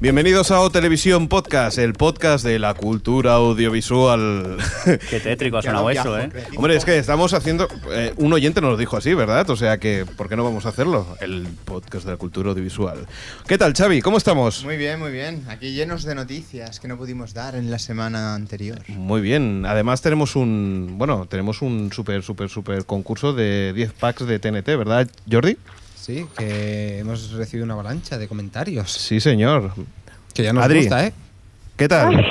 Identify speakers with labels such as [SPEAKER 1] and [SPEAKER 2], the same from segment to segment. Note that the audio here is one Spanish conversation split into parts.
[SPEAKER 1] Bienvenidos a O Televisión Podcast, el podcast de la cultura audiovisual.
[SPEAKER 2] Qué tétrico ha sonado eso, ¿eh?
[SPEAKER 1] Hombre, es que estamos haciendo. eh, un oyente nos lo dijo así, ¿verdad? O sea que, ¿por qué no vamos a hacerlo? El podcast de la cultura audiovisual. ¿Qué tal, Xavi? ¿Cómo estamos?
[SPEAKER 3] Muy bien, muy bien. Aquí llenos de noticias que no pudimos dar en la semana anterior.
[SPEAKER 1] Muy bien. Además, tenemos un. Bueno, tenemos un súper, súper, súper concurso de 10 packs de TNT, ¿verdad, Jordi?
[SPEAKER 4] Sí, que hemos recibido una avalancha de comentarios.
[SPEAKER 1] Sí, señor.
[SPEAKER 4] Que ya nos
[SPEAKER 1] Adri.
[SPEAKER 4] gusta, ¿eh? Ah.
[SPEAKER 1] ¿Qué tal?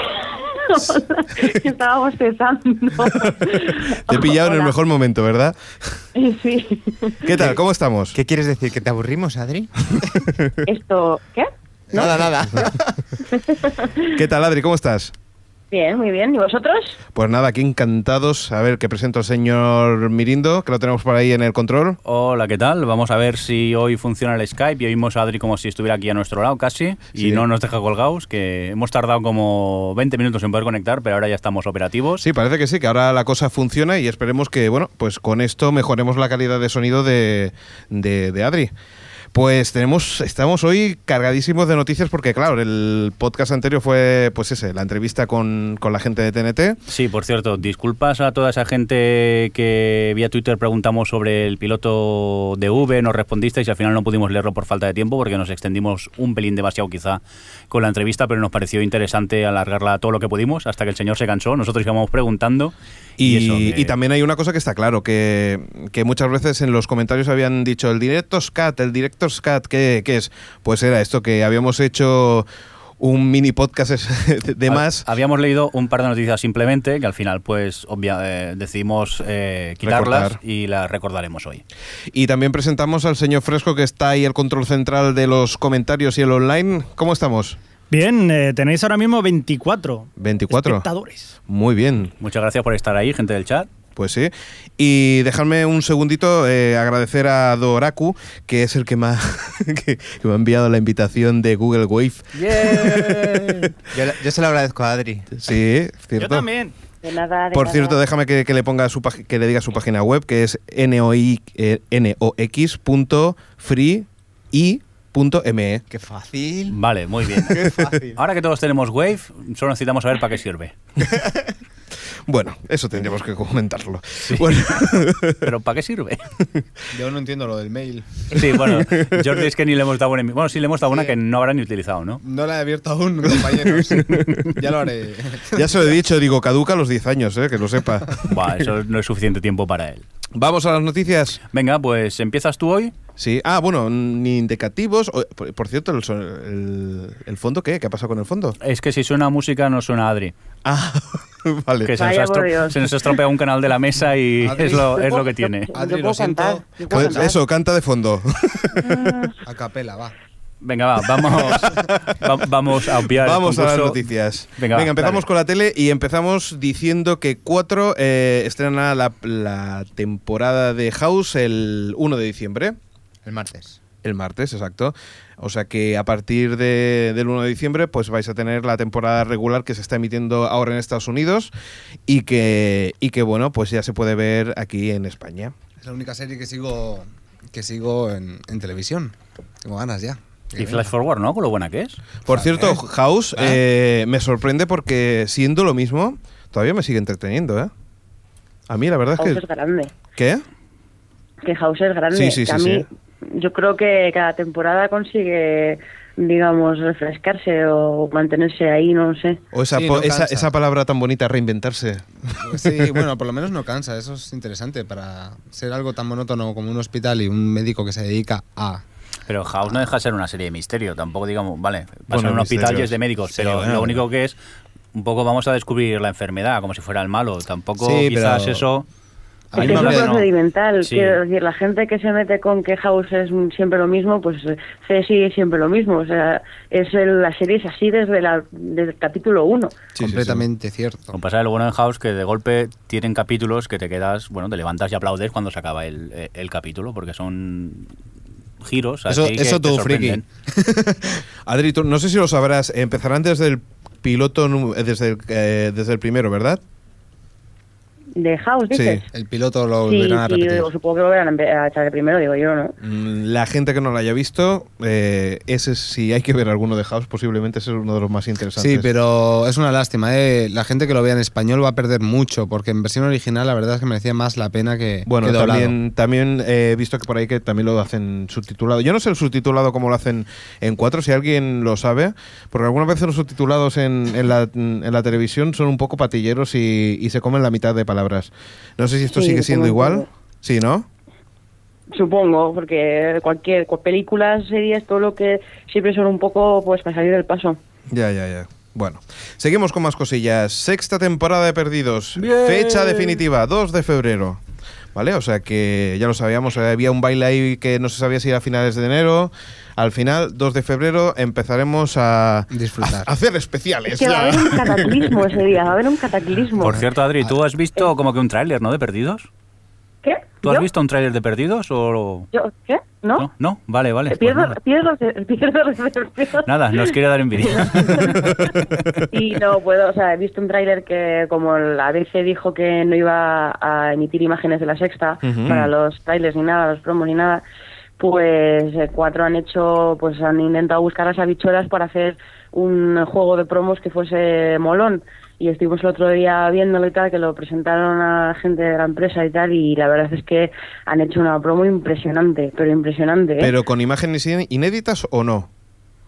[SPEAKER 5] Estábamos pensando.
[SPEAKER 1] Te he pillado en el
[SPEAKER 5] Hola.
[SPEAKER 1] mejor momento, ¿verdad?
[SPEAKER 5] Eh, Sí.
[SPEAKER 1] ¿Qué tal? ¿Cómo estamos?
[SPEAKER 3] ¿Qué quieres decir? ¿Que te aburrimos, Adri?
[SPEAKER 5] Esto, ¿qué?
[SPEAKER 3] Nada, nada.
[SPEAKER 1] ¿Qué tal, Adri? ¿Cómo estás?
[SPEAKER 5] Bien, muy bien. ¿Y vosotros?
[SPEAKER 1] Pues nada, aquí encantados. A ver, que presento al señor Mirindo, que lo tenemos por ahí en el control.
[SPEAKER 2] Hola, ¿qué tal? Vamos a ver si hoy funciona el Skype y oímos a Adri como si estuviera aquí a nuestro lado casi
[SPEAKER 1] Sí.
[SPEAKER 2] y no nos deja colgados, que hemos tardado como 20 minutos en poder conectar, pero ahora ya estamos operativos.
[SPEAKER 1] Sí, parece que sí, que ahora la cosa funciona y esperemos que, bueno, pues con esto mejoremos la calidad de sonido de, de- de Adri. Pues tenemos, estamos hoy cargadísimos de noticias porque, claro, el podcast anterior fue, pues ese, la entrevista con, con la gente de TNT.
[SPEAKER 2] Sí, por cierto, disculpas a toda esa gente que vía Twitter preguntamos sobre el piloto de V, nos respondisteis y al final no pudimos leerlo por falta de tiempo porque nos extendimos un pelín demasiado quizá con la entrevista, pero nos pareció interesante alargarla todo lo que pudimos hasta que el señor se cansó, nosotros íbamos preguntando
[SPEAKER 1] Y,
[SPEAKER 2] y, eso, que-
[SPEAKER 1] y también hay una cosa que está claro, que, que muchas veces en los comentarios habían dicho el Director's Cut, el Director's Cut, ¿qué, qué es? Pues era esto, que habíamos hecho un mini podcast de
[SPEAKER 2] Ha-
[SPEAKER 1] más.
[SPEAKER 2] Habíamos leído un par de noticias simplemente que al final pues obvia- eh, decidimos eh, quitarlas
[SPEAKER 1] Recortar.
[SPEAKER 2] y las recordaremos hoy.
[SPEAKER 1] Y también presentamos al señor Fresco, que está ahí el control central de los comentarios y el online. ¿Cómo estamos?
[SPEAKER 6] Bien, eh, tenéis ahora mismo 24
[SPEAKER 1] 24.
[SPEAKER 6] espectadores.
[SPEAKER 1] Muy bien,
[SPEAKER 2] Muchas gracias por estar ahí, gente del chat.
[SPEAKER 1] Pues sí. Y dejarme un segundito eh, agradecer a Doraku, que es el que me, ha, que, que me ha enviado la invitación de Google Wave.
[SPEAKER 3] Yo, la- yo se lo agradezco a Adri.
[SPEAKER 1] Sí,
[SPEAKER 6] Yo
[SPEAKER 1] cierto.
[SPEAKER 6] también.
[SPEAKER 5] De nada. de
[SPEAKER 1] Por
[SPEAKER 5] nada.
[SPEAKER 1] cierto, déjame que, que le ponga su pag- que le diga su página web, que es noi, eh, nox.freei.me.
[SPEAKER 3] Qué fácil.
[SPEAKER 2] Vale, muy bien.
[SPEAKER 3] Qué fácil.
[SPEAKER 2] Ahora que todos tenemos Wave, solo necesitamos saber para qué sirve.
[SPEAKER 1] Bueno, eso tendríamos que comentarlo. Bueno,
[SPEAKER 2] Pero ¿para qué sirve?
[SPEAKER 4] Yo no entiendo lo del mail.
[SPEAKER 2] Sí, bueno, Jordi es que ni le hemos dado una... Bueno, sí le hemos dado una que no habrá ni utilizado, ¿no?
[SPEAKER 4] No la he abierto aún, compañeros. ya lo haré.
[SPEAKER 1] ya se lo he dicho, digo, caduca a los 10 años, eh, que lo sepa.
[SPEAKER 2] Buah, eso no es suficiente tiempo para él.
[SPEAKER 1] Vamos a las noticias.
[SPEAKER 2] Venga, pues empiezas tú hoy.
[SPEAKER 1] Sí, ah, bueno, ni indicativos. O- Por, por cierto, el, son- el- el fondo qué? ¿Qué ha pasado con el fondo?
[SPEAKER 2] Es que si suena música no suena Adri.
[SPEAKER 1] Ah, vale.
[SPEAKER 2] Que se nos,
[SPEAKER 5] Vaya
[SPEAKER 2] ha
[SPEAKER 5] por
[SPEAKER 2] estro-
[SPEAKER 5] Dios.
[SPEAKER 2] se nos ha estropeado un canal de la mesa y
[SPEAKER 4] Adri.
[SPEAKER 2] es lo, es lo que tiene.
[SPEAKER 5] Yo
[SPEAKER 4] Adri,
[SPEAKER 5] puedo
[SPEAKER 4] lo siento.
[SPEAKER 5] cantar, yo puedo
[SPEAKER 1] Pues
[SPEAKER 5] cantar.
[SPEAKER 1] eso, canta de fondo.
[SPEAKER 4] A capela, va.
[SPEAKER 2] Venga, va, vamos, va- vamos a obviar. el
[SPEAKER 1] Vamos a las
[SPEAKER 2] concurso.
[SPEAKER 1] noticias.
[SPEAKER 2] Venga,
[SPEAKER 1] Venga,
[SPEAKER 2] va,
[SPEAKER 1] empezamos
[SPEAKER 2] dale.
[SPEAKER 1] con la tele y empezamos diciendo que 4 estrena la, la temporada de House el 1 de diciembre.
[SPEAKER 3] El martes.
[SPEAKER 1] El martes, exacto. O sea que a partir de- del 1 de diciembre pues vais a tener la temporada regular que se está emitiendo ahora en Estados Unidos y que, y que bueno, pues ya se puede ver aquí en España.
[SPEAKER 4] Es la única serie que sigo que sigo en, en televisión. Tengo ganas ya.
[SPEAKER 2] Y Flash Forward, ¿no? Con lo buena que es.
[SPEAKER 4] Vale.
[SPEAKER 1] Por
[SPEAKER 4] Ah.
[SPEAKER 1] cierto, House eh, me sorprende porque siendo lo mismo, todavía me sigue entreteniendo, ¿eh? A mí la verdad
[SPEAKER 5] House
[SPEAKER 1] es
[SPEAKER 5] Oh, es
[SPEAKER 1] que...
[SPEAKER 5] grande.
[SPEAKER 1] ¿Qué?
[SPEAKER 5] Que House es grande.
[SPEAKER 1] Sí, sí,
[SPEAKER 5] que a
[SPEAKER 1] sí,
[SPEAKER 5] mí, Yo creo que cada temporada consigue, digamos, refrescarse o mantenerse ahí, no sé.
[SPEAKER 1] O esa,
[SPEAKER 4] Sí,
[SPEAKER 1] po-
[SPEAKER 4] no
[SPEAKER 1] esa,
[SPEAKER 4] cansa.
[SPEAKER 1] esa palabra tan bonita, reinventarse.
[SPEAKER 4] Sí, bueno, por lo menos no cansa. Eso es interesante para ser algo tan monótono como un hospital y un médico que se dedica a...
[SPEAKER 2] Pero House no deja de ser una serie de misterio. Tampoco digamos, vale, pasa
[SPEAKER 1] Bueno,
[SPEAKER 2] en un hospital y
[SPEAKER 1] misterios.
[SPEAKER 2] es de médicos.
[SPEAKER 1] Sí,
[SPEAKER 2] pero
[SPEAKER 1] bueno,
[SPEAKER 2] lo único que es, un poco vamos a descubrir la enfermedad, como si fuera el malo. Tampoco
[SPEAKER 4] Sí,
[SPEAKER 2] quizás
[SPEAKER 4] pero-
[SPEAKER 2] eso.
[SPEAKER 4] A mí
[SPEAKER 5] es que
[SPEAKER 4] me
[SPEAKER 5] es lo
[SPEAKER 4] habría-
[SPEAKER 2] no.
[SPEAKER 5] procedimental.
[SPEAKER 2] Sí.
[SPEAKER 5] Quiero decir, la gente que se mete con que House es mm, siempre lo mismo, pues eh, Ceci es siempre lo mismo. O sea, es el- la serie es así desde, la, desde el capítulo 1.
[SPEAKER 1] sí, sí.
[SPEAKER 4] completamente cierto.
[SPEAKER 2] Lo que pasa es lo bueno de House que de golpe tienen eh, capítulos que te quedas, bueno, te levantas y aplaudes cuando se acaba el, el capítulo, porque son giros.
[SPEAKER 1] Eso,
[SPEAKER 2] así que
[SPEAKER 1] eso
[SPEAKER 2] te
[SPEAKER 1] todo friki.
[SPEAKER 2] sorprenden.
[SPEAKER 1] Adri, tú- no sé si lo sabrás. Empezarán desde el piloto, nu- eh, desde el, eh, desde el primero, ¿verdad?
[SPEAKER 5] ¿De House, dices?
[SPEAKER 4] El piloto lo
[SPEAKER 5] sí,
[SPEAKER 4] volverán a
[SPEAKER 5] sí,
[SPEAKER 4] repetir.
[SPEAKER 5] yo supongo que lo verán a empe- a echar el primero, digo yo, ¿no?
[SPEAKER 1] Mm, La gente que no la haya visto, eh, ese si hay que ver alguno de House, posiblemente ese es uno de los más interesantes.
[SPEAKER 4] Sí, pero es una lástima. ¿eh? La gente que lo vea en español va a perder mucho, porque en versión original la verdad es que merecía más la pena que,
[SPEAKER 1] Bueno,
[SPEAKER 4] que doblado.
[SPEAKER 1] también, también eh, he visto que por ahí que también lo hacen subtitulado. Yo no sé el subtitulado como lo hacen en cuatro, si alguien lo sabe, porque algunas veces los subtitulados en, en la, en la televisión son un poco patilleros y, y se comen la mitad de palabras. No sé si esto
[SPEAKER 5] Sí,
[SPEAKER 1] sigue
[SPEAKER 5] se
[SPEAKER 1] siendo
[SPEAKER 5] comen
[SPEAKER 1] igual.
[SPEAKER 5] todo.
[SPEAKER 1] Sí, ¿no?
[SPEAKER 5] Supongo, porque cualquier cu- película, series, todo lo que siempre son un poco, pues, para salir del paso.
[SPEAKER 1] Ya, ya, ya. Bueno, seguimos con más cosillas. Sexta temporada de Perdidos. Fecha definitiva, 2 de febrero. ¿Vale? O sea que ya lo sabíamos, eh, había un baile ahí que no se sabía si era a finales de enero. Al final, 2 de febrero, empezaremos a,
[SPEAKER 4] Disfrutar.
[SPEAKER 1] a hacer especiales.
[SPEAKER 5] Es que va a
[SPEAKER 1] ya.
[SPEAKER 5] haber un cataclismo ese día, va a haber un cataclismo.
[SPEAKER 2] Por cierto, Adri,
[SPEAKER 1] Ah.
[SPEAKER 2] ¿tú has visto como que un tráiler, ¿no? De Perdidos.
[SPEAKER 5] ¿Qué?
[SPEAKER 2] ¿Tú
[SPEAKER 5] ¿Yo?
[SPEAKER 2] has visto un tráiler de Perdidos o...?
[SPEAKER 5] ¿Yo? ¿Qué? ¿No?
[SPEAKER 2] No, no, vale, vale.
[SPEAKER 5] Eh,
[SPEAKER 2] pues
[SPEAKER 5] Pierdo,
[SPEAKER 2] nada.
[SPEAKER 5] pierdo, pierdo recepción.
[SPEAKER 2] Nada, nos quiere dar envidia.
[SPEAKER 5] y no puedo, o sea, he visto un tráiler que como la ABC dijo que no iba a emitir imágenes de la sexta
[SPEAKER 1] Ujú.
[SPEAKER 5] para los trailers ni nada, los promos ni nada, pues eh, cuatro han hecho, pues han intentado buscar las habichuelas para hacer un juego de promos que fuese molón. Y estuvimos el otro día viéndolo y tal, que lo presentaron a gente de la empresa y tal, y la verdad es que han hecho una promo impresionante, pero impresionante. ¿eh?
[SPEAKER 1] Pero con imágenes in- inéditas o no.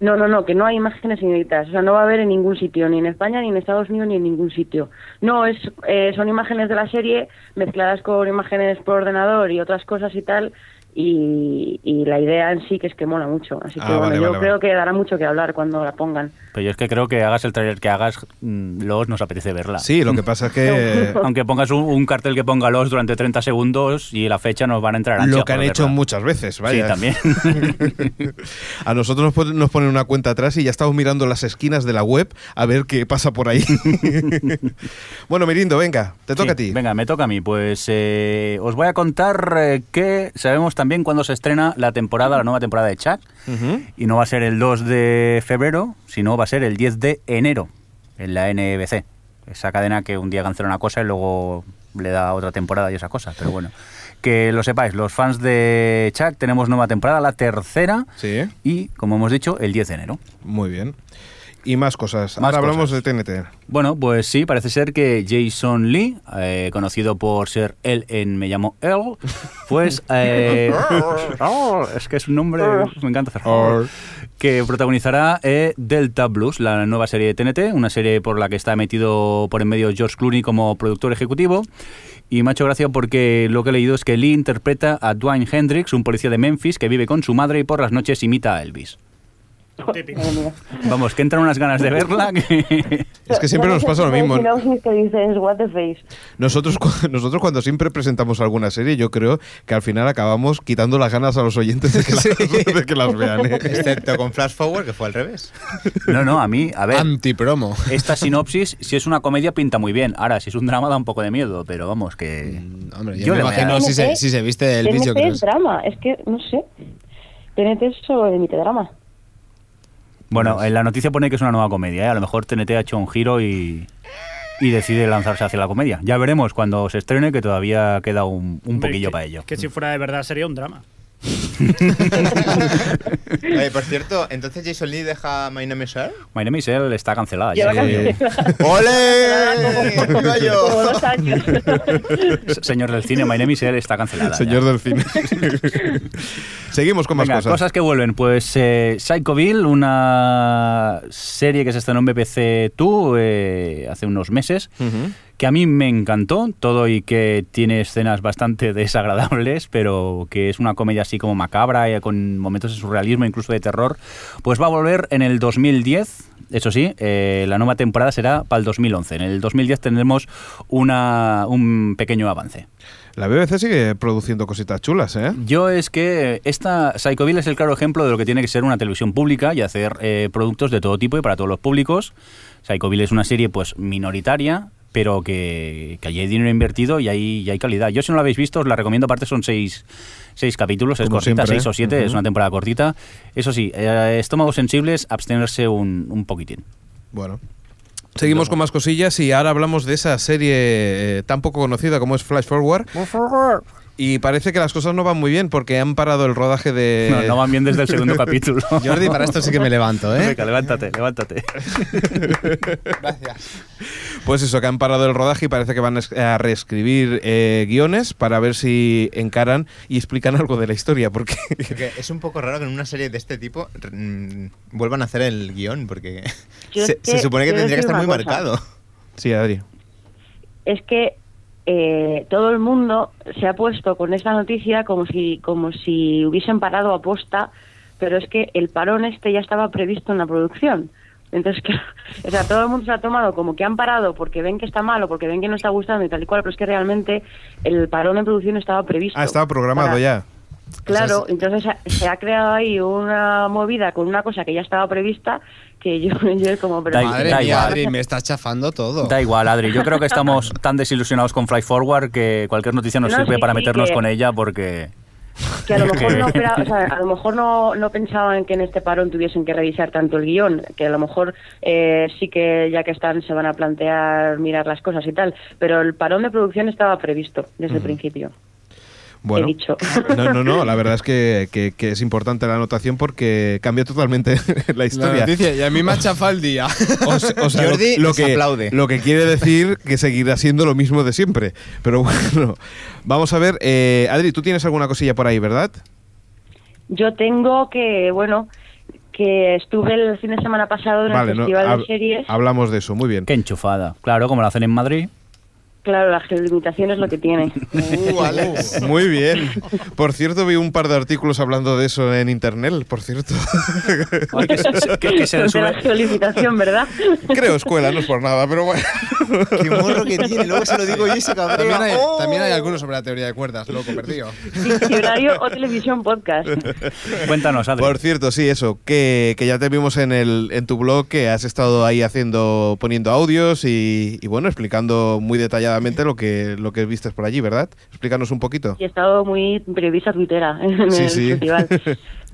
[SPEAKER 5] No, no, no, que no hay imágenes inéditas. O sea, no va a haber en ningún sitio, ni en España, ni en Estados Unidos, ni en ningún sitio. No, es, eh, son imágenes de la serie mezcladas con imágenes por ordenador y otras cosas y tal. Y, y la idea en sí que es que mola mucho. Así que
[SPEAKER 1] Ah,
[SPEAKER 5] bueno,
[SPEAKER 1] vale,
[SPEAKER 5] yo
[SPEAKER 1] vale,
[SPEAKER 5] creo
[SPEAKER 1] vale.
[SPEAKER 5] que dará mucho que hablar cuando la pongan.
[SPEAKER 2] Pero yo es que creo que hagas el tráiler que hagas, mm, los nos apetece verla.
[SPEAKER 1] Sí, lo que pasa es que
[SPEAKER 2] Aunque pongas un, un cartel que ponga los durante 30 segundos y la fecha nos van a entrar ansias
[SPEAKER 1] lo que han
[SPEAKER 2] por
[SPEAKER 1] hecho
[SPEAKER 2] verla.
[SPEAKER 1] muchas veces, vaya.
[SPEAKER 2] Sí, también.
[SPEAKER 1] A nosotros nos pon- nos ponen una cuenta atrás y ya estamos mirando las esquinas de la web a ver qué pasa por ahí. bueno, Mirindo, venga, te toca
[SPEAKER 2] Sí,
[SPEAKER 1] a ti.
[SPEAKER 2] Venga, me toca a mí. Pues eh, os voy a contar eh, que sabemos también cuándo se estrena la temporada, la nueva temporada de Chuck.
[SPEAKER 1] Ujú.
[SPEAKER 2] Y no va a ser el 2 de febrero, sino va a ser el 10 de enero en la NBC. Esa cadena que un día cancela una cosa y luego le da otra temporada y esas cosas. Pero bueno, que lo sepáis, los fans de Chuck tenemos nueva temporada, la tercera.
[SPEAKER 1] Sí,
[SPEAKER 2] Y, como hemos dicho, el 10 de enero.
[SPEAKER 1] muy bien. Y más cosas.
[SPEAKER 2] Más
[SPEAKER 1] Ahora hablamos
[SPEAKER 2] cosas.
[SPEAKER 1] de TNT.
[SPEAKER 2] Bueno, pues sí, parece ser que Jason Lee, eh, conocido por ser él en Me llamo él, pues eh, Oh, es que es un nombre, me encanta hacer que protagonizará eh, Delta Blues, la nueva serie de TNT, una serie por la que está metido por en medio George Clooney como productor ejecutivo. Y me ha hecho gracia porque lo que he leído es que Lee interpreta a Dwayne Hendrix, un policía de Memphis que vive con su madre y por las noches imita a Elvis.
[SPEAKER 6] Típico.
[SPEAKER 5] Madre mía.
[SPEAKER 2] Vamos, que entran unas ganas de verla que...
[SPEAKER 1] Es que
[SPEAKER 5] Yo
[SPEAKER 1] siempre
[SPEAKER 5] no
[SPEAKER 1] nos
[SPEAKER 5] sé
[SPEAKER 1] pasa lo
[SPEAKER 5] si
[SPEAKER 1] mismo.
[SPEAKER 5] hay sinopsis que dices, what the face.
[SPEAKER 1] Nosotros, cu- nosotros cuando siempre presentamos alguna serie, yo creo que al final acabamos quitando las ganas a los oyentes de que, las- de que las vean. ¿eh?
[SPEAKER 4] Excepto con Flash Forward, que fue al revés.
[SPEAKER 2] No, no, a mí, a ver...
[SPEAKER 4] Antipromo.
[SPEAKER 2] Esta sinopsis, si es una comedia, pinta muy bien. Ahora, si es un drama, da un poco de miedo, pero vamos, que.
[SPEAKER 4] Mm, Hombre, yo,
[SPEAKER 2] Yo
[SPEAKER 4] me
[SPEAKER 2] le voy a
[SPEAKER 4] imagino
[SPEAKER 2] dar.
[SPEAKER 4] si se,
[SPEAKER 5] TNT,
[SPEAKER 4] si se viste de Elvis, yo
[SPEAKER 5] TNT
[SPEAKER 4] creo.
[SPEAKER 5] es drama, es que no sé. TNT es sobre mi drama.
[SPEAKER 2] Bueno, en la noticia pone que es una nueva comedia, ¿eh? A lo mejor TNT ha hecho un giro y. y decide lanzarse hacia la comedia. Ya veremos cuando se estrene, que todavía queda un, un
[SPEAKER 6] Hombre,
[SPEAKER 2] poquillo
[SPEAKER 6] que-
[SPEAKER 2] para ello.
[SPEAKER 6] Que si fuera de verdad sería un drama.
[SPEAKER 3] Oye, por cierto, entonces Jason Lee deja My Name is Earl.
[SPEAKER 2] My name is Earl está cancelada.
[SPEAKER 5] Ya
[SPEAKER 2] ya.
[SPEAKER 5] la canción.
[SPEAKER 3] ¡Ole! Iba
[SPEAKER 5] Como
[SPEAKER 3] yo.
[SPEAKER 5] dos años.
[SPEAKER 2] S- Señor del cine, My name is Earl está cancelada. ya.
[SPEAKER 1] Señor del cine. Seguimos con más
[SPEAKER 2] Venga,
[SPEAKER 1] cosas.
[SPEAKER 2] que vuelven. Pues eh, Psychoville, una serie que se estrenó en BBC 2 eh, hace unos meses,
[SPEAKER 1] Ujú.
[SPEAKER 2] que a mí me encantó todo y que tiene escenas bastante desagradables, pero que es una comedia así como macabra, eh, con momentos de surrealismo, incluso de terror, pues va a volver en el 2010. Eso sí, eh, la nueva temporada será para el 2011. En el 2010 tendremos una, un pequeño avance.
[SPEAKER 1] La BBC sigue produciendo cositas chulas, ¿eh?
[SPEAKER 2] Yo es que esta Psychoville es el claro ejemplo de lo que tiene que ser una televisión pública y hacer eh, productos de todo tipo y para todos los públicos. Psychoville es una serie pues minoritaria, pero que, que allí hay dinero invertido y hay, y hay calidad. Yo si no la habéis visto, os la recomiendo, aparte son seis, seis capítulos, es
[SPEAKER 1] Como
[SPEAKER 2] cortita,
[SPEAKER 1] siempre,
[SPEAKER 2] seis
[SPEAKER 1] ¿eh?
[SPEAKER 2] o siete,
[SPEAKER 1] Ujú.
[SPEAKER 2] es una temporada cortita. Eso sí, eh, estómagos sensibles, abstenerse un, un poquitín.
[SPEAKER 1] Bueno. Seguimos con más cosillas y ahora hablamos de esa serie eh, tan poco conocida como es Flash Forward. Y parece que las cosas no van muy bien porque han parado el rodaje de...
[SPEAKER 2] No, no van bien desde el segundo capítulo.
[SPEAKER 4] Jordi, para esto sí que me levanto, ¿eh?
[SPEAKER 2] Venga, levántate, levántate.
[SPEAKER 3] Gracias.
[SPEAKER 1] Pues eso, que han parado el rodaje y parece que van es- a reescribir eh, guiones para ver si encaran y explican algo de la historia, porque
[SPEAKER 3] Porque es un poco raro que en una serie de este tipo mm, vuelvan a hacer el guión, porque
[SPEAKER 5] Yo
[SPEAKER 3] se,
[SPEAKER 5] es que
[SPEAKER 3] se supone que
[SPEAKER 5] quiero
[SPEAKER 3] tendría que
[SPEAKER 5] decir
[SPEAKER 3] estar muy
[SPEAKER 5] una cosa.
[SPEAKER 3] marcado.
[SPEAKER 1] sí, Adri.
[SPEAKER 5] es que eh, todo el mundo se ha puesto con esta noticia como si como si hubiesen parado aposta, pero es que el parón este ya estaba previsto en la producción. Entonces, claro, o sea, todo el mundo se ha tomado como que han parado porque ven que está malo, porque ven que no está gustando y tal y cual, pero es que realmente el parón en producción estaba previsto.
[SPEAKER 1] Ah, estaba programado
[SPEAKER 5] Para-
[SPEAKER 1] ya.
[SPEAKER 5] Claro, entonces ha- se ha creado ahí una movida con una cosa que ya estaba prevista, que yo, yo es como, pero
[SPEAKER 2] Da-
[SPEAKER 4] Madre
[SPEAKER 2] da
[SPEAKER 4] mía,
[SPEAKER 2] igual.
[SPEAKER 4] Adri, me estás chafando todo.
[SPEAKER 2] Da igual, Adri. Yo creo que estamos tan desilusionados con Fly Forward que cualquier noticia nos
[SPEAKER 5] No,
[SPEAKER 2] sirve
[SPEAKER 5] sí,
[SPEAKER 2] para
[SPEAKER 5] sí,
[SPEAKER 2] meternos
[SPEAKER 5] que-
[SPEAKER 2] con ella porque.
[SPEAKER 5] Que a lo mejor
[SPEAKER 2] Que-
[SPEAKER 5] no, opera- o sea, a lo mejor no, no pensaban que en este parón tuviesen que revisar tanto el guión, que a lo mejor eh, sí que ya que están se van a plantear mirar las cosas y tal, pero el parón de producción estaba previsto desde el principio.
[SPEAKER 1] Bueno.
[SPEAKER 5] He dicho.
[SPEAKER 1] No, no, no, la verdad es que, que- que es importante la anotación porque cambia totalmente la
[SPEAKER 4] La
[SPEAKER 1] historia.
[SPEAKER 4] noticia, y a mí me ha chafado el día.
[SPEAKER 1] O se- o sea, lo-
[SPEAKER 3] Jordi
[SPEAKER 1] lo,
[SPEAKER 3] les
[SPEAKER 1] que,
[SPEAKER 3] aplaude.
[SPEAKER 1] lo que quiere decir que seguirá siendo lo mismo de siempre. Pero bueno, vamos a ver. eh, Adri, tú tienes alguna cosilla por ahí, ¿verdad?
[SPEAKER 5] Yo tengo que, bueno, que estuve el fin de semana pasado en el
[SPEAKER 1] no,
[SPEAKER 5] Festival de
[SPEAKER 1] hab-
[SPEAKER 5] Series.
[SPEAKER 1] hablamos de eso, muy bien.
[SPEAKER 2] Qué enchufada. Claro, como lo hacen en Madrid.
[SPEAKER 5] Claro, las limitaciones lo que tiene.
[SPEAKER 3] Uh, Alex.
[SPEAKER 1] Muy bien. Por cierto, vi un par de artículos hablando de eso en internet, por cierto.
[SPEAKER 2] Que se, que- que se le
[SPEAKER 5] De la
[SPEAKER 2] sube-
[SPEAKER 5] geolimitación, ¿verdad?
[SPEAKER 1] Creo escuela, no es por nada, pero bueno.
[SPEAKER 3] Qué morro que tiene, luego se lo digo yo y se cabrón.
[SPEAKER 4] También hay, también hay algunos sobre la teoría de cuerdas, loco, perdido.
[SPEAKER 5] Diccionario o televisión podcast.
[SPEAKER 2] Cuéntanos, Adri.
[SPEAKER 1] Por cierto, sí, eso, que, que ya te vimos en, el, en tu blog que has estado ahí haciendo, poniendo audios y, y bueno, explicando muy detalladamente lo que, lo que viste por allí, ¿verdad? Explícanos un poquito.
[SPEAKER 5] Y he estado muy periodista tuitera en
[SPEAKER 1] Sí,
[SPEAKER 5] el
[SPEAKER 1] sí.
[SPEAKER 5] festival.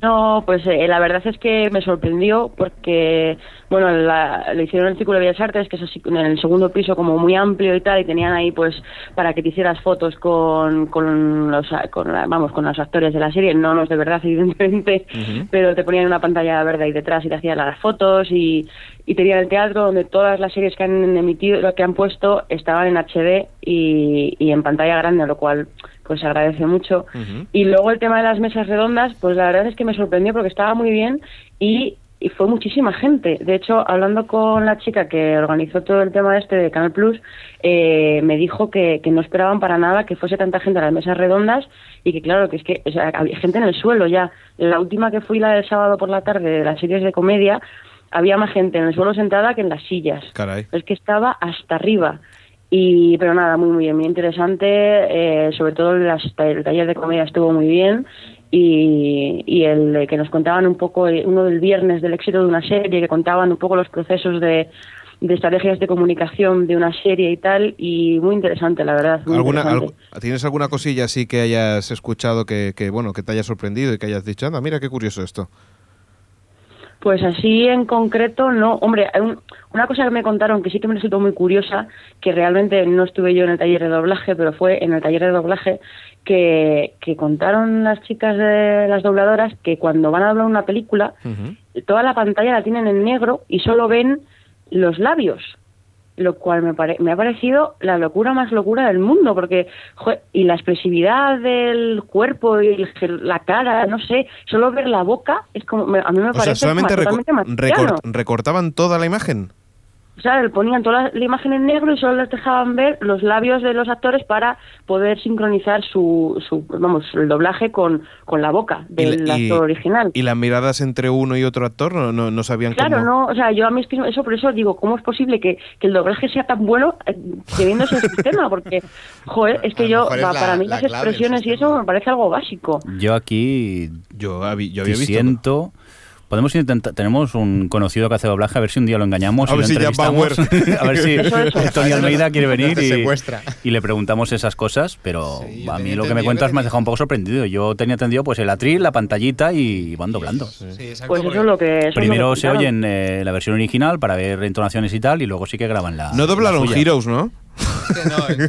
[SPEAKER 5] No, pues eh, la verdad es que me sorprendió porque, bueno, la, lo hicieron en el Círculo de Bellas Artes, que es así, en el segundo piso como muy amplio y tal, y tenían ahí pues para que te hicieras fotos con, con los, a- con la- vamos, con los actores de la serie, no los de verdad, evidentemente, pero te ponían una pantalla verde ahí detrás y te hacían las fotos y, y tenían el teatro donde todas las series que han emitido, lo que han puesto, estaban en HD y, y en pantalla grande, lo cual pues se agradece mucho. Y luego el tema de las mesas redondas, pues la verdad es que me sorprendió porque estaba muy bien y, y fue muchísima gente. De hecho, hablando con la chica que organizó todo el tema este de Canal Plus, eh, me dijo que, que no esperaban para nada que fuese tanta gente a las mesas redondas y que claro, que es que o sea, había gente en el suelo ya. La última que fui, la del sábado por la tarde, de las series de comedia, había más gente en el suelo sentada que en las sillas.
[SPEAKER 1] Caray.
[SPEAKER 5] Es que estaba hasta arriba. Y, pero nada, muy, muy bien, muy interesante. eh, sobre todo las- el taller de comedia estuvo muy bien. Y, y el de que nos contaban un poco, eh, uno del viernes del éxito de una serie, que contaban un poco los procesos de, de estrategias de comunicación de una serie y tal. Y muy interesante, la verdad. muy
[SPEAKER 1] ¿Alguna,
[SPEAKER 5] interesante.
[SPEAKER 1] algu- ¿Tienes alguna cosilla así que hayas escuchado que, que, bueno, que te haya sorprendido y que hayas dicho, anda, mira qué curioso esto?
[SPEAKER 5] Pues así en concreto, no. Hombre, hay un- una cosa que me contaron que sí que me resultó muy curiosa, que realmente no estuve yo en el taller de doblaje, pero fue en el taller de doblaje que, que contaron las chicas de las dobladoras que cuando van a doblar una película, toda la pantalla la tienen en negro y solo ven los labios lo cual me, pare- me ha parecido la locura más locura del mundo, porque jo, y la expresividad del cuerpo y el- la cara, no sé, solo ver la boca es como me- a mí me
[SPEAKER 1] O sea,
[SPEAKER 5] parece
[SPEAKER 1] solamente
[SPEAKER 5] ma-
[SPEAKER 1] reco-
[SPEAKER 5] totalmente marciano.
[SPEAKER 1] recor- recortaban toda la imagen.
[SPEAKER 5] O sea, le ponían toda la, la imagen en negro y solo les dejaban ver los labios de los actores para poder sincronizar su, su vamos, el doblaje con, con la boca del
[SPEAKER 1] la-
[SPEAKER 5] actor original.
[SPEAKER 1] y las miradas entre uno y otro actor no, no, no sabían
[SPEAKER 5] Claro,
[SPEAKER 1] cómo.
[SPEAKER 5] no, o sea, yo a mí es que eso por eso digo, ¿cómo es posible que, que el doblaje sea tan bueno eh, teniendo ese sistema? Porque, joder, es
[SPEAKER 3] A
[SPEAKER 5] que
[SPEAKER 3] lo
[SPEAKER 5] yo,
[SPEAKER 3] mejor es
[SPEAKER 5] pa-
[SPEAKER 3] la-
[SPEAKER 5] para mí
[SPEAKER 3] la
[SPEAKER 5] las
[SPEAKER 3] clave del
[SPEAKER 5] expresiones y
[SPEAKER 3] sistema.
[SPEAKER 5] eso me parece algo básico.
[SPEAKER 2] Yo aquí
[SPEAKER 1] Yo, habí- yo había visto.
[SPEAKER 2] disiento Podemos intentar, tenemos un conocido que hace doblaje, a ver si un día lo engañamos.
[SPEAKER 1] A
[SPEAKER 2] y
[SPEAKER 1] ver
[SPEAKER 2] lo
[SPEAKER 1] si Jan
[SPEAKER 2] entrevistamos.
[SPEAKER 1] Bauer.
[SPEAKER 2] a ver si
[SPEAKER 5] Eso es.
[SPEAKER 2] Tony Almeida quiere venir
[SPEAKER 4] Te
[SPEAKER 2] y,
[SPEAKER 4] secuestra.
[SPEAKER 2] y le preguntamos esas cosas, pero
[SPEAKER 4] Sí, yo
[SPEAKER 2] a mí
[SPEAKER 4] tenía
[SPEAKER 2] lo que me
[SPEAKER 4] entendido que
[SPEAKER 2] cuentas me has
[SPEAKER 4] tenía-
[SPEAKER 2] dejado un poco sorprendido. Yo tenía entendido pues el atril, la pantallita y van doblando.
[SPEAKER 4] Sí, exacto,
[SPEAKER 5] Pues eso
[SPEAKER 4] porque-
[SPEAKER 5] es lo que. eso es lo que
[SPEAKER 2] Primero se
[SPEAKER 5] contaron.
[SPEAKER 2] oyen eh, la versión original para ver entonaciones y tal, y luego sí que graban la.
[SPEAKER 1] No doblaron
[SPEAKER 2] la suya.
[SPEAKER 1] Heroes, ¿no?
[SPEAKER 4] No, es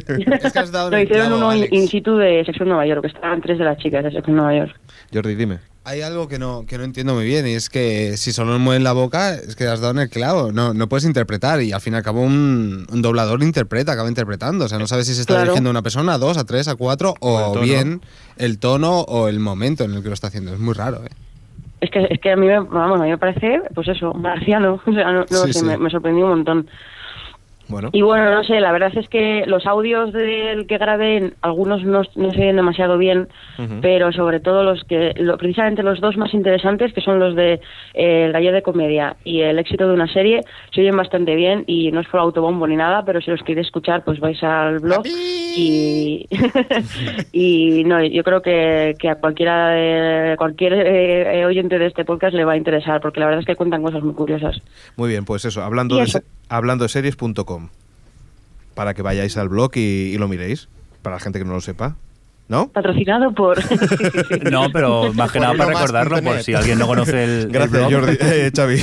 [SPEAKER 4] es que has dado en
[SPEAKER 5] Lo
[SPEAKER 4] el
[SPEAKER 5] hicieron
[SPEAKER 4] clavo,
[SPEAKER 5] uno in,
[SPEAKER 4] Alex.
[SPEAKER 5] in situ de Sexo en Nueva York, que estaban tres de las chicas de Sexo en Nueva York.
[SPEAKER 1] Jordi, dime.
[SPEAKER 4] Hay algo que no, que no entiendo muy bien y es que si solo mueven la boca es que has dado en el clavo, no, no puedes interpretar y al fin y al cabo un, un doblador interpreta, acaba interpretando, o sea, no sabes si se está
[SPEAKER 5] Claro.
[SPEAKER 4] dirigiendo a una persona, a dos, a tres, a cuatro
[SPEAKER 1] O el
[SPEAKER 4] o
[SPEAKER 1] tono.
[SPEAKER 4] bien el tono o el momento en el que lo está haciendo, es muy raro. ¿eh?
[SPEAKER 5] Es que, es que a mí me, vamos, a mí me parece, pues eso, marciano. O sea, no, no
[SPEAKER 4] Sí,
[SPEAKER 5] sé,
[SPEAKER 4] sí.
[SPEAKER 5] Me, me sorprendió un montón.
[SPEAKER 1] Bueno.
[SPEAKER 5] Y bueno, no sé, la verdad es que los audios del que grabé, algunos no, no se oyen demasiado bien,
[SPEAKER 1] Ujú.
[SPEAKER 5] pero sobre todo los que, lo- precisamente los dos más interesantes, que son los de eh, El Gallo de Comedia y El éxito de una serie, se oyen bastante bien y no es por autobombo ni nada, pero si los queréis escuchar, pues vais al blog y, y no, yo creo que, que a cualquiera de- cualquier eh, eh, oyente de este podcast le va a interesar, porque la verdad es que cuentan cosas muy curiosas.
[SPEAKER 1] Muy bien, pues eso, hablando
[SPEAKER 5] Y
[SPEAKER 1] de,
[SPEAKER 5] eso.
[SPEAKER 1] se- hablando de series.com. Para que vayáis al blog y, y lo miréis. Para la gente que no lo sepa. ¿No?
[SPEAKER 5] Patrocinado por... sí, sí, sí.
[SPEAKER 2] No, pero más que nada
[SPEAKER 4] Por
[SPEAKER 2] para
[SPEAKER 4] lo más
[SPEAKER 2] recordarlo,
[SPEAKER 4] punto
[SPEAKER 2] por
[SPEAKER 4] net.
[SPEAKER 2] si alguien no conoce el. el
[SPEAKER 1] Gracias,
[SPEAKER 2] blog.
[SPEAKER 1] Jordi. Eh, Xavi.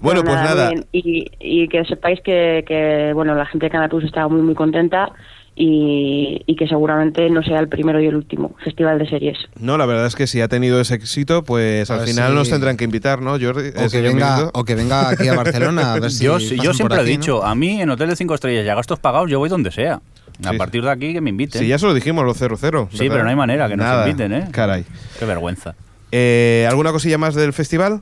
[SPEAKER 1] bueno, pues nada.
[SPEAKER 5] muy bien. Y, y que sepáis que, que, bueno, la gente de Canatus estaba muy, muy contenta y, y que seguramente no sea el primero y el último festival de series.
[SPEAKER 1] No, la verdad es que si ha tenido ese éxito, pues
[SPEAKER 4] A
[SPEAKER 1] al
[SPEAKER 4] ver
[SPEAKER 1] final
[SPEAKER 4] si-
[SPEAKER 1] nos tendrán que invitar, ¿no, Jordi? Eh,
[SPEAKER 4] O, que
[SPEAKER 1] señor
[SPEAKER 4] venga,
[SPEAKER 1] Benito.
[SPEAKER 4] o que venga aquí a Barcelona a ver si
[SPEAKER 2] yo
[SPEAKER 4] pasan
[SPEAKER 2] yo
[SPEAKER 4] por
[SPEAKER 2] siempre lo he
[SPEAKER 4] aquí, ¿no?
[SPEAKER 2] dicho, a mí en hoteles 5 estrellas y a gastos pagados yo voy donde sea. A
[SPEAKER 1] Sí.
[SPEAKER 2] partir de aquí que me inviten.
[SPEAKER 1] Sí, ya se lo dijimos, los 0-0.
[SPEAKER 2] ¿eh? Sí,
[SPEAKER 1] ¿verdad?
[SPEAKER 2] pero no hay manera que nos
[SPEAKER 1] Nada.
[SPEAKER 2] inviten, ¿eh?
[SPEAKER 1] Caray.
[SPEAKER 2] Qué vergüenza.
[SPEAKER 1] Eh, ¿Alguna cosilla más del festival?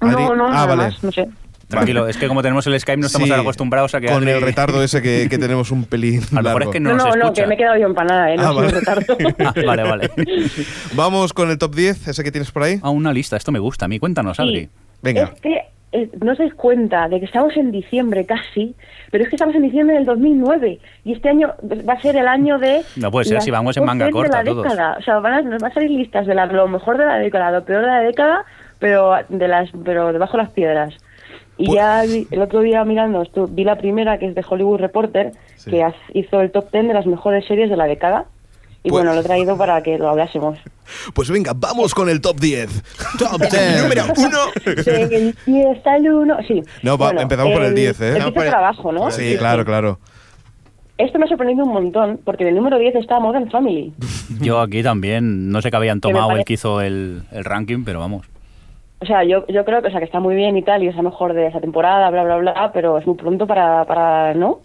[SPEAKER 1] Adri-
[SPEAKER 5] No, no,
[SPEAKER 1] ah,
[SPEAKER 5] nada
[SPEAKER 1] vale.
[SPEAKER 5] más, no sé.
[SPEAKER 2] Tranquilo, es que como tenemos el Skype no estamos
[SPEAKER 1] Sí,
[SPEAKER 2] tan acostumbrados a que
[SPEAKER 1] Con
[SPEAKER 2] Adri-
[SPEAKER 1] el retardo ese que, que tenemos un pelín.
[SPEAKER 2] A lo mejor es
[SPEAKER 1] largo.
[SPEAKER 2] que
[SPEAKER 5] No,
[SPEAKER 2] no,
[SPEAKER 5] no,
[SPEAKER 2] nos
[SPEAKER 5] no,
[SPEAKER 2] escucha.
[SPEAKER 5] que me he quedado yo empanada, ¿eh? No
[SPEAKER 1] Ah,
[SPEAKER 5] soy un
[SPEAKER 1] vale.
[SPEAKER 5] retardo.
[SPEAKER 2] Ah, vale, vale.
[SPEAKER 1] Vamos con el top 10, ese que tienes por ahí.
[SPEAKER 2] A una lista, esto me gusta a mí. Cuéntanos, Adri.
[SPEAKER 5] Sí.
[SPEAKER 1] Venga.
[SPEAKER 5] Es que eh, no os dais cuenta de que estamos en diciembre casi, pero es que estamos en diciembre del 2009 y este año va a ser el año de...
[SPEAKER 2] No puede ser,
[SPEAKER 5] las
[SPEAKER 2] si vamos en
[SPEAKER 5] top
[SPEAKER 2] manga
[SPEAKER 5] 10 de
[SPEAKER 2] corta
[SPEAKER 5] la
[SPEAKER 2] todos.
[SPEAKER 5] década. O sea, van a, nos van a salir listas de la- lo mejor de la década, lo peor de la década, pero, de las, pero debajo de las piedras. Y
[SPEAKER 1] Pues-
[SPEAKER 5] ya vi- el otro día mirando, esto, vi la primera que es de Hollywood Reporter,
[SPEAKER 1] Sí.
[SPEAKER 5] que haz- hizo el top 10 de las mejores series de la década. Y
[SPEAKER 1] Pues-
[SPEAKER 5] bueno, lo he traído para que lo hablásemos.
[SPEAKER 1] Pues venga, vamos con el top 10.
[SPEAKER 4] Top 10.
[SPEAKER 1] Número 1.
[SPEAKER 5] Del 10 al 1, sí.
[SPEAKER 1] No, va- empezamos por el 10, ¿eh?
[SPEAKER 5] Empieza
[SPEAKER 1] No, por el-
[SPEAKER 5] por abajo, ¿no?
[SPEAKER 1] Sí, claro, claro.
[SPEAKER 5] Esto me ha sorprendido un montón, porque en el número 10 está Modern Family.
[SPEAKER 2] Yo aquí también, no sé qué habían
[SPEAKER 5] Que me
[SPEAKER 2] tomado el
[SPEAKER 5] parece-
[SPEAKER 2] que hizo el, el ranking, pero vamos.
[SPEAKER 5] O sea, yo, yo creo que, o sea, que está muy bien y tal, y es la mejor de esa temporada, bla, bla, bla, pero es muy pronto para, para ¿no?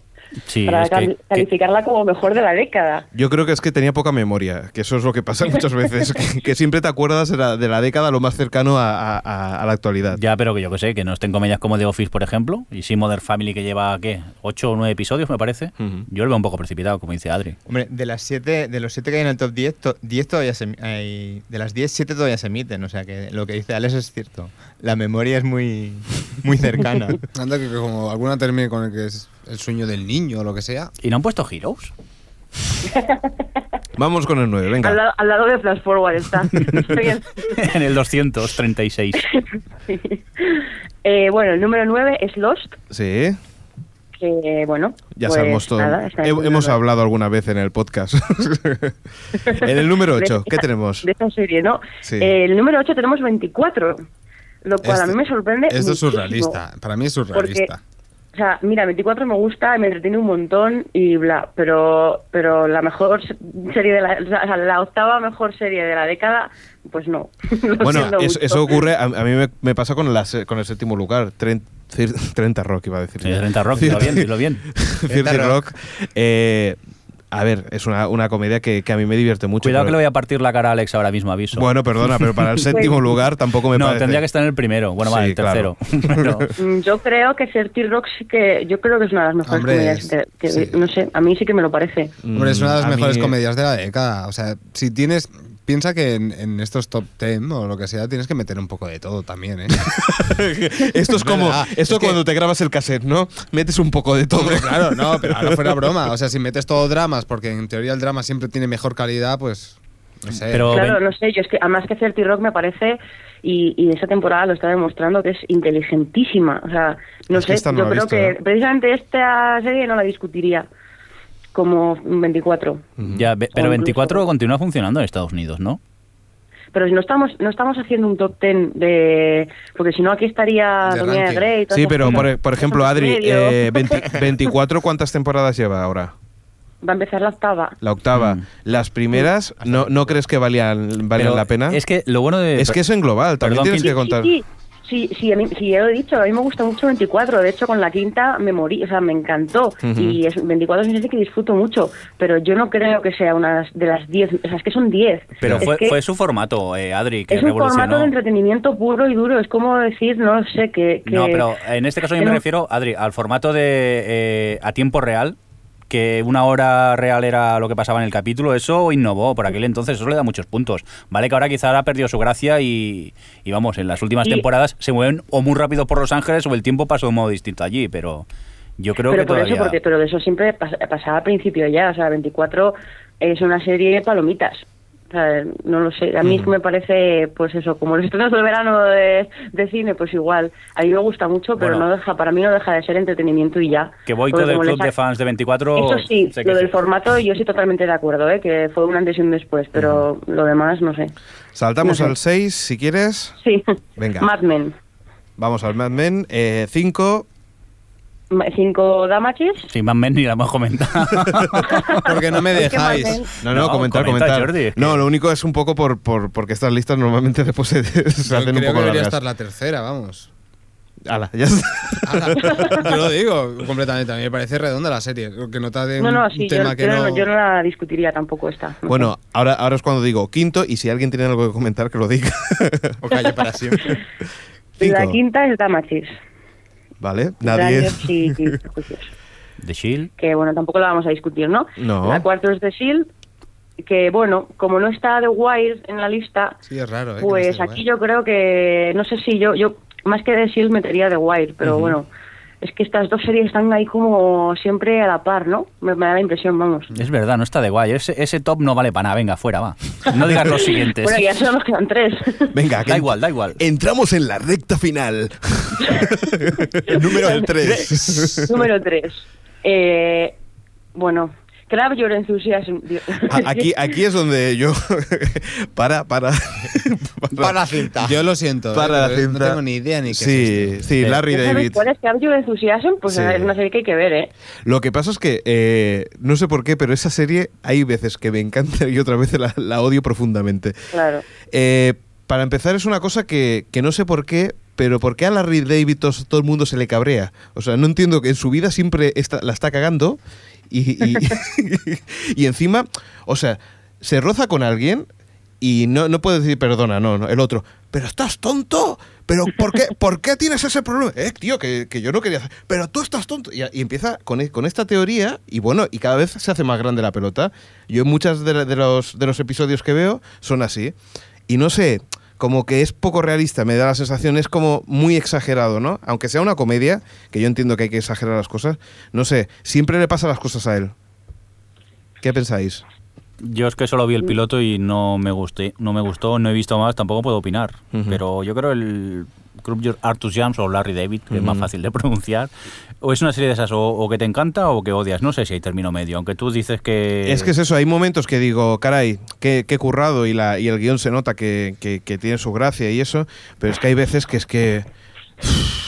[SPEAKER 2] Sí,
[SPEAKER 5] para
[SPEAKER 2] es que-
[SPEAKER 5] cal-
[SPEAKER 2] que-
[SPEAKER 5] calificarla como mejor de la década.
[SPEAKER 1] Yo creo que es que tenía poca memoria, que eso es lo que pasa muchas veces, que, que siempre te acuerdas de la, de la década lo más cercano a, a- a- a la actualidad.
[SPEAKER 2] Ya, pero que yo que sé, que no estén comedias como The Office, por ejemplo, y sí Modern Family que lleva, ¿qué? ¿Ocho o nueve episodios, me parece?
[SPEAKER 1] Ujú.
[SPEAKER 2] Yo lo veo un poco precipitado, como dice Adri.
[SPEAKER 3] Hombre, de las siete, de los siete que hay en el top 10, to- 10 todavía se em- hay- de las 10, 7 todavía se emiten, o sea que lo que dice Alex es cierto. La memoria es muy muy cercana.
[SPEAKER 4] Anda que, que como alguna termine con el que es el sueño del niño o lo que sea.
[SPEAKER 2] ¿Y no han puesto Heroes?
[SPEAKER 1] Vamos con el 9, venga.
[SPEAKER 5] lado, lado de Flash Forward está.
[SPEAKER 2] en el 236.
[SPEAKER 5] eh, bueno, el número 9 es Lost,
[SPEAKER 1] Sí,
[SPEAKER 5] que bueno.
[SPEAKER 1] ya
[SPEAKER 5] pues
[SPEAKER 1] sabemos todo.
[SPEAKER 5] nada, está en
[SPEAKER 1] He-
[SPEAKER 5] el
[SPEAKER 1] hemos
[SPEAKER 5] número-
[SPEAKER 1] hablado alguna vez en el podcast. en el número
[SPEAKER 5] de
[SPEAKER 1] 8, ¿qué
[SPEAKER 5] esta-
[SPEAKER 1] tenemos?
[SPEAKER 5] De esta serie, ¿no?
[SPEAKER 1] Sí. Este-
[SPEAKER 5] Eh, el número 8 tenemos 24, lo cual a mí me sorprende.
[SPEAKER 4] Esto es
[SPEAKER 5] muchísimo.
[SPEAKER 4] surrealista, para mí es
[SPEAKER 5] porque
[SPEAKER 4] surrealista.
[SPEAKER 5] o sea mira 24 me gusta me entretiene un montón y bla pero pero la mejor se- serie de la o sea, la octava mejor serie de la década pues no Lo
[SPEAKER 1] Bueno,
[SPEAKER 5] siento
[SPEAKER 1] eso,
[SPEAKER 5] mucho.
[SPEAKER 1] eso ocurre, a, a mí me, me pasa con, la se- con el séptimo lugar, 30, 30 Rock iba a decir.
[SPEAKER 2] Sí, 30 Rock, dilo bien, dilo bien.
[SPEAKER 1] 30 Rock. eh, a ver, es una, una comedia que, que a mí me divierte mucho.
[SPEAKER 2] Cuidado
[SPEAKER 1] pero-
[SPEAKER 2] que le voy a partir la cara a Alex ahora mismo, aviso.
[SPEAKER 1] Bueno, perdona, pero para el séptimo lugar tampoco me
[SPEAKER 2] no,
[SPEAKER 1] parece.
[SPEAKER 2] tendría que estar en el primero. Bueno, vale,
[SPEAKER 1] Sí,
[SPEAKER 2] el tercero. Pero-
[SPEAKER 5] Mm, yo creo que Certi Rock sí que yo creo que es una de las mejores
[SPEAKER 4] Hombre,
[SPEAKER 5] comedias
[SPEAKER 4] es-
[SPEAKER 5] que, que-
[SPEAKER 4] sí.
[SPEAKER 5] no sé a mí sí que me lo parece
[SPEAKER 1] Mm,
[SPEAKER 4] Hombre, es una de las
[SPEAKER 1] a
[SPEAKER 4] mejores
[SPEAKER 1] mí-
[SPEAKER 4] comedias de la década. O sea, si tienes. Piensa que en, en estos top 10 o lo que sea tienes que meter un poco de todo también, ¿eh?
[SPEAKER 1] Esto es como,
[SPEAKER 4] verdad,
[SPEAKER 1] esto
[SPEAKER 4] es que-
[SPEAKER 1] cuando te grabas el cassette, ¿no? Metes un poco de todo.
[SPEAKER 4] claro, no, pero ahora fuera broma. O sea, si metes todo dramas, porque en teoría el drama siempre tiene mejor calidad, pues No sé.
[SPEAKER 2] Pero
[SPEAKER 5] Eh, Claro,
[SPEAKER 2] ven-
[SPEAKER 5] no sé, yo es que además que Certi Rock me parece, y, y esta temporada lo está demostrando, que es inteligentísima. O sea, no
[SPEAKER 1] Es que
[SPEAKER 5] sé,
[SPEAKER 1] esta no
[SPEAKER 5] yo
[SPEAKER 1] la he
[SPEAKER 5] creo
[SPEAKER 1] visto,
[SPEAKER 5] que
[SPEAKER 1] ¿eh?
[SPEAKER 5] precisamente esta serie no la discutiría como 24.
[SPEAKER 2] ya, ve-
[SPEAKER 5] O
[SPEAKER 2] pero
[SPEAKER 5] incluso-
[SPEAKER 2] 24 continúa funcionando en Estados Unidos, ¿no?
[SPEAKER 5] Pero si no estamos no estamos haciendo un top 10 de... Porque si no, aquí estaría
[SPEAKER 4] De
[SPEAKER 5] Doña
[SPEAKER 4] ranking.
[SPEAKER 5] Grey. y todas
[SPEAKER 1] Sí,
[SPEAKER 5] esas
[SPEAKER 1] pero
[SPEAKER 5] cosas.
[SPEAKER 1] por, por ejemplo,
[SPEAKER 5] Esos
[SPEAKER 1] Adri,
[SPEAKER 5] medio.
[SPEAKER 1] eh, 20 24, ¿cuántas temporadas lleva ahora?
[SPEAKER 5] Va a empezar la octava.
[SPEAKER 1] La octava.
[SPEAKER 2] Mm.
[SPEAKER 1] Las primeras, ¿no, no crees que valían, valían
[SPEAKER 2] Pero
[SPEAKER 1] la pena?
[SPEAKER 2] Es que lo bueno de.
[SPEAKER 1] Es que eso en global,
[SPEAKER 2] Perdón,
[SPEAKER 1] también tienes
[SPEAKER 2] Sí,
[SPEAKER 1] que contar.
[SPEAKER 5] Sí, sí, sí, sí, a mí- sí, ya lo he dicho, a mí me gusta mucho 24, de hecho con la quinta me morí, o sea, me encantó,
[SPEAKER 1] Ujú.
[SPEAKER 5] y es, 24 es una serie que disfruto mucho, pero yo no creo que sea una de las 10, o sea, es que son 10.
[SPEAKER 2] Pero
[SPEAKER 5] Es
[SPEAKER 2] fue,
[SPEAKER 5] que
[SPEAKER 2] fue su formato, eh, Adri, que
[SPEAKER 5] Es un formato de
[SPEAKER 2] revolucionó.
[SPEAKER 5] entretenimiento puro y duro, es como decir, no sé, que... que
[SPEAKER 2] No, pero en este caso yo
[SPEAKER 5] que
[SPEAKER 2] me
[SPEAKER 5] no-
[SPEAKER 2] refiero, Adri, al formato de eh, a tiempo real, que una hora real era lo que pasaba en el capítulo, eso innovó por aquel entonces, eso le da muchos puntos. Vale que ahora quizá ha perdido su gracia y, y vamos, en las últimas
[SPEAKER 5] Y-
[SPEAKER 2] temporadas se mueven o muy rápido por Los Ángeles o el tiempo pasa de un modo distinto allí, pero yo creo
[SPEAKER 5] pero
[SPEAKER 2] que
[SPEAKER 5] por
[SPEAKER 2] todavía...
[SPEAKER 5] eso, porque, pero de eso siempre pas- pasaba al principio ya, o sea, 24 es una serie de palomitas. O sea, no lo sé, a mí es que me parece, pues eso, como los estrenos del verano de, de cine, pues igual, a mí me gusta mucho, pero
[SPEAKER 2] Bueno.
[SPEAKER 5] no deja, para mí no deja de ser entretenimiento y ya.
[SPEAKER 2] que Boico
[SPEAKER 5] Porque
[SPEAKER 2] del
[SPEAKER 5] como le
[SPEAKER 2] Club de
[SPEAKER 5] sac-
[SPEAKER 2] Fans de 24...
[SPEAKER 5] Eso sí,
[SPEAKER 2] sé que
[SPEAKER 5] lo del
[SPEAKER 2] sí.
[SPEAKER 5] formato yo estoy totalmente de acuerdo, ¿eh? que fue un antes y un después, pero lo demás no sé.
[SPEAKER 1] Saltamos
[SPEAKER 5] No sé.
[SPEAKER 1] al 6, si quieres.
[SPEAKER 5] Sí,
[SPEAKER 1] Venga.
[SPEAKER 5] Mad Men,
[SPEAKER 1] Vamos al Mad Men. eh, 5.
[SPEAKER 5] Ma- cinco damaches.
[SPEAKER 2] Sí, más men ni la hemos comentado.
[SPEAKER 4] Porque no me
[SPEAKER 5] Es que más
[SPEAKER 4] dejáis.
[SPEAKER 5] bien-
[SPEAKER 1] no, no,
[SPEAKER 2] No,
[SPEAKER 1] comentar,
[SPEAKER 2] comenta,
[SPEAKER 1] comentar.
[SPEAKER 2] Jordi, es que-
[SPEAKER 1] No, lo único es un poco por, por- porque estas listas normalmente después se, se
[SPEAKER 4] Yo
[SPEAKER 1] hacen
[SPEAKER 4] creo
[SPEAKER 1] un
[SPEAKER 4] que
[SPEAKER 1] poco
[SPEAKER 4] debería
[SPEAKER 1] largas.
[SPEAKER 4] estar la tercera, vamos.
[SPEAKER 1] Ala, ya está.
[SPEAKER 4] Ala, Yo lo digo completamente. A mí me parece redonda la serie. Que no de
[SPEAKER 5] No,
[SPEAKER 4] Eh, un
[SPEAKER 5] no, sí, yo,
[SPEAKER 4] tema que
[SPEAKER 5] yo no,
[SPEAKER 4] no.
[SPEAKER 5] yo no la discutiría tampoco esta. no sé.
[SPEAKER 1] Bueno, ahora, ahora es cuando digo quinto y si alguien tiene algo que comentar que lo diga.
[SPEAKER 3] O calle para siempre.
[SPEAKER 5] La
[SPEAKER 1] Cinco.
[SPEAKER 5] quinta es Damachis.
[SPEAKER 1] Vale, nadie.
[SPEAKER 5] Daños y, y perjuicios.
[SPEAKER 2] The Shield.
[SPEAKER 5] Que bueno, tampoco la vamos a discutir, ¿no?
[SPEAKER 1] No.
[SPEAKER 5] La cuarta es The Shield. Que bueno, como no está The Wire en la lista,
[SPEAKER 4] Sí, es raro, ¿eh? que no
[SPEAKER 5] pues
[SPEAKER 4] esté
[SPEAKER 5] aquí
[SPEAKER 4] guay.
[SPEAKER 5] yo creo que. No sé si yo. yo Más que The Shield metería The Wire, pero bueno. Es que estas dos series están ahí como siempre a la par, ¿no? Me, me da la impresión, vamos.
[SPEAKER 2] Es verdad, no está de guay. Ese, ese top no vale para nada. Venga, fuera, va. No digas los siguientes.
[SPEAKER 5] Bueno, ya solo nos quedan tres.
[SPEAKER 1] Venga, que
[SPEAKER 2] Da igual, da igual.
[SPEAKER 1] Entramos en la recta final. Número 3.
[SPEAKER 5] Número tres. Eh, bueno, Crab Your Enthusiasm.
[SPEAKER 4] Ah,
[SPEAKER 1] Aquí, aquí es donde yo. para, para.
[SPEAKER 3] Para la cinta.
[SPEAKER 4] Yo lo siento. ¿eh?
[SPEAKER 1] Para la
[SPEAKER 4] Pero
[SPEAKER 1] cinta.
[SPEAKER 4] No tengo ni idea ni qué es
[SPEAKER 1] Sí,
[SPEAKER 4] esto.
[SPEAKER 1] sí,
[SPEAKER 2] Eh,
[SPEAKER 1] Larry
[SPEAKER 5] ¿Ya sabes
[SPEAKER 1] David.
[SPEAKER 5] ¿Cuál es Crab Your Enthusiasm? Pues
[SPEAKER 1] Sí.
[SPEAKER 5] es una serie que hay que ver, ¿eh?
[SPEAKER 1] Lo que pasa es que, eh, no sé por qué, pero esa serie hay veces que me encanta y otras veces la, la odio profundamente.
[SPEAKER 5] Claro.
[SPEAKER 1] Eh, para empezar, es una cosa que, que no sé por qué, pero ¿por qué a Larry David tos- todo el mundo se le cabrea? O sea, no entiendo que en su vida siempre está- la está cagando y, y, y encima, o sea, se roza con alguien y no, no puede decir perdona, no, no, el otro. Pero estás tonto, pero ¿por qué, ¿por qué tienes ese problema? Eh, tío, que, que yo no quería hacer. Pero tú estás tonto. Y, y empieza con, e- con esta teoría y bueno, y cada vez se hace más grande la pelota. Yo en muchos de, la- de los, de los episodios que veo son así. Y no sé, como que es poco realista, me da la sensación, es como muy exagerado, ¿no? Aunque sea una comedia, que yo entiendo que hay que exagerar las cosas, no sé, siempre le pasan las cosas a él. ¿Qué pensáis?
[SPEAKER 2] Yo es que solo vi el piloto y no me gusté, no me gustó, no he visto más, tampoco puedo opinar.
[SPEAKER 1] Ujú.
[SPEAKER 2] Pero yo creo el Club Your Artus Jams o Larry David, que es más
[SPEAKER 1] Ujú.
[SPEAKER 2] fácil de pronunciar, o es una serie de esas o, o que te encanta o que odias. No sé si hay término medio, aunque tú dices que...
[SPEAKER 1] Es que es eso, hay momentos que digo, caray, qué, qué currado y, la, y el guión se nota que, que- que tiene su gracia y eso, pero es que hay veces que es que...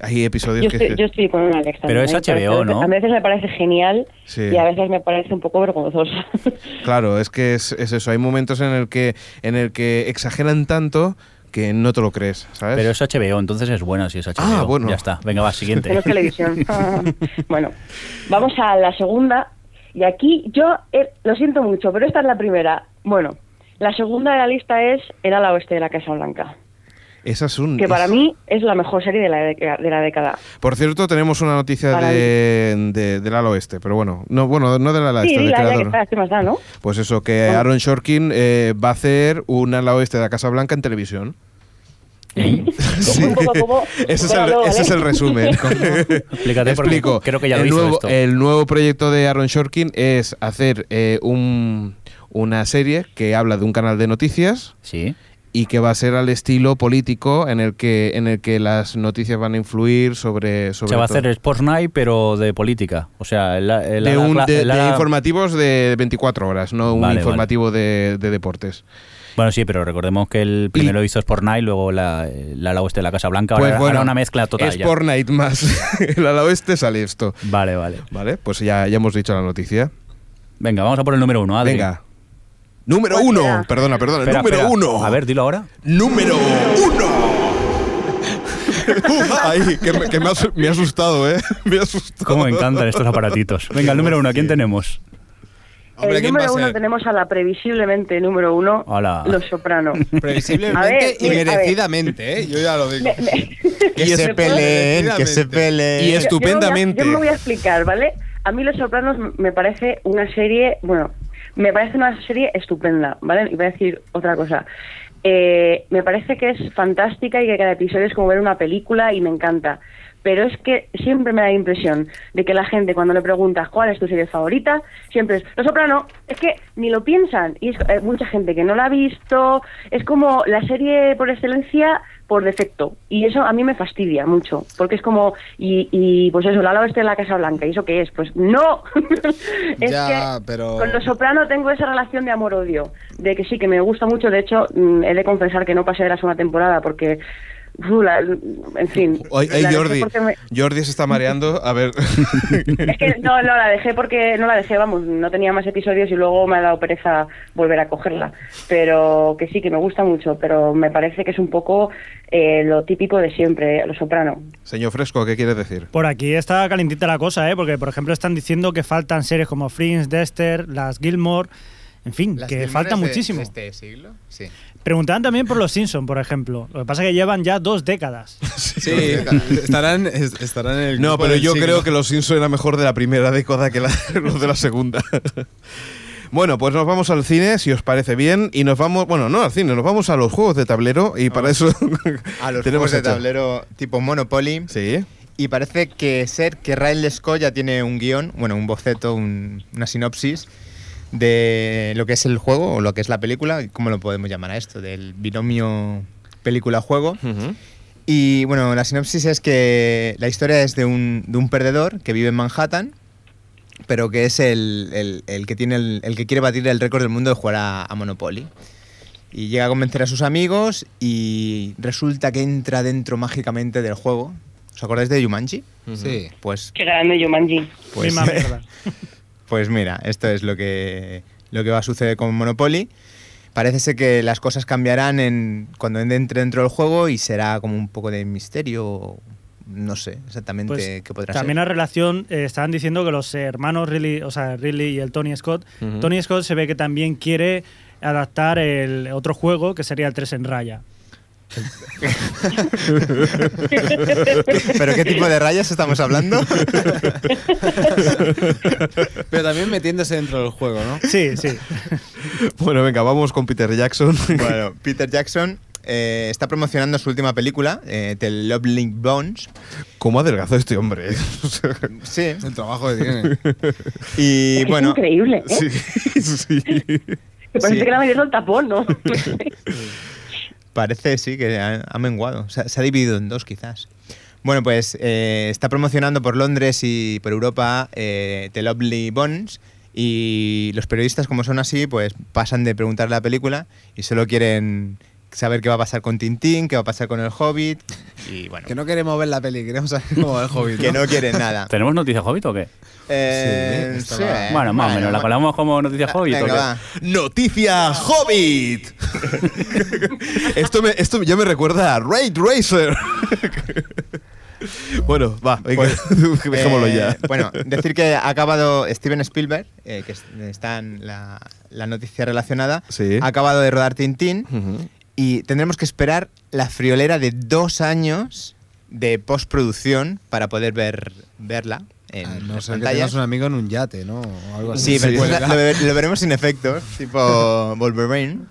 [SPEAKER 1] Hay episodios
[SPEAKER 5] Yo
[SPEAKER 1] Pues que...
[SPEAKER 5] estoy, yo estoy con una Alexa. ¿eh?
[SPEAKER 2] Pero es HBO, ¿no?
[SPEAKER 5] A veces me parece genial
[SPEAKER 1] Sí.
[SPEAKER 5] y a veces me parece un poco vergonzoso.
[SPEAKER 1] Claro, es que es, es eso, hay momentos en el, que, en el que exageran tanto que no te lo crees, ¿sabes?
[SPEAKER 2] Pero es HBO, entonces es buena si es HBO.
[SPEAKER 1] Ah, bueno.
[SPEAKER 2] Ya está, venga, va,
[SPEAKER 5] Pero
[SPEAKER 2] siguiente.
[SPEAKER 5] es televisión. bueno, vamos a la segunda. Y aquí yo eh, lo siento mucho, pero esta es la primera. Bueno, la segunda de la lista es El ala oeste de la Casa Blanca,
[SPEAKER 1] Esa es un...
[SPEAKER 5] que para
[SPEAKER 1] es-
[SPEAKER 5] mí es la mejor serie de la, deca- de la década.
[SPEAKER 1] Por cierto, tenemos una noticia
[SPEAKER 5] Para
[SPEAKER 1] de, de- del ala oeste, pero bueno, no, bueno, no del ala
[SPEAKER 5] sí,
[SPEAKER 1] este, del
[SPEAKER 5] dila, ya que
[SPEAKER 1] creador.
[SPEAKER 5] está, ¿qué más da, no?
[SPEAKER 1] Pues eso, que
[SPEAKER 5] Bueno.
[SPEAKER 1] Aaron Shorkin eh, va a hacer un ala oeste de la Casa Blanca en televisión. Sí.
[SPEAKER 5] Un poco como-
[SPEAKER 1] Ese, es
[SPEAKER 5] pero
[SPEAKER 1] el,
[SPEAKER 5] luego,
[SPEAKER 1] ese
[SPEAKER 5] ¿eh?
[SPEAKER 1] es el resumen.
[SPEAKER 2] Explícate
[SPEAKER 1] Te
[SPEAKER 2] porque
[SPEAKER 1] explico.
[SPEAKER 2] creo que ya lo
[SPEAKER 1] el eh,
[SPEAKER 2] hizo
[SPEAKER 1] nuevo,
[SPEAKER 2] esto.
[SPEAKER 1] El nuevo proyecto de Aaron Shorkin es hacer eh, un, una serie que habla de un canal de noticias
[SPEAKER 2] Sí.
[SPEAKER 1] y que va a ser al estilo político en el que, en el que las noticias van a influir sobre... sobre
[SPEAKER 2] Se va a
[SPEAKER 1] todo.
[SPEAKER 2] hacer Sports Night, pero de política. O sea, el, el
[SPEAKER 1] de,
[SPEAKER 2] ala
[SPEAKER 1] un-
[SPEAKER 2] cla-
[SPEAKER 1] de-
[SPEAKER 2] el
[SPEAKER 1] de
[SPEAKER 2] ala-
[SPEAKER 1] informativos de 24 horas, no un
[SPEAKER 2] Vale, vale.
[SPEAKER 1] informativo de, de deportes.
[SPEAKER 2] Bueno, sí, pero recordemos que el primero hizo Sports Night, luego la, la ala oeste de la Casa Blanca.
[SPEAKER 1] Pues
[SPEAKER 2] ahora, ahora una mezcla total.
[SPEAKER 1] Es
[SPEAKER 2] ya.
[SPEAKER 1] por night más. el ala oeste sale esto.
[SPEAKER 2] Vale, vale.
[SPEAKER 1] Vale, pues ya, ya hemos dicho la noticia.
[SPEAKER 2] Venga, vamos a por el número uno, Adri.
[SPEAKER 1] Venga. Número
[SPEAKER 5] Pues
[SPEAKER 1] uno.
[SPEAKER 5] mira.
[SPEAKER 1] Perdona, perdona.
[SPEAKER 2] Espera,
[SPEAKER 1] número
[SPEAKER 2] espera.
[SPEAKER 1] uno.
[SPEAKER 2] A ver, dilo ahora.
[SPEAKER 1] Número uno. Ay, que, me, que me ha, asu- me ha asustado, ¿eh? Me ha asustado.
[SPEAKER 2] Cómo me encantan estos aparatitos. Venga, el número uno, ¿a quién tenemos?
[SPEAKER 4] Hombre,
[SPEAKER 5] el
[SPEAKER 4] ¿quién va
[SPEAKER 5] número
[SPEAKER 4] a
[SPEAKER 5] uno
[SPEAKER 4] ser?
[SPEAKER 5] tenemos a la previsiblemente número uno,
[SPEAKER 2] Hola.
[SPEAKER 5] Los Soprano.
[SPEAKER 4] Previsiblemente
[SPEAKER 5] A ver,
[SPEAKER 4] y
[SPEAKER 5] mira, a ver.
[SPEAKER 4] merecidamente, ¿eh? Yo ya lo digo.
[SPEAKER 5] Me- me-
[SPEAKER 3] Que
[SPEAKER 1] Y
[SPEAKER 3] se
[SPEAKER 1] es-
[SPEAKER 3] peleen, que se
[SPEAKER 4] Efectivamente.
[SPEAKER 3] peleen.
[SPEAKER 1] Y es- Estupendamente.
[SPEAKER 5] Yo, me voy a- yo me voy a explicar, ¿vale? A mí Los Sopranos me parece una serie, bueno, me parece una serie estupenda, ¿vale? Y voy a decir otra cosa. Eh, me parece que es fantástica y que cada episodio es como ver una película y me encanta. Pero es que siempre me da la impresión de que la gente cuando le preguntas cuál es tu serie favorita, siempre es Los Soprano. Es que ni lo piensan. Y es eh, mucha gente que no la ha visto. Es como la serie por excelencia por defecto. Y eso a mí me fastidia mucho. Porque es como, y, y, pues eso, la ala oeste de la Casa Blanca. ¿Y eso qué es? Pues no. es
[SPEAKER 4] Ya,
[SPEAKER 5] que
[SPEAKER 4] pero-
[SPEAKER 5] con Los Soprano tengo esa relación de amor-odio. De que sí, que me gusta mucho. De hecho, mm, he de confesar que no pasé de la segunda temporada porque... uh, la- en fin.
[SPEAKER 1] Ay, ay,
[SPEAKER 5] la dejé
[SPEAKER 1] Jordi.
[SPEAKER 5] porque me-
[SPEAKER 1] Jordi se está mareando. A ver.
[SPEAKER 5] es que no, no la dejé porque no la dejé, vamos, no tenía más episodios y luego me ha dado pereza volver a cogerla. Pero que sí, que me gusta mucho, pero me parece que es un poco eh, lo típico de siempre, lo soprano.
[SPEAKER 1] Señor Fresco, ¿qué quieres decir?
[SPEAKER 6] Por aquí está calentita la cosa, ¿eh? Porque, por ejemplo, están diciendo que faltan series como Fringe, Dexter, las Gilmore. En fin,
[SPEAKER 3] Las
[SPEAKER 6] que
[SPEAKER 3] Gilmore
[SPEAKER 6] falta
[SPEAKER 3] es de-
[SPEAKER 6] muchísimo.
[SPEAKER 3] de este siglo? Sí.
[SPEAKER 6] Preguntaban también por los Simpsons, por ejemplo. Lo que pasa es que llevan ya dos décadas.
[SPEAKER 4] Sí, estarán, es- estarán en el.
[SPEAKER 1] No,
[SPEAKER 4] grupo
[SPEAKER 1] pero
[SPEAKER 4] del
[SPEAKER 1] yo
[SPEAKER 4] siglo.
[SPEAKER 1] creo que los Simpson era mejor de la primera década que la- los de la segunda. Bueno, pues nos vamos al cine, si os parece bien, y nos vamos, bueno, no al cine, nos vamos a los juegos de tablero y
[SPEAKER 4] Ah.
[SPEAKER 1] para eso
[SPEAKER 3] A los
[SPEAKER 1] tenemos
[SPEAKER 3] juegos de
[SPEAKER 1] hecho.
[SPEAKER 3] tablero tipo Monopoly.
[SPEAKER 1] Sí.
[SPEAKER 3] Y parece que ser que Rael Lescaut ya tiene un guión, bueno, un boceto, un- una sinopsis de lo que es el juego o lo que es la película, ¿cómo lo podemos llamar a esto? Del binomio película-juego.
[SPEAKER 1] Ujú.
[SPEAKER 3] Y bueno, la sinopsis es que la historia es de un, de un perdedor que vive en Manhattan, pero que es el, el- el que, tiene el, el que quiere batir el récord del mundo de jugar a, a Monopoly. Y llega a convencer a sus amigos y resulta que entra dentro mágicamente del juego. ¿Os acordáis de Yumanji?
[SPEAKER 4] Sí.
[SPEAKER 3] Pues,
[SPEAKER 5] Qué grande, Yumanji.
[SPEAKER 3] pues,
[SPEAKER 6] Misma mierda.
[SPEAKER 3] pues mira, esto es lo que, lo que va a suceder con Monopoly. Parece ser que las cosas cambiarán en, cuando entre dentro del juego y será como un poco de misterio, o no sé exactamente
[SPEAKER 6] Pues,
[SPEAKER 3] qué podrá
[SPEAKER 6] También la
[SPEAKER 3] ser.
[SPEAKER 6] relación, eh, estaban diciendo que los eh, hermanos Ridley, o sea, Ridley y el Tony Scott, Tony Scott se ve que también quiere adaptar el otro juego que sería el 3 en raya.
[SPEAKER 3] ¿Pero qué tipo de rayas estamos hablando?
[SPEAKER 4] Pero también metiéndose dentro del juego, ¿no?
[SPEAKER 6] Sí, sí.
[SPEAKER 1] Bueno, venga, vamos con Peter Jackson.
[SPEAKER 3] bueno, Peter Jackson eh, está promocionando su última película, eh, The Lovely Bones.
[SPEAKER 1] ¿Cómo adelgazó este hombre? eh? O sea,
[SPEAKER 3] Sí.
[SPEAKER 4] El trabajo que tiene.
[SPEAKER 5] Es que
[SPEAKER 3] Y
[SPEAKER 5] es
[SPEAKER 3] bueno,
[SPEAKER 5] increíble, ¿eh?
[SPEAKER 1] sí, sí.
[SPEAKER 5] Que parece
[SPEAKER 3] sí.
[SPEAKER 5] que le ha metido el tapón, ¿no?
[SPEAKER 3] Parece, sí, que ha, ha menguado. Se, ha- se ha dividido en dos, quizás. Bueno, pues eh, está promocionando por Londres y por Europa eh, The Lovely Bones. Y los periodistas, como son así, pues pasan de preguntar la película y solo quieren saber qué va a pasar con Tintín, qué va a pasar con el Hobbit. Y bueno,
[SPEAKER 4] Que no queremos ver la peli, queremos saber cómo va el hobbit.
[SPEAKER 3] que no quieren nada.
[SPEAKER 2] ¿Tenemos noticias Hobbit o qué?
[SPEAKER 3] Eh,
[SPEAKER 4] esto
[SPEAKER 3] sí,
[SPEAKER 4] va.
[SPEAKER 2] bueno, más o menos, ¿la
[SPEAKER 3] bueno.
[SPEAKER 2] colamos como
[SPEAKER 1] eh,
[SPEAKER 2] noticias Hobbit o
[SPEAKER 3] Venga,
[SPEAKER 2] qué?
[SPEAKER 3] va.
[SPEAKER 1] Noticia Hobbit. esto, me, esto ya me recuerda a Raid Racer. bueno, va, venga,
[SPEAKER 4] Pues
[SPEAKER 1] dejémoslo
[SPEAKER 3] Eh,
[SPEAKER 1] ya.
[SPEAKER 3] Bueno, decir que ha acabado Steven Spielberg, eh, que es- está en la, la noticia relacionada,
[SPEAKER 1] Sí.
[SPEAKER 3] ha acabado de rodar Tintín
[SPEAKER 1] Ujú.
[SPEAKER 3] y tendremos que esperar la friolera de dos años de postproducción para poder ver, verla en
[SPEAKER 4] Ah, no
[SPEAKER 3] las
[SPEAKER 4] sé, que
[SPEAKER 3] pantallas.
[SPEAKER 4] tengas un amigo en un yate, ¿no? O algo así.
[SPEAKER 3] Sí, pero
[SPEAKER 1] Sí.
[SPEAKER 3] lo, ve- lo veremos sin efectos, tipo Wolverine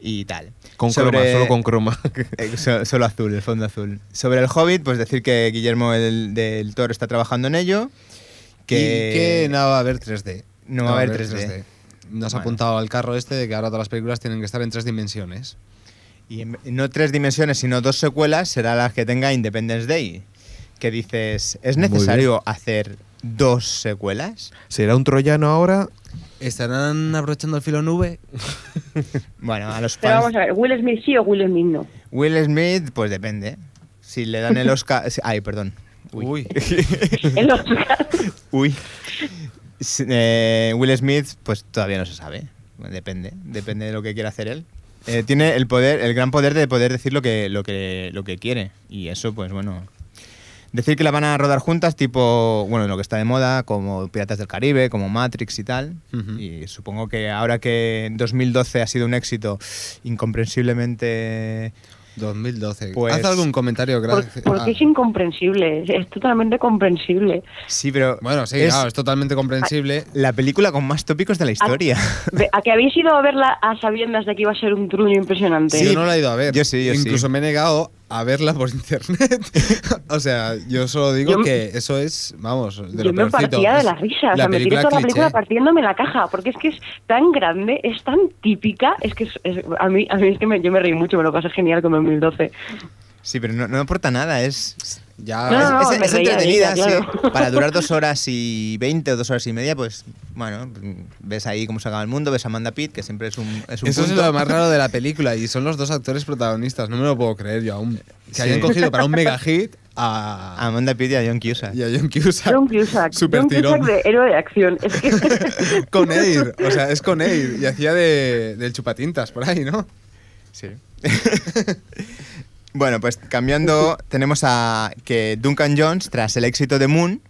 [SPEAKER 3] y tal.
[SPEAKER 1] Con croma,
[SPEAKER 3] Sobre-
[SPEAKER 1] solo con croma.
[SPEAKER 3] eh, so- Solo azul, el fondo azul. Sobre el Hobbit, pues decir que Guillermo del, del Toro está trabajando en ello.
[SPEAKER 4] que...
[SPEAKER 3] Que,
[SPEAKER 4] que no va a haber 3D.
[SPEAKER 3] No va a haber 3D.
[SPEAKER 4] no has
[SPEAKER 3] Vale.
[SPEAKER 4] apuntado al carro este de que ahora todas las películas tienen que estar en tres dimensiones.
[SPEAKER 3] Y en- no tres dimensiones, sino dos secuelas, será las que tenga Independence Day. Que dices, ¿es
[SPEAKER 1] Muy bien.
[SPEAKER 3] necesario hacer dos secuelas?
[SPEAKER 1] ¿Será un troyano ahora?
[SPEAKER 4] ¿Estarán aprovechando el filo nube?
[SPEAKER 3] Ah. Bueno, a los
[SPEAKER 5] Pero
[SPEAKER 3] fans-
[SPEAKER 5] vamos a ver, ¿Will Smith sí o Will Smith no?
[SPEAKER 3] Will Smith, pues depende. Si le dan el Oscar. si- Ay, perdón. Uy.
[SPEAKER 4] Uy.
[SPEAKER 5] En los casos.
[SPEAKER 3] Uy. Si- eh, Will Smith, pues todavía no se sabe. Bueno, Depende. Depende de lo que quiera hacer él. Eh, tiene el poder, el gran poder de poder decir lo que, lo que, lo que quiere. Y eso, pues bueno. Decir que la van a rodar juntas, tipo, bueno, lo que está de moda, como Piratas del Caribe, como Matrix y tal.
[SPEAKER 4] Ujú.
[SPEAKER 3] Y supongo que ahora que en 2012 ha sido un éxito incomprensiblemente
[SPEAKER 4] 2012.
[SPEAKER 3] Pues- Ah,
[SPEAKER 4] Haz algún comentario,
[SPEAKER 5] Por-
[SPEAKER 4] gracias. ah.
[SPEAKER 5] Porque es incomprensible, es- es totalmente comprensible.
[SPEAKER 3] Sí, pero.
[SPEAKER 4] Bueno, sí,
[SPEAKER 3] es
[SPEAKER 4] claro, es totalmente comprensible.
[SPEAKER 3] La película con más tópicos de la historia.
[SPEAKER 5] Ve- ¿A que habéis ido a verla a sabiendas de que iba a ser un truño impresionante?
[SPEAKER 4] yo no la he ido a ver.
[SPEAKER 3] Yo sí, yo sí.
[SPEAKER 4] Incluso me he negado a verla por internet. o sea, yo solo digo
[SPEAKER 5] Yo me-
[SPEAKER 4] que eso es, vamos, de
[SPEAKER 5] Yo
[SPEAKER 4] lo
[SPEAKER 5] me
[SPEAKER 4] peorcito.
[SPEAKER 5] partía de
[SPEAKER 4] Es
[SPEAKER 5] la risa, o sea, me tiré toda la película
[SPEAKER 4] cliché.
[SPEAKER 5] partiéndome la caja, porque es que es tan grande, es tan típica, es que es- es- a, mí, a mí es que me- yo me reí mucho, me lo pasé genial con 2012.
[SPEAKER 3] Sí, pero no, no aporta nada. Es,
[SPEAKER 4] Ya,
[SPEAKER 5] No,
[SPEAKER 3] es,
[SPEAKER 5] no,
[SPEAKER 3] es-
[SPEAKER 5] me
[SPEAKER 3] es
[SPEAKER 5] reía de
[SPEAKER 3] entretenida,
[SPEAKER 5] ella,
[SPEAKER 3] sí.
[SPEAKER 5] claro.
[SPEAKER 3] Para durar dos horas y veinte o dos horas y media, pues bueno, ves ahí cómo se acaba el mundo, ves a Amanda Pitt, que siempre es un, es un
[SPEAKER 4] Eso es
[SPEAKER 3] punto.
[SPEAKER 4] lo más raro de la película y son los dos actores protagonistas. No me lo puedo creer yo aún. Que
[SPEAKER 3] Sí.
[SPEAKER 4] hayan cogido para un mega hit
[SPEAKER 3] A
[SPEAKER 4] a,
[SPEAKER 3] Amanda Pitt y a John Cusack.
[SPEAKER 4] y a John Cusack.
[SPEAKER 5] John Cusack,
[SPEAKER 4] Super
[SPEAKER 5] John
[SPEAKER 4] tirón.
[SPEAKER 5] Cusack de héroe de acción, es que
[SPEAKER 4] con Air. O sea, es con Air. Y hacía de, del chupatintas por ahí, ¿no?
[SPEAKER 3] Sí. bueno, pues cambiando, tenemos a que Duncan Jones, tras el éxito de Moon,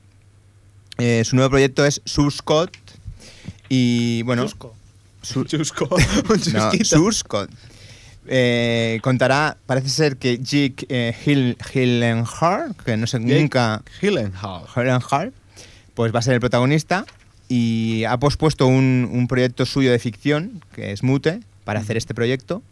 [SPEAKER 3] eh, su nuevo proyecto es Suscot. Y bueno,
[SPEAKER 6] Chusco.
[SPEAKER 3] Su-
[SPEAKER 4] Chusco. Un
[SPEAKER 3] No,
[SPEAKER 4] chusquito.
[SPEAKER 3] Susco. Eh, contará, parece ser que Jake eh, Hill- Hillenhart, que no sé
[SPEAKER 4] Jake
[SPEAKER 3] nunca.
[SPEAKER 4] Gyllenhaal.
[SPEAKER 3] Hillenhart, pues va a ser el protagonista y ha pospuesto un, un proyecto suyo de ficción, que es Mute, para hacer este proyecto.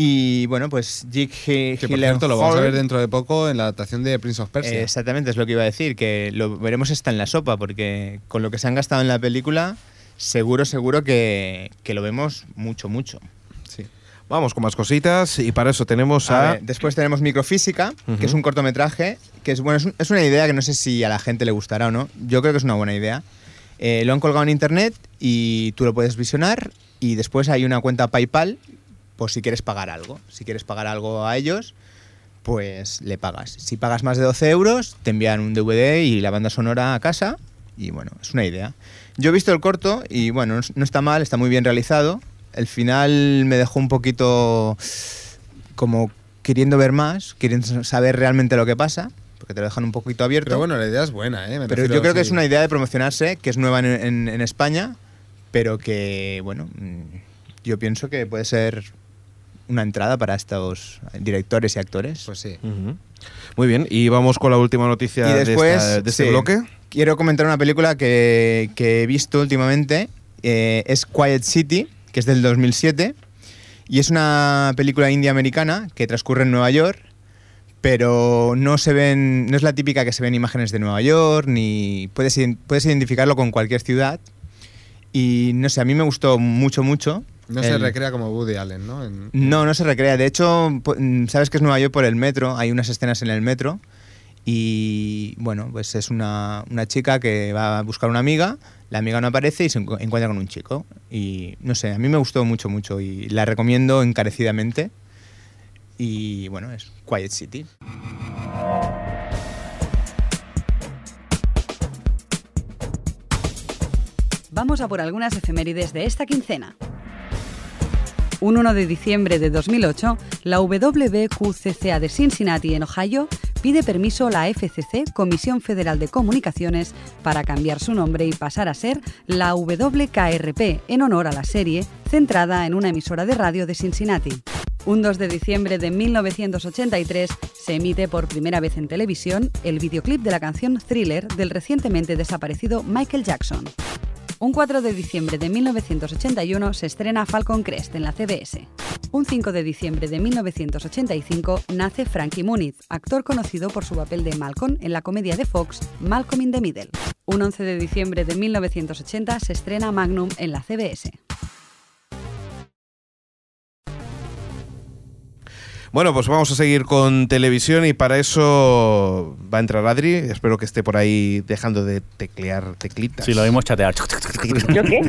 [SPEAKER 3] Y bueno, pues Jake Hi-
[SPEAKER 4] Que por cierto lo vamos a
[SPEAKER 3] Hillenhart-
[SPEAKER 4] ver dentro de poco en la adaptación de Prince of Persia.
[SPEAKER 3] eh, Exactamente, es lo que iba a decir, que lo veremos está en la sopa, porque con lo que se han gastado en la película, seguro, seguro que, que lo vemos mucho, mucho.
[SPEAKER 4] Sí.
[SPEAKER 1] Vamos con más cositas y para eso tenemos
[SPEAKER 3] A
[SPEAKER 1] a...
[SPEAKER 3] ver, después tenemos Microfísica,
[SPEAKER 1] Ujú.
[SPEAKER 3] que es un cortometraje, que es, bueno, es, un- es una idea que no sé si a la gente le gustará o no. Yo creo que es una buena idea. Eh, lo han colgado en internet y tú lo puedes visionar y después hay una cuenta PayPal por si quieres pagar algo. Si quieres pagar algo a ellos, pues le pagas. Si pagas más de 12 euros, te envían un DVD y la banda sonora a casa y bueno, es una idea. Yo he visto el corto y bueno, no, es- no está mal, está muy bien realizado. El final me dejó un poquito como queriendo ver más, queriendo saber realmente lo que pasa, porque te lo dejan un poquito abierto.
[SPEAKER 4] Pero bueno, la idea es buena, ¿eh? Me
[SPEAKER 3] Pero
[SPEAKER 4] refiero,
[SPEAKER 3] yo creo que
[SPEAKER 4] sí.
[SPEAKER 3] es una idea de promocionarse, que es nueva en, en- en España, pero que, bueno, mm, yo pienso que puede ser una entrada para estos directores y actores.
[SPEAKER 4] Pues sí.
[SPEAKER 1] Ujú. Muy bien, y vamos con la última noticia
[SPEAKER 3] y después,
[SPEAKER 1] de, esta- de este
[SPEAKER 3] sí,
[SPEAKER 1] bloque.
[SPEAKER 3] Quiero comentar una película que, que he visto últimamente, eh, es Quiet City, que es del 2007, y es una película india-americana que transcurre en Nueva York, pero no se ven, no es la típica que se ven imágenes de Nueva York, ni puedes, iden- puedes identificarlo con cualquier ciudad. Y no sé, a mí me gustó mucho, mucho.
[SPEAKER 4] No se
[SPEAKER 3] El-
[SPEAKER 4] recrea como Woody Allen, ¿no? En-
[SPEAKER 3] no, no se recrea. De hecho, po- mm, sabes que es Nueva York por el metro, hay unas escenas en el metro y bueno, pues es una, una chica que va a buscar una amiga, la amiga no aparece y se encu- encuentra con un chico. Y no sé, a mí me gustó mucho, mucho y la recomiendo encarecidamente. Y bueno, es Quiet City.
[SPEAKER 7] Vamos a por algunas efemérides de esta quincena. Un 1 de diciembre de 2008, la WQCCA de Cincinnati, en Ohio, pide permiso a la FCC, Comisión Federal de Comunicaciones, para cambiar su nombre y pasar a ser la WKRP, en honor a la serie, centrada en una emisora de radio de Cincinnati. Un 2 de diciembre de 1983 se emite por primera vez en televisión el videoclip de la canción Thriller del recientemente desaparecido Michael Jackson. Un 4 de diciembre de 1981 se estrena Falcon Crest en la CBS. Un 5 de diciembre de 1985 nace Frankie Muniz, actor conocido por su papel de Malcolm en la comedia de Fox Malcolm in the Middle. Un 11 de diciembre de 1980 se estrena Magnum en la CBS.
[SPEAKER 1] Bueno, pues vamos a seguir con televisión y para eso va a entrar Adri. Espero que esté por ahí dejando de teclear teclitas.
[SPEAKER 2] Si lo vimos chatear.
[SPEAKER 5] ¿Yo qué?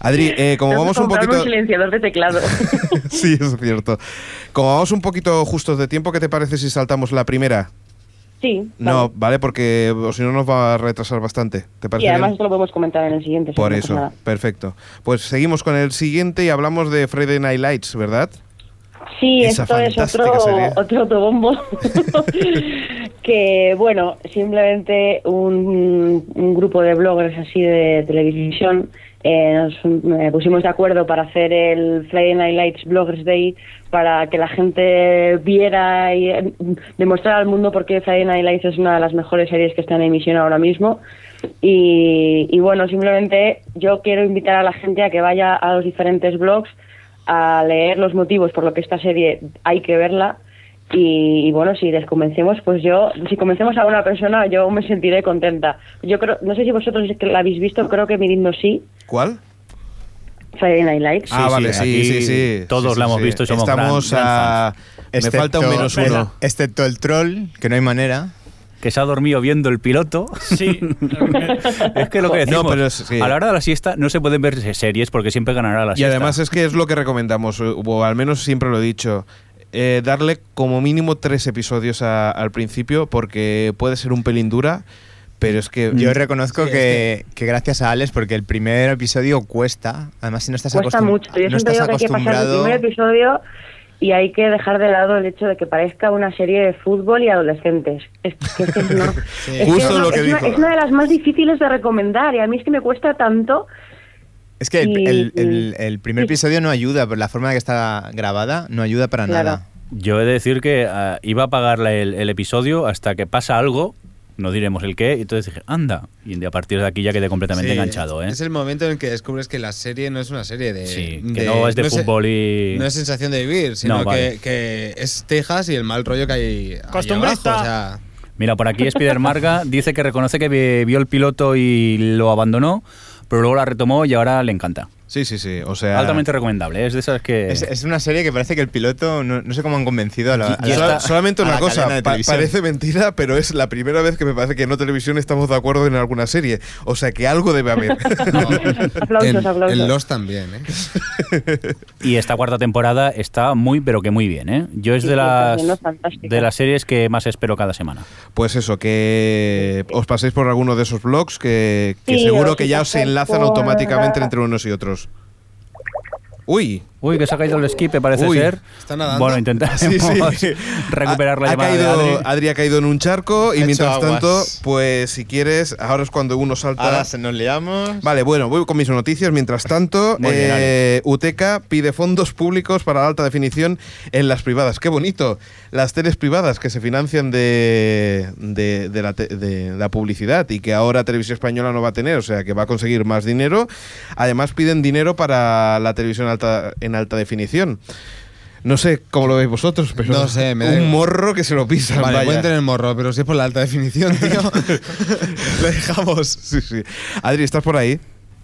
[SPEAKER 1] Adri, eh,
[SPEAKER 5] Tengo
[SPEAKER 1] como
[SPEAKER 5] que
[SPEAKER 1] vamos un
[SPEAKER 5] comprarme
[SPEAKER 1] poquito...
[SPEAKER 5] un silenciador de teclado.
[SPEAKER 1] sí, es cierto. Como vamos un poquito justos de tiempo, ¿qué te parece si saltamos la primera?
[SPEAKER 5] Sí.
[SPEAKER 1] No, vale, porque o si no nos va a retrasar bastante. ¿Te
[SPEAKER 5] vale.
[SPEAKER 1] parece
[SPEAKER 5] Y además
[SPEAKER 1] bien?
[SPEAKER 5] esto lo podemos comentar en el siguiente. si
[SPEAKER 1] Por
[SPEAKER 5] no pasa
[SPEAKER 1] eso,
[SPEAKER 5] nada.
[SPEAKER 1] perfecto. Pues seguimos con el siguiente y hablamos de Friday Night Lights, ¿verdad?
[SPEAKER 5] Sí,
[SPEAKER 1] Esa
[SPEAKER 5] esto es
[SPEAKER 1] fantástica
[SPEAKER 5] otro,
[SPEAKER 1] serie.
[SPEAKER 5] otro autobombo. que, bueno, simplemente un, un grupo de bloggers así de televisión eh, nos eh, pusimos de acuerdo para hacer el Friday Night Lights Bloggers Day para que la gente viera y eh, demostrara al mundo por qué Friday Night Lights es una de las mejores series que está en emisión ahora mismo. Y, y bueno, simplemente yo quiero invitar a la gente a que vaya a los diferentes blogs a leer los motivos por lo que esta serie hay que verla y, y bueno, si les convencemos, pues yo, si convencemos a una persona, yo me sentiré contenta. Yo creo, no sé si vosotros que la habéis visto, creo que Mirindo sí,
[SPEAKER 1] ¿Cuál?
[SPEAKER 5] Friday Night Lights.
[SPEAKER 1] ah, vale, sí,
[SPEAKER 2] aquí
[SPEAKER 1] sí, sí.
[SPEAKER 2] todos
[SPEAKER 1] Sí, sí,
[SPEAKER 2] la hemos
[SPEAKER 1] sí.
[SPEAKER 2] visto y somos
[SPEAKER 1] Estamos
[SPEAKER 2] gran- gran
[SPEAKER 1] a...
[SPEAKER 2] Este
[SPEAKER 1] Me falta un menos uno.
[SPEAKER 3] Excepto el troll, que no hay manera.
[SPEAKER 2] Que se ha dormido viendo el piloto.
[SPEAKER 6] Sí,
[SPEAKER 2] es que lo que decimos,
[SPEAKER 1] No, pero es- sí.
[SPEAKER 2] a la hora de la siesta no se pueden ver series porque siempre ganará la
[SPEAKER 1] Y
[SPEAKER 2] siesta.
[SPEAKER 1] además es que es lo que recomendamos, eh, o al menos siempre lo he dicho, eh, darle como mínimo tres episodios a- al principio porque puede ser un pelín dura, pero es que... mm,
[SPEAKER 3] Yo reconozco
[SPEAKER 4] Sí, es
[SPEAKER 3] que, que gracias a Alex, porque el primer episodio cuesta. Además, si no estás,
[SPEAKER 5] Cuesta
[SPEAKER 3] acostum-
[SPEAKER 5] mucho. Yo
[SPEAKER 3] no
[SPEAKER 5] siempre
[SPEAKER 3] estás
[SPEAKER 5] digo que hay que pasar el
[SPEAKER 3] acostumbrado.
[SPEAKER 5] primer episodio y hay que dejar de lado el hecho de que parezca una serie de fútbol y adolescentes. Es que es que es una- es que
[SPEAKER 1] Justo
[SPEAKER 5] es una-
[SPEAKER 1] lo que
[SPEAKER 5] es una-
[SPEAKER 1] dijo.
[SPEAKER 5] es una de las más difíciles de recomendar y a mí es que me cuesta tanto.
[SPEAKER 3] Es que el,
[SPEAKER 5] Y-
[SPEAKER 3] el- el- el primer
[SPEAKER 5] y-
[SPEAKER 3] episodio no ayuda, por la forma en que está grabada, no ayuda para
[SPEAKER 5] Claro.
[SPEAKER 3] nada.
[SPEAKER 2] Yo he de decir que ah, iba a pagar la- el, el episodio hasta que pasa algo, no diremos el qué, y entonces dije, anda. Y a partir de aquí ya quedé completamente
[SPEAKER 4] Sí,
[SPEAKER 2] enganchado, ¿eh?
[SPEAKER 4] Es el momento en el que descubres que la serie no es una serie de.
[SPEAKER 2] Sí, que no es de fútbol y-
[SPEAKER 4] No es sensación de vivir, sino
[SPEAKER 2] No, vale.
[SPEAKER 4] que, que es Texas y el mal rollo que hay. ahí
[SPEAKER 6] Costumbrista.
[SPEAKER 4] abajo, o sea,
[SPEAKER 2] Mira, por aquí Spider Marga dice que reconoce que vi- vio el piloto y lo abandonó, pero luego la retomó y ahora le encanta.
[SPEAKER 1] Sí, sí, sí, o sea...
[SPEAKER 2] Altamente recomendable, ¿eh? es de esas que...
[SPEAKER 3] Es, es una serie que parece que el piloto, no, no sé cómo han convencido a la. a
[SPEAKER 1] Yo
[SPEAKER 3] la-
[SPEAKER 1] so- solamente
[SPEAKER 3] a
[SPEAKER 1] una
[SPEAKER 3] la cadena
[SPEAKER 1] cosa,
[SPEAKER 3] de
[SPEAKER 1] pa-
[SPEAKER 3] televisión.
[SPEAKER 1] parece mentira, pero es la primera vez que me parece que no televisión estamos de acuerdo en alguna serie. O sea que algo debe haber.
[SPEAKER 5] aplausos,
[SPEAKER 4] en,
[SPEAKER 5] aplausos.
[SPEAKER 4] en Lost también, ¿eh?
[SPEAKER 2] Y esta cuarta temporada está muy, pero que muy bien, ¿eh? Yo es
[SPEAKER 5] Sí,
[SPEAKER 2] de
[SPEAKER 5] sí, está
[SPEAKER 2] las,
[SPEAKER 5] siendo fantástica.
[SPEAKER 2] de las series que más espero cada semana.
[SPEAKER 1] Pues eso, que os paséis por alguno de esos blogs que, que
[SPEAKER 5] Sí,
[SPEAKER 1] seguro
[SPEAKER 5] os
[SPEAKER 1] que ya os
[SPEAKER 5] pasáis
[SPEAKER 1] enlazan
[SPEAKER 5] por-
[SPEAKER 1] automáticamente entre unos y otros. Uy,
[SPEAKER 2] Uy, que se ha caído el skip, me parece
[SPEAKER 1] Uy,
[SPEAKER 2] ser.
[SPEAKER 4] está nadando.
[SPEAKER 2] Bueno, intentaremos
[SPEAKER 1] sí, sí.
[SPEAKER 2] recuperar la
[SPEAKER 1] ha, ha
[SPEAKER 2] llamada
[SPEAKER 1] caído,
[SPEAKER 2] de Adri.
[SPEAKER 1] Adri ha caído en un charco y
[SPEAKER 3] Ha
[SPEAKER 1] mientras
[SPEAKER 3] hecho aguas.
[SPEAKER 1] tanto, pues si quieres, ahora es cuando uno salta.
[SPEAKER 3] Ahora se nos liamos.
[SPEAKER 1] Vale, bueno, voy con mis noticias. Mientras tanto,
[SPEAKER 2] Muy bien,
[SPEAKER 1] eh, UTECA pide fondos públicos para la alta definición en las privadas. ¡Qué bonito! Las teles privadas que se financian de, de- de la, te- de la publicidad y que ahora Televisión Española no va a tener, o sea, que va a conseguir más dinero. Además, piden dinero para la televisión alta, en alta definición. No sé cómo lo veis vosotros, pero
[SPEAKER 4] No sé, me da
[SPEAKER 1] un
[SPEAKER 4] igual.
[SPEAKER 1] morro que se lo pisan.
[SPEAKER 4] Vale,
[SPEAKER 1] vaya.
[SPEAKER 4] pueden tener morro, pero si es por la alta definición, tío. lo dejamos.
[SPEAKER 1] Sí, sí. Adri, ¿estás por ahí?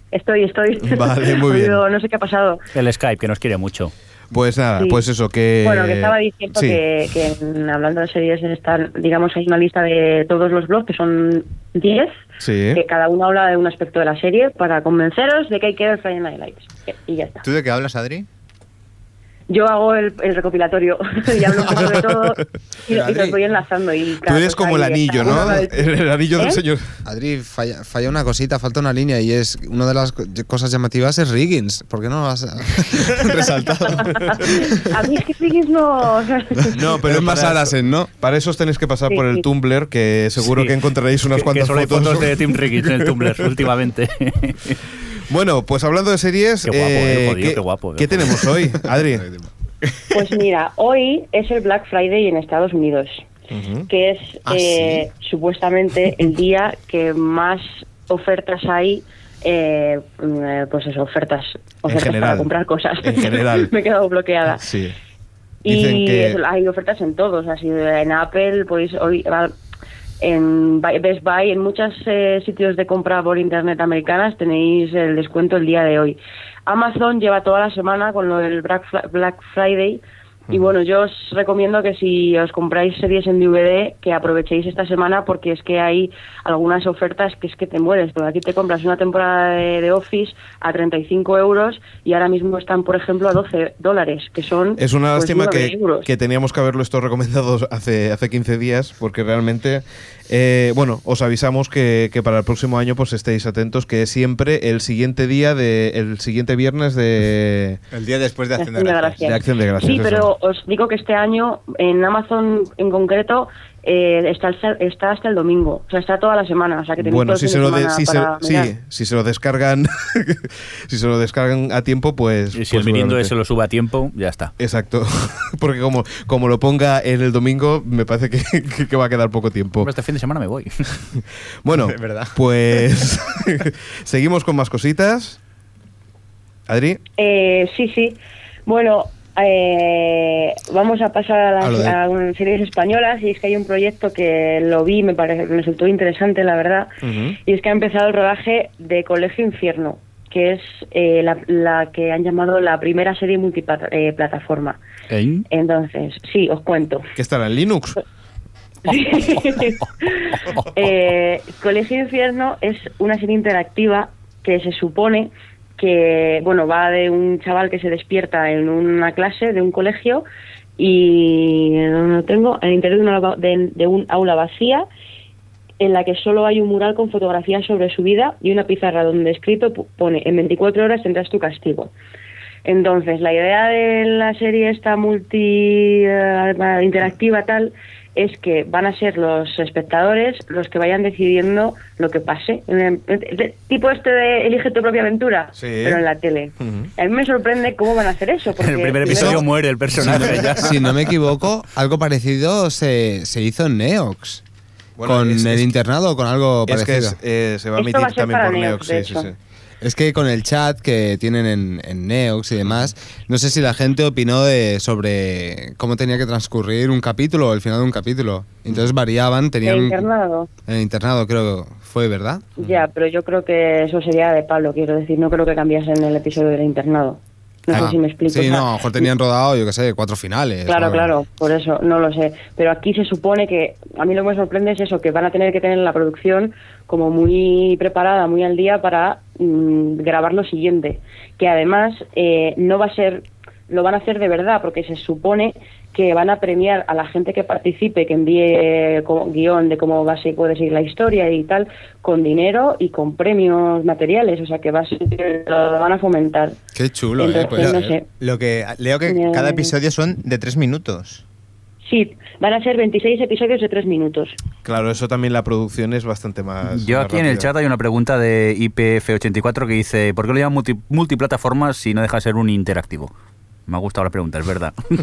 [SPEAKER 5] Estoy, estoy.
[SPEAKER 1] Vale, muy bien.
[SPEAKER 5] Digo, No sé qué ha pasado.
[SPEAKER 2] El Skype, que nos quiere mucho.
[SPEAKER 1] Pues nada,
[SPEAKER 5] Sí.
[SPEAKER 1] pues eso, que...
[SPEAKER 5] Bueno, que estaba diciendo
[SPEAKER 1] Sí.
[SPEAKER 5] que, que en- hablando de series están, digamos, hay una lista de todos los blogs, que son 10,
[SPEAKER 1] Sí.
[SPEAKER 5] que cada uno habla de un aspecto de la serie para convenceros de que hay que ver Friday Night Lights. Eh, Y ya está.
[SPEAKER 3] ¿Tú de qué hablas, Adri?
[SPEAKER 5] Yo hago el, el recopilatorio y hablo un poco de todo
[SPEAKER 4] Pero,
[SPEAKER 5] y, y los
[SPEAKER 4] Adri,
[SPEAKER 5] voy enlazando. Y
[SPEAKER 1] Tú
[SPEAKER 5] cada
[SPEAKER 1] eres
[SPEAKER 5] cosa
[SPEAKER 1] como el
[SPEAKER 5] ahí
[SPEAKER 1] anillo,
[SPEAKER 5] está.
[SPEAKER 1] ¿no? El, el anillo del
[SPEAKER 5] ¿Eh?
[SPEAKER 1] señor.
[SPEAKER 4] Adri, falla, falla una cosita, falta una línea y es una de las co- cosas llamativas es Riggins. ¿Por qué no lo has resaltado?
[SPEAKER 5] A mí es que Friggins no...
[SPEAKER 1] No, pero
[SPEAKER 4] es más
[SPEAKER 1] para-
[SPEAKER 4] Alasen, ¿no?
[SPEAKER 1] Para eso os tenéis que pasar
[SPEAKER 5] Sí,
[SPEAKER 1] por el
[SPEAKER 5] sí.
[SPEAKER 1] Tumblr, que seguro
[SPEAKER 2] Sí.
[SPEAKER 1] que encontraréis unas
[SPEAKER 2] Que- que
[SPEAKER 1] cuantas
[SPEAKER 2] solo hay
[SPEAKER 1] fotos.
[SPEAKER 2] fotos de Tim Ricketts en el Tumblr últimamente.
[SPEAKER 1] Bueno, pues hablando de series,
[SPEAKER 2] Qué guapo, eh, jodido,
[SPEAKER 1] ¿qué,
[SPEAKER 2] qué guapo,
[SPEAKER 1] ¿qué
[SPEAKER 2] qué jodido.
[SPEAKER 1] tenemos hoy, Adri?
[SPEAKER 5] Pues mira, hoy es el Black Friday en Estados Unidos,
[SPEAKER 1] Ujú.
[SPEAKER 5] que es
[SPEAKER 3] ¿Ah,
[SPEAKER 5] eh, supuestamente el día que más ofertas hay. eh, mm, eh, pues eso, ofertas, ofertas
[SPEAKER 1] general.
[SPEAKER 5] para comprar cosas.
[SPEAKER 1] En general.
[SPEAKER 5] Me he quedado bloqueada.
[SPEAKER 1] Sí.
[SPEAKER 5] Y
[SPEAKER 1] Dicen que-
[SPEAKER 5] eso, hay ofertas en todos, así en Apple, pues hoy va- en Buy- Best Buy, en muchos eh, sitios de compra por internet americanas tenéis el descuento el día de hoy. Amazon lleva toda la semana con lo del Black Fri- Black Friday y bueno, yo os recomiendo que si os compráis series en DVD, que aprovechéis esta semana porque es que hay algunas ofertas que es que te mueres. Porque aquí te compras una temporada de, de Office a 35 euros y ahora mismo están, por ejemplo, a 12 dólares, que son...
[SPEAKER 1] Es una
[SPEAKER 5] pues,
[SPEAKER 1] lástima
[SPEAKER 5] 9
[SPEAKER 1] que,
[SPEAKER 5] euros.
[SPEAKER 1] que teníamos que haberlo esto recomendado hace, hace 15 días, porque realmente, eh, bueno, os avisamos que, que para el próximo año pues estéis atentos, que es siempre el siguiente día, de, el siguiente viernes de,
[SPEAKER 3] El día después de
[SPEAKER 5] De
[SPEAKER 3] Hacienda
[SPEAKER 5] Acción de
[SPEAKER 3] Gracias.
[SPEAKER 5] Gracias.
[SPEAKER 1] de Acción de Gracias.
[SPEAKER 5] Sí,
[SPEAKER 1] eso.
[SPEAKER 5] pero os digo que este año en Amazon en concreto eh, está, hasta- está hasta el domingo, o sea, está toda la semana. O sea, que tenéis
[SPEAKER 1] Bueno,
[SPEAKER 5] todo el
[SPEAKER 1] si
[SPEAKER 5] fin
[SPEAKER 1] se,
[SPEAKER 5] de
[SPEAKER 1] lo de-
[SPEAKER 5] semana
[SPEAKER 1] si, se,
[SPEAKER 5] para
[SPEAKER 1] sí,
[SPEAKER 5] mirar.
[SPEAKER 1] si se lo descargan si se lo descargan a tiempo, pues...
[SPEAKER 2] Y si
[SPEAKER 1] pues
[SPEAKER 2] el mirindo
[SPEAKER 1] seguramente.
[SPEAKER 2] se lo sube a tiempo, ya está.
[SPEAKER 1] Exacto, porque como, como lo ponga en el domingo, me parece que, que- que va a quedar poco tiempo.
[SPEAKER 2] Hombre, este fin de semana me voy.
[SPEAKER 1] Bueno,
[SPEAKER 3] De verdad.
[SPEAKER 1] pues seguimos con más cositas. Adri,
[SPEAKER 5] Eh, sí, sí. Bueno, eh, vamos a pasar a, las,
[SPEAKER 4] A lo de-
[SPEAKER 5] a un- series españolas y es que hay un proyecto que lo vi, me, pare- me resultó interesante, la verdad, y es que ha empezado el rodaje de Colegio Infierno, que es eh, la, la que han llamado la primera serie multiplataforma.
[SPEAKER 2] ¿Eh?
[SPEAKER 5] Entonces, sí, os cuento.
[SPEAKER 1] que estará en Linux.
[SPEAKER 5] Eh, Colegio Infierno es una serie interactiva que se supone que, bueno, va de un chaval que se despierta en una clase de un colegio y no lo tengo, en el interior de, una va- de- de un aula vacía en la que solo hay un mural con fotografías sobre su vida y una pizarra donde escrito pu- pone en 24 horas tendrás tu castigo. Entonces, la idea de la serie esta multi eh, interactiva tal es que van a ser los espectadores los que vayan decidiendo lo que pase. En el- de- tipo este de elige tu propia aventura,
[SPEAKER 1] Sí.
[SPEAKER 5] pero en la tele.
[SPEAKER 1] Ujú.
[SPEAKER 5] A mí me sorprende cómo van a hacer eso. Porque
[SPEAKER 2] En el primer
[SPEAKER 4] Eso-
[SPEAKER 2] episodio muere el personaje. ya.
[SPEAKER 4] Si no me equivoco, algo parecido se, se hizo en Neox.
[SPEAKER 1] Bueno,
[SPEAKER 4] con
[SPEAKER 1] es-
[SPEAKER 4] el
[SPEAKER 1] es-
[SPEAKER 4] internado o con algo
[SPEAKER 1] Es que
[SPEAKER 4] parecido.
[SPEAKER 1] es- eh, se va a
[SPEAKER 5] Esto va
[SPEAKER 1] emitir
[SPEAKER 5] a ser
[SPEAKER 1] también
[SPEAKER 5] para
[SPEAKER 1] por
[SPEAKER 5] Neox,
[SPEAKER 1] Neox, sí,
[SPEAKER 5] de
[SPEAKER 1] sí,
[SPEAKER 5] hecho.
[SPEAKER 1] sí.
[SPEAKER 4] Es que con el chat que tienen en, en Neox y demás, no sé si la gente opinó de- sobre cómo tenía que transcurrir un capítulo o el final de un capítulo. Entonces variaban,
[SPEAKER 5] de
[SPEAKER 4] tenían...
[SPEAKER 5] internado.
[SPEAKER 4] En el internado creo que fue, ¿verdad?
[SPEAKER 5] Ya, pero yo creo que eso sería de Pablo, quiero decir, no creo que cambiasen el episodio del internado. No
[SPEAKER 4] Ah,
[SPEAKER 5] sé si me explico.
[SPEAKER 4] Sí,
[SPEAKER 5] o sea,
[SPEAKER 4] no, a lo mejor tenían rodado, yo qué sé, cuatro finales.
[SPEAKER 5] Claro,
[SPEAKER 4] o algo.
[SPEAKER 5] claro, por eso, no lo sé. Pero aquí se supone que, a mí lo que me sorprende es eso, que van a tener que tener la producción como muy preparada, muy al día para mm, grabar lo siguiente. Que además eh, no va a ser, lo van a hacer de verdad, porque se supone que van a premiar a la gente que participe, que envíe eh, co- guión de cómo va a ser, puede seguir la historia y tal, con dinero y con premios materiales. O sea, que va a ser- lo van a fomentar.
[SPEAKER 4] Qué chulo, ¿eh?
[SPEAKER 5] Entonces,
[SPEAKER 4] Pues,
[SPEAKER 5] no sé.
[SPEAKER 3] Lo que leo que
[SPEAKER 5] Ya, ya,
[SPEAKER 3] cada
[SPEAKER 5] ya.
[SPEAKER 3] episodio son de tres minutos.
[SPEAKER 5] Sí, van a ser 26 episodios de 3 minutos.
[SPEAKER 1] Claro, eso también la producción es bastante más.
[SPEAKER 2] Yo
[SPEAKER 1] más
[SPEAKER 2] aquí en el
[SPEAKER 1] rápida.
[SPEAKER 2] chat hay una pregunta de IPF84 que dice, ¿por qué lo llaman multi- multiplataforma si no deja de ser un interactivo? Me ha gustado la pregunta, es verdad. pues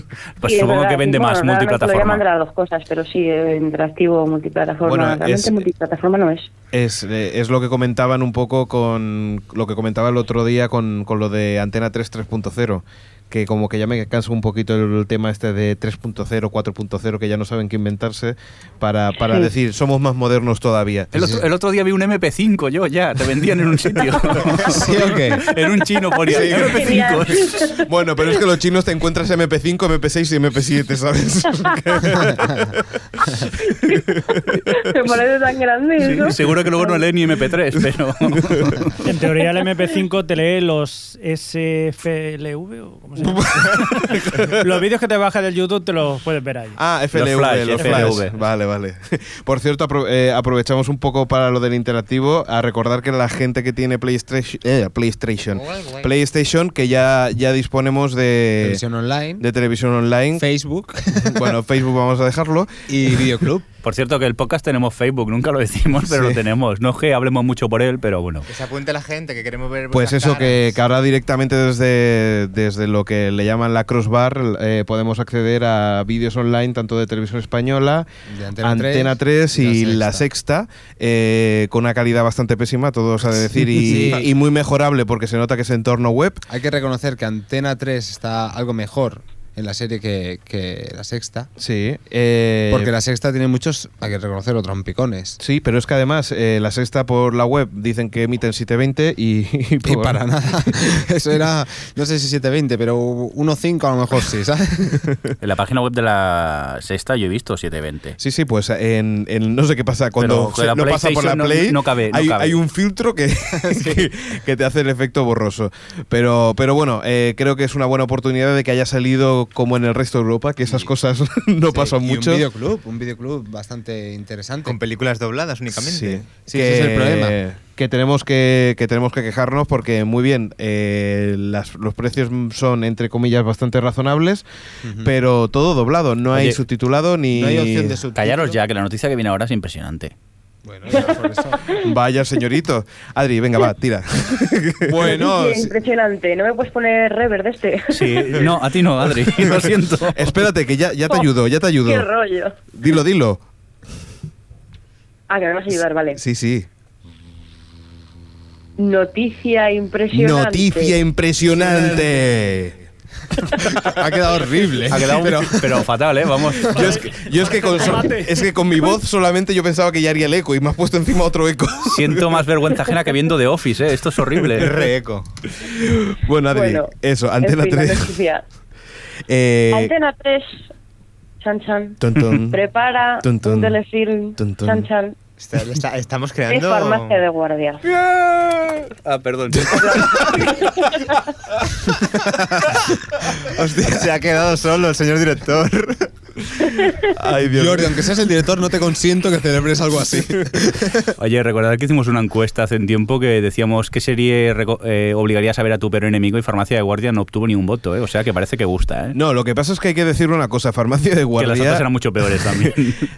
[SPEAKER 5] Sí, es
[SPEAKER 2] supongo
[SPEAKER 5] verdad,
[SPEAKER 2] que vende
[SPEAKER 5] sí,
[SPEAKER 2] más
[SPEAKER 5] bueno, realmente Lo llaman de
[SPEAKER 2] multiplataforma.
[SPEAKER 5] las dos cosas, pero sí, eh, interactivo, multiplataforma.
[SPEAKER 1] Bueno,
[SPEAKER 5] realmente
[SPEAKER 1] es-
[SPEAKER 5] multiplataforma no es.
[SPEAKER 1] Es, eh, es lo que comentaban un poco con lo que comentaba el otro día con, con lo de Antena 3 3.0, que como que ya me canso un poquito el, tema este de 3.0, 4.0, que ya no saben qué inventarse, para, para
[SPEAKER 5] Sí.
[SPEAKER 1] decir, somos más modernos todavía.
[SPEAKER 2] El otro, el otro día vi un MP5 yo ya, te vendían en un sitio.
[SPEAKER 4] ¿Sí o qué?
[SPEAKER 2] en un chino ponía
[SPEAKER 1] Sí.
[SPEAKER 2] MP5.
[SPEAKER 1] Bueno, pero es que los chinos te encuentras MP5, MP6 y MP7, ¿sabes?
[SPEAKER 5] Me parece tan grande eso.
[SPEAKER 2] Sí, seguro que luego no lee ni MP3, pero...
[SPEAKER 6] En teoría el MP5 te lee los SFLV o cómo se llama. los vídeos que te bajas del YouTube te los puedes ver ahí.
[SPEAKER 1] Ah, FLV,
[SPEAKER 2] Los flash,
[SPEAKER 1] los
[SPEAKER 2] FLV.
[SPEAKER 1] flash. Vale, vale. Por cierto, apro- eh, aprovechamos un poco para lo del interactivo a recordar que la gente que tiene PlayStation, eh, PlayStation, PlayStation que ya, ya disponemos de,
[SPEAKER 4] Televisión Eh, online,
[SPEAKER 1] de televisión online.
[SPEAKER 4] Facebook
[SPEAKER 1] bueno, Facebook vamos a dejarlo.
[SPEAKER 4] y videoclub.
[SPEAKER 2] Por cierto, que el podcast tenemos Facebook, nunca lo decimos, pero lo tenemos. No es que hablemos mucho por él, pero bueno.
[SPEAKER 3] Que se apunte la gente, que queremos ver.
[SPEAKER 1] Pues eso, que, que ahora directamente desde, desde lo que le llaman la crossbar eh, podemos acceder a vídeos online tanto de televisión española,
[SPEAKER 4] De
[SPEAKER 1] Antena, 3, y La Sexta, eh, con una calidad bastante pésima, todos a decir,
[SPEAKER 4] Sí.
[SPEAKER 1] y, y muy mejorable porque se nota que es entorno web.
[SPEAKER 4] Hay que reconocer que Antena 3 está algo mejor en la serie que, que la sexta.
[SPEAKER 1] Sí. eh,
[SPEAKER 4] Porque la sexta tiene muchos, hay que reconocerlo, trompicones.
[SPEAKER 1] Sí, pero es que además eh, la sexta por la web dicen que emiten 720 y,
[SPEAKER 4] Y para nada. Eso era, no sé si 720, pero 1.5 a lo mejor sí, ¿sabes?
[SPEAKER 2] En la página web de la sexta yo he visto 720.
[SPEAKER 1] Sí, sí, pues en, en- no sé qué pasa cuando
[SPEAKER 2] Pero con la
[SPEAKER 1] lo pasa por la
[SPEAKER 2] PlayStation no-
[SPEAKER 1] Play.
[SPEAKER 2] no cabe, no
[SPEAKER 1] hay,
[SPEAKER 2] cabe.
[SPEAKER 1] hay un filtro que, que, que te hace el efecto borroso. Pero, pero bueno, eh, creo que es una buena oportunidad de que haya salido como en el resto de Europa, que esas cosas no pasan
[SPEAKER 4] y
[SPEAKER 1] mucho.
[SPEAKER 4] Un videoclub, un videoclub bastante interesante.
[SPEAKER 3] Con películas dobladas únicamente.
[SPEAKER 4] Sí, ese es el problema.
[SPEAKER 1] Que tenemos que, que tenemos que quejarnos porque, muy bien, eh, las- los precios son, entre comillas, bastante razonables, pero todo doblado. No hay
[SPEAKER 2] Oye,
[SPEAKER 1] subtitulado ni.
[SPEAKER 4] no hay opción de subtítulo.
[SPEAKER 2] Callaros ya, que la noticia que viene ahora es impresionante.
[SPEAKER 4] Bueno, ya, por eso.
[SPEAKER 1] Vaya, señorito. Adri, venga, va, tira.
[SPEAKER 4] bueno,
[SPEAKER 5] Qué impresionante. No me puedes poner rever de este.
[SPEAKER 2] Sí, no, a ti no, Adri, lo siento.
[SPEAKER 1] Espérate, que ya, ya te ayudo, ya te ayudo.
[SPEAKER 5] Oh, Qué rollo.
[SPEAKER 1] Dilo, dilo.
[SPEAKER 5] Ah, que me vas a ayudar, vale.
[SPEAKER 1] Sí, sí.
[SPEAKER 5] Noticia impresionante.
[SPEAKER 1] Noticia impresionante.
[SPEAKER 4] ha quedado horrible.
[SPEAKER 2] Ha quedado un-
[SPEAKER 4] pero-
[SPEAKER 2] pero, fatal, ¿eh? Vamos.
[SPEAKER 1] Yo es que, yo es que con, so- es que con mi voz solamente yo pensaba que ya haría el eco y me has puesto encima otro eco.
[SPEAKER 2] Siento más vergüenza ajena que viendo The Office, ¿eh? Esto es horrible.
[SPEAKER 3] Reeco.
[SPEAKER 1] Bueno, Adri,
[SPEAKER 5] Bueno,
[SPEAKER 1] eso,
[SPEAKER 5] en
[SPEAKER 1] Antena
[SPEAKER 5] fin, la
[SPEAKER 1] 3.
[SPEAKER 5] noticia.
[SPEAKER 1] Eh,
[SPEAKER 5] Antena 3, Chan Chan,
[SPEAKER 1] ton, ton.
[SPEAKER 5] prepara
[SPEAKER 1] Tun, tun.
[SPEAKER 5] un telefilm,
[SPEAKER 1] Tun, tun.
[SPEAKER 5] Chan Chan,
[SPEAKER 3] Está- está- estamos
[SPEAKER 5] es
[SPEAKER 3] creando.
[SPEAKER 5] farmacia de guardia.
[SPEAKER 2] Ah, perdón.
[SPEAKER 3] Pues Hostia, se ha quedado solo el señor director.
[SPEAKER 1] Ay, Dios.
[SPEAKER 4] Jordi, aunque seas el director, no te consiento que celebres algo así.
[SPEAKER 2] Oye, recordad que hicimos una encuesta hace un tiempo que decíamos qué serie reco- eh, obligarías a ver a tu perro enemigo y Farmacia de Guardia no obtuvo ni un voto, ¿eh? O sea que parece que gusta, ¿eh?
[SPEAKER 1] No, lo que pasa es que hay que decir una cosa. Farmacia de
[SPEAKER 2] que las otras
[SPEAKER 1] guardia
[SPEAKER 2] eran mucho peores también.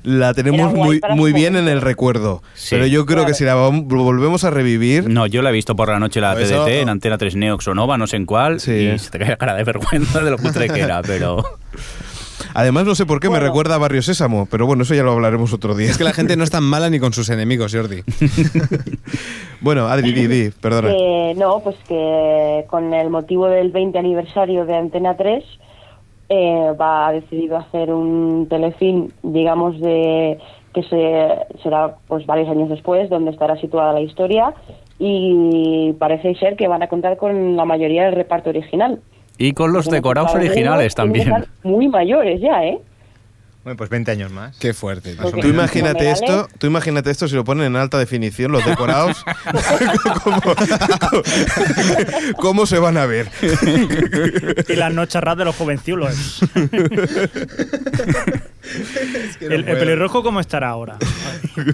[SPEAKER 1] la tenemos
[SPEAKER 5] Era guay
[SPEAKER 1] muy,
[SPEAKER 5] para
[SPEAKER 1] muy
[SPEAKER 5] su
[SPEAKER 1] bien en
[SPEAKER 5] momento.
[SPEAKER 1] el recuerdo.
[SPEAKER 2] Sí.
[SPEAKER 1] Pero yo creo
[SPEAKER 5] Claro.
[SPEAKER 1] que si la vam- volvemos a revivir,
[SPEAKER 2] No, yo la he visto por la noche en la
[SPEAKER 4] Pues
[SPEAKER 2] TDT,
[SPEAKER 4] eso-
[SPEAKER 2] en Antena 3 Neox o Nova, no sé en cuál,
[SPEAKER 1] Sí.
[SPEAKER 2] y se te cae la cara de vergüenza de lo putre que era, pero...
[SPEAKER 1] Además, no sé por qué
[SPEAKER 5] Bueno.
[SPEAKER 1] me recuerda a Barrio Sésamo, pero bueno, eso ya lo hablaremos otro día.
[SPEAKER 4] es que la gente no es tan mala ni con sus enemigos, Jordi.
[SPEAKER 1] Bueno, Adri, di, di, perdona.
[SPEAKER 5] Que, no, pues que con el motivo del 20 aniversario de Antena 3 eh, va ha decidido hacer un telefilm, digamos de que se será pues varios años después, donde estará situada la historia y parece ser que van a contar con la mayoría del reparto original.
[SPEAKER 2] Y con los
[SPEAKER 5] Bueno, pues,
[SPEAKER 2] decorados
[SPEAKER 5] para
[SPEAKER 2] originales
[SPEAKER 5] algunos tienen que
[SPEAKER 2] también.
[SPEAKER 5] estar Muy mayores ya, ¿eh?
[SPEAKER 3] Bueno, pues 20 años más.
[SPEAKER 4] Qué fuerte. tío.
[SPEAKER 5] Porque
[SPEAKER 1] Tú imagínate
[SPEAKER 5] Numerales,
[SPEAKER 1] esto, tú imagínate esto si lo ponen en alta definición, los decorados, ¿cómo, cómo se van a ver?
[SPEAKER 6] Y las nocharras de los jovenciulos. el, el pelirrojo, ¿cómo estará ahora?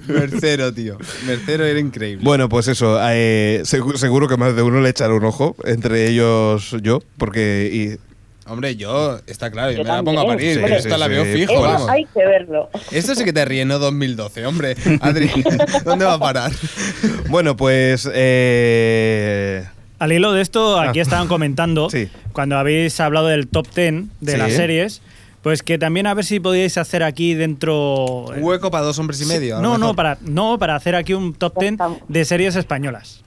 [SPEAKER 4] Mercero, tío. Mercero era increíble.
[SPEAKER 1] Bueno, pues eso, eh, segu- seguro, que más de uno le echará un ojo, entre ellos yo, porque... y-
[SPEAKER 4] Hombre, yo, está claro, yo,
[SPEAKER 5] Yo
[SPEAKER 4] me la pongo a
[SPEAKER 5] también.
[SPEAKER 4] parir.
[SPEAKER 5] Sí,
[SPEAKER 4] yo
[SPEAKER 5] sí,
[SPEAKER 4] esta la
[SPEAKER 1] sí,
[SPEAKER 4] veo
[SPEAKER 1] sí, pues,
[SPEAKER 4] fijo,
[SPEAKER 5] Eso
[SPEAKER 1] por
[SPEAKER 4] vamos.
[SPEAKER 5] hay que verlo.
[SPEAKER 4] Esto sí que te rienó 2012, hombre. Adri, ¿dónde va a parar?
[SPEAKER 1] bueno, pues... eh,
[SPEAKER 6] Al hilo de esto, aquí
[SPEAKER 1] Ah.
[SPEAKER 6] estaban comentando,
[SPEAKER 1] Sí.
[SPEAKER 6] cuando habéis hablado del top 10 de
[SPEAKER 1] Sí.
[SPEAKER 6] las series, pues que también a ver si podíais hacer aquí dentro... eh,
[SPEAKER 4] Un hueco para dos hombres y medio. a lo
[SPEAKER 6] No, no
[SPEAKER 4] mejor.
[SPEAKER 6] para, no, para hacer aquí un top 10 de series españolas.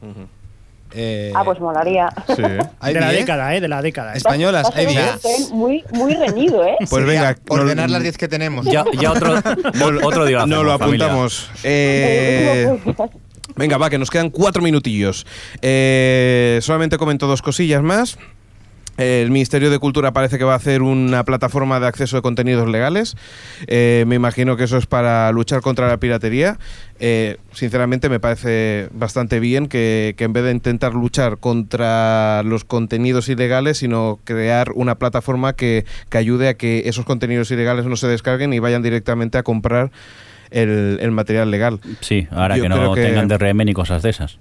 [SPEAKER 4] Eh,
[SPEAKER 5] Ah, pues molaría.
[SPEAKER 1] sí.
[SPEAKER 4] ¿hay
[SPEAKER 6] de la
[SPEAKER 4] 10?
[SPEAKER 6] década, ¿eh? De la década. ¿eh?
[SPEAKER 4] Españolas,
[SPEAKER 5] Va a
[SPEAKER 4] hay
[SPEAKER 5] ser un
[SPEAKER 4] 10.
[SPEAKER 5] papel Muy, muy reñido, ¿eh?
[SPEAKER 1] Pues venga,
[SPEAKER 3] Ordenar
[SPEAKER 1] no-
[SPEAKER 3] las 10 que tenemos.
[SPEAKER 2] Ya, ya otro, otro día
[SPEAKER 1] No lo
[SPEAKER 2] hacemos, familia.
[SPEAKER 1] apuntamos. Eh, venga, va, que nos quedan cuatro minutillos. Eh, solamente comento dos cosillas más. El Ministerio de Cultura parece que va a hacer una plataforma de acceso de contenidos legales. Eh, me imagino que eso es para luchar contra la piratería. Eh, sinceramente me parece bastante bien que, que en vez de intentar luchar contra los contenidos ilegales, sino crear una plataforma que, que ayude a que esos contenidos ilegales no se descarguen y vayan directamente a comprar el, el material legal.
[SPEAKER 2] Sí, ahora
[SPEAKER 1] Yo
[SPEAKER 2] que
[SPEAKER 1] creo
[SPEAKER 2] no
[SPEAKER 1] que-
[SPEAKER 2] tengan DRM ni cosas de esas.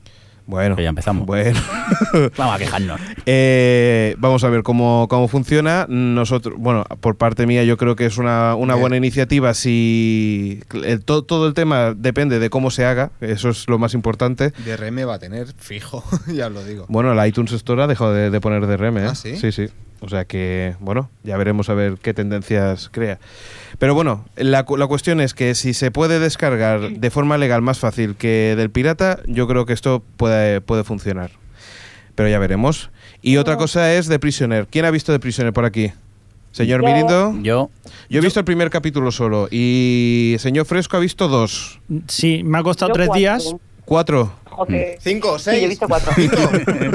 [SPEAKER 1] Bueno,
[SPEAKER 2] Que ya empezamos.
[SPEAKER 1] Bueno.
[SPEAKER 2] Vamos a quejarnos.
[SPEAKER 1] Eh, vamos a ver cómo, cómo funciona. Nosotros, bueno, por parte mía, yo creo que es una, una
[SPEAKER 4] Bien.
[SPEAKER 1] buena iniciativa. Si el- to- todo el tema depende de cómo se haga, eso es lo más importante.
[SPEAKER 4] DRM va a tener fijo, ya os lo digo.
[SPEAKER 1] Bueno, la iTunes Store ha dejado de, de poner DRM. ¿eh?
[SPEAKER 4] ¿Ah, sí?
[SPEAKER 1] Sí, sí. O sea que, bueno, ya veremos a ver qué tendencias crea. Pero bueno, la, cu- la cuestión es que si se puede descargar de forma legal más fácil que del pirata, yo creo que esto puede, puede funcionar. Pero ya veremos. Y otra cosa es The Prisoner. ¿Quién ha visto The Prisoner por aquí? Señor
[SPEAKER 5] Yo-
[SPEAKER 1] Mirindo,
[SPEAKER 2] Yo,
[SPEAKER 1] yo he visto el primer capítulo solo y señor Fresco ha visto dos.
[SPEAKER 6] Sí, me ha costado
[SPEAKER 5] Yo
[SPEAKER 6] tres
[SPEAKER 5] cuatro.
[SPEAKER 6] días.
[SPEAKER 1] Cuatro.
[SPEAKER 5] Joder.
[SPEAKER 3] ¿Cinco?
[SPEAKER 5] Sí,
[SPEAKER 3] ¿Seis?
[SPEAKER 5] yo he visto cuatro.
[SPEAKER 3] Cinco.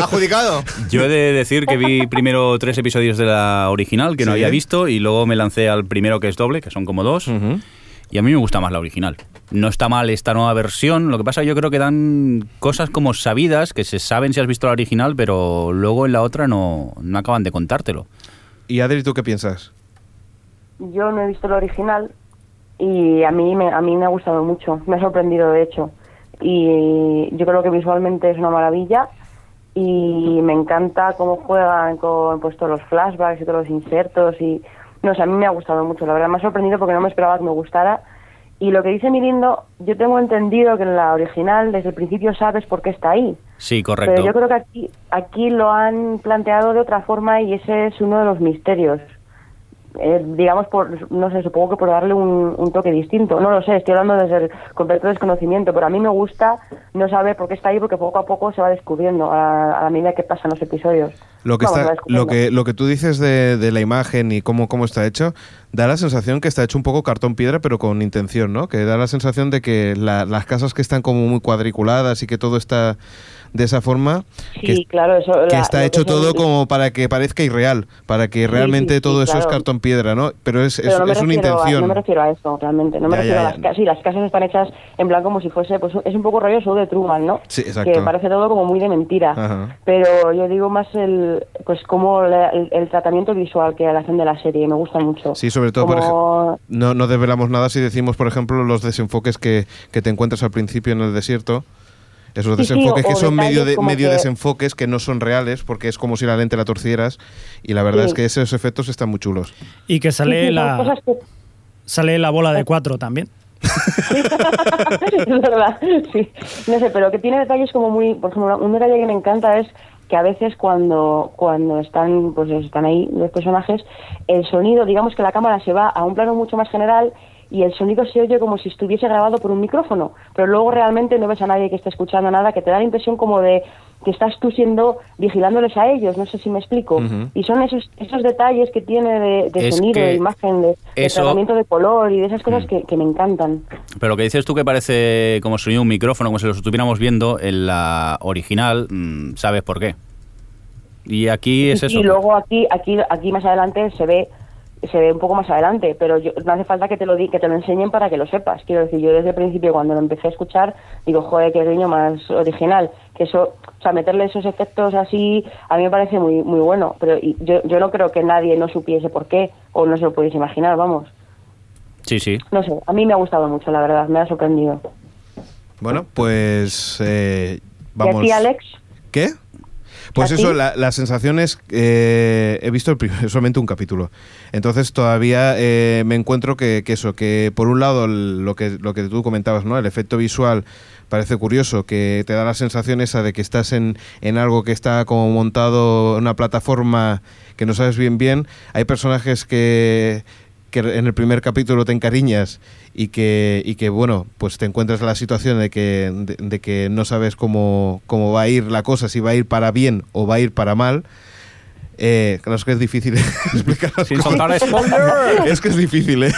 [SPEAKER 3] ¿Adjudicado?
[SPEAKER 2] yo he de decir que vi primero tres episodios de la original que no
[SPEAKER 1] Sí.
[SPEAKER 2] había visto y luego me lancé al primero que es doble, que son como dos.
[SPEAKER 1] Ujú.
[SPEAKER 2] Y a mí me gusta más la original. No está mal esta nueva versión. Lo que pasa, yo creo que dan cosas como sabidas que se saben si has visto la original, pero luego en la otra no, no acaban de contártelo.
[SPEAKER 1] ¿Y Adri, tú qué piensas?
[SPEAKER 5] Yo no he visto el original y a mí me, a mí me ha gustado mucho, me ha sorprendido de hecho. Y yo creo que visualmente es una maravilla y me encanta cómo juegan con pues, todos los flashbacks y todos los insertos y no sé, a mí me ha gustado mucho, la verdad me ha sorprendido porque no me esperaba que me gustara. Y lo que dice Mirindo, yo tengo entendido que en la original desde el principio sabes por qué está ahí.
[SPEAKER 2] Sí, correcto.
[SPEAKER 5] Pero Eh, yo creo que aquí, aquí lo han planteado de otra forma y ese es uno de los misterios. Eh, digamos, por, no sé, supongo que por darle un, un toque distinto. No lo sé, estoy hablando desde el completo desconocimiento, pero a mí me gusta no saber por qué está ahí porque poco a poco se va descubriendo a, a la medida que pasan los episodios.
[SPEAKER 1] Lo que,
[SPEAKER 5] Vamos,
[SPEAKER 1] está,
[SPEAKER 5] va descubriendo.
[SPEAKER 1] lo, que, lo que tú dices de, de la imagen y cómo, cómo está hecho, da la sensación que está hecho un poco cartón piedra, pero con intención, ¿no? Que da la sensación de que la- las casas que están como muy cuadriculadas y que todo está de esa forma, que,
[SPEAKER 5] Sí, claro, eso.
[SPEAKER 1] que
[SPEAKER 5] la- lo
[SPEAKER 1] está
[SPEAKER 5] que
[SPEAKER 1] hecho
[SPEAKER 5] es
[SPEAKER 1] todo
[SPEAKER 5] el-
[SPEAKER 1] como para que parezca irreal, para que realmente
[SPEAKER 5] sí, sí,
[SPEAKER 1] todo eso es
[SPEAKER 5] claro.
[SPEAKER 1] cartón piedra, ¿no? Pero es,
[SPEAKER 5] Pero
[SPEAKER 1] es-
[SPEAKER 5] no me
[SPEAKER 1] es una
[SPEAKER 5] refiero a-
[SPEAKER 1] intención.
[SPEAKER 5] no me refiero a eso, realmente. No me
[SPEAKER 1] Ya,
[SPEAKER 5] refiero
[SPEAKER 1] ya,
[SPEAKER 5] a las
[SPEAKER 1] ya.
[SPEAKER 5] casas. Sí, las casas están hechas en plan como si fuese. pues Es un poco rollo show de Truman, ¿no?
[SPEAKER 1] Sí, exacto. Ah,
[SPEAKER 5] Que parece todo como muy de mentira.
[SPEAKER 1] Ajá.
[SPEAKER 5] Pero yo digo más el. Pues como la- el, el tratamiento visual que le hacen de la serie. Me gusta mucho.
[SPEAKER 1] Sí, sobre todo, por
[SPEAKER 5] Como-
[SPEAKER 1] No, no desvelamos nada si decimos, por ejemplo, los desenfoques que, que te encuentras al principio en el desierto. Esos
[SPEAKER 5] Sí, sí,
[SPEAKER 1] desenfoques
[SPEAKER 5] o-
[SPEAKER 1] que
[SPEAKER 5] o
[SPEAKER 1] son medio,
[SPEAKER 5] detalles
[SPEAKER 1] de,
[SPEAKER 5] como
[SPEAKER 1] medio
[SPEAKER 5] que-
[SPEAKER 1] desenfoques que no son reales porque es como si la lente la torcieras y la verdad
[SPEAKER 5] Sí.
[SPEAKER 1] es que esos efectos están muy chulos.
[SPEAKER 6] Y que
[SPEAKER 5] Sí,
[SPEAKER 6] sale,
[SPEAKER 5] sí, son
[SPEAKER 6] la,
[SPEAKER 5] cosas Pues- que-
[SPEAKER 6] sale la bola de cuatro también.
[SPEAKER 5] es verdad, sí. No sé, pero que tiene detalles como muy... Por ejemplo, un detalle que me encanta es que a veces cuando, cuando están, pues están ahí los personajes, el sonido, digamos que la cámara se va a un plano mucho más general y el sonido se oye como si estuviese grabado por un micrófono, pero luego realmente no ves a nadie que esté escuchando nada, que te da la impresión como de que estás tú siendo vigilándoles a ellos, no sé si me explico. Y son esos esos detalles que tiene de, de
[SPEAKER 2] Es
[SPEAKER 5] sonido, de
[SPEAKER 2] que
[SPEAKER 5] imagen, de, de
[SPEAKER 2] eso- Mm.
[SPEAKER 5] tratamiento de color y de esas cosas que, que me encantan.
[SPEAKER 2] Pero lo que dices tú que parece como si un micrófono, como si lo estuviéramos viendo en la original, mm, sabes por qué. Y aquí es
[SPEAKER 5] Sí,
[SPEAKER 2] eso.
[SPEAKER 5] Y luego aquí, aquí, aquí más adelante se ve, se ve un poco más adelante, pero yo, no hace falta que te lo di, que te lo enseñen para que lo sepas. Quiero decir, yo desde el principio cuando lo empecé a escuchar, digo, joder, qué guiño más original. Que eso, o sea, meterle esos efectos así, a mí me parece muy, muy bueno. Pero y yo, yo no creo que nadie no supiese por qué o no se lo pudiese imaginar, vamos.
[SPEAKER 2] Sí, sí.
[SPEAKER 5] No sé, a mí me ha gustado mucho, la verdad, me ha sorprendido.
[SPEAKER 1] Bueno, pues eh, vamos.
[SPEAKER 5] ¿Y a ti, Alex?
[SPEAKER 1] ¿Qué? Pues
[SPEAKER 5] ¿A
[SPEAKER 1] eso,
[SPEAKER 5] ti?
[SPEAKER 1] la, la sensación es eh, he visto el prim- solamente un capítulo. Entonces todavía eh, me encuentro que, que eso, que por un lado el- lo que, lo que tú comentabas, ¿no? El efecto visual parece curioso, que te da la sensación esa de que estás en, en algo que está como montado en una plataforma que no sabes bien bien. Hay personajes que que en el primer capítulo te encariñas y que, y que bueno, pues te encuentras en la situación de que, de, de que no sabes cómo, cómo va a ir la cosa, si va a ir para bien o va a ir para mal. Eh, claro, es que es difícil explicar las
[SPEAKER 2] Sin
[SPEAKER 1] cosas.
[SPEAKER 2] soltar
[SPEAKER 1] Es que es difícil, ¿eh?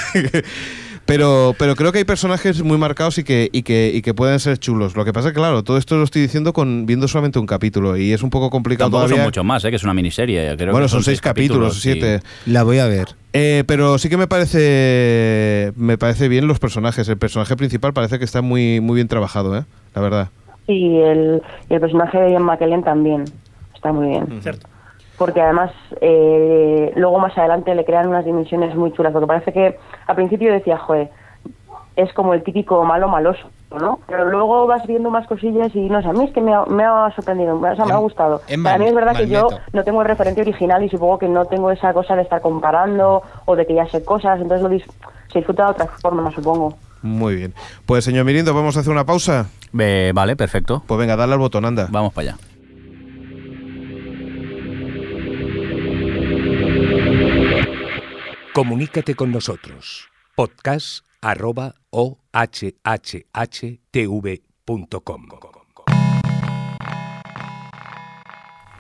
[SPEAKER 1] Pero, pero creo que hay personajes muy marcados y que, y, que, y que pueden ser chulos. Lo que pasa es que, claro, todo esto lo estoy diciendo con viendo solamente un capítulo y es un poco complicado
[SPEAKER 2] Tampoco son
[SPEAKER 1] todavía.
[SPEAKER 2] muchos más, ¿eh? que es una miniserie. Creo
[SPEAKER 1] bueno,
[SPEAKER 2] que
[SPEAKER 1] son, seis capítulos,
[SPEAKER 2] y-
[SPEAKER 1] siete.
[SPEAKER 4] La voy a ver.
[SPEAKER 1] Eh, pero sí que me parece me parece bien los personajes. El personaje principal parece que está muy muy bien trabajado, ¿eh? La verdad.
[SPEAKER 5] Y el, y el personaje de Ian McKellen también está muy bien.
[SPEAKER 6] Cierto.
[SPEAKER 5] porque además eh, luego más adelante le crean unas dimensiones muy chulas, porque parece que al principio decía, joder, es como el típico malo maloso, ¿no? Pero luego vas viendo más cosillas y no sé, a mí es que me ha, me ha sorprendido, o sea, me ha
[SPEAKER 4] Em-
[SPEAKER 5] gustado.
[SPEAKER 4] em
[SPEAKER 5] Para mí es verdad que yo
[SPEAKER 4] Magneto.
[SPEAKER 5] no tengo el referente original y supongo que no tengo esa cosa de estar comparando o de que ya sé cosas, entonces lo dis- se disfruta de otra forma, supongo.
[SPEAKER 1] Muy bien. Pues señor Mirindo, vamos a hacer una pausa.
[SPEAKER 2] Eh, vale, perfecto.
[SPEAKER 1] Pues venga, dale al botón, anda.
[SPEAKER 2] Vamos para allá.
[SPEAKER 8] Comunícate con nosotros. Podcast arroba ohhtv.com.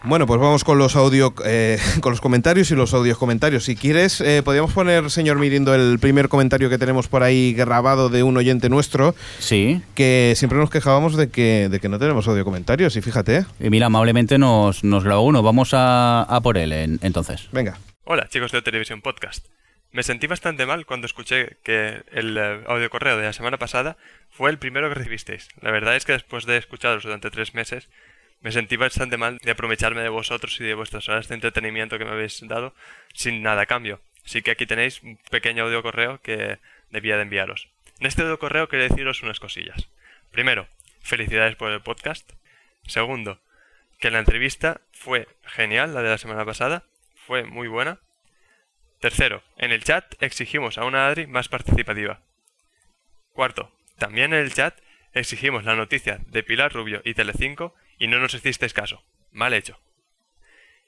[SPEAKER 1] Bueno, pues vamos con los audio, eh, con los comentarios y los audios comentarios. Si quieres, eh, podríamos poner, señor Mirindo, el primer comentario que tenemos por ahí grabado de un oyente nuestro,
[SPEAKER 2] Sí.
[SPEAKER 1] que siempre nos quejábamos de que, de que no tenemos audio comentarios. Y fíjate, eh.
[SPEAKER 2] Y mira, amablemente nos, nos grabó uno. Vamos a, a por él en- entonces.
[SPEAKER 1] venga.
[SPEAKER 9] Hola chicos de Televisión Podcast. Me sentí bastante mal cuando escuché que el eh, audio correo de la semana pasada fue el primero que recibisteis. La verdad es que después de escucharos durante tres meses, me sentí bastante mal de aprovecharme de vosotros y de vuestras horas de entretenimiento que me habéis dado sin nada a cambio. Así que aquí tenéis un pequeño audio correo que debía de enviaros. En este audio correo quería deciros unas cosillas. Primero, felicidades por el podcast. Segundo, que la entrevista fue genial, la de la semana pasada, fue muy buena. Tercero, en el chat exigimos a una Adri más participativa. Cuarto, también en el chat exigimos la noticia de Pilar Rubio y Telecinco y no nos hicisteis caso. Mal hecho.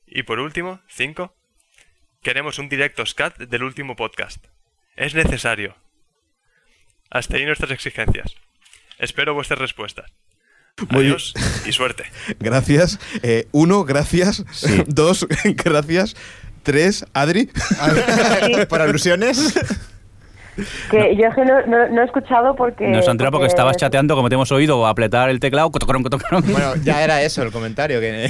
[SPEAKER 9] Y por último, cinco, queremos un directo scat del último podcast. Es necesario. Hasta ahí nuestras exigencias. Espero vuestras respuestas.
[SPEAKER 1] Muy-
[SPEAKER 9] Adiós y suerte.
[SPEAKER 1] Gracias. Eh, uno, gracias. Dos, gracias. Tres, Adri.
[SPEAKER 3] ¿Por alusiones?
[SPEAKER 5] Que Yo es que no, no- no he escuchado porque...
[SPEAKER 2] nos han tirado porque estabas chateando, como te hemos oído, a apretar el teclado. cotocrom, cotocrom.
[SPEAKER 3] Bueno, ya era eso el comentario, que Eh,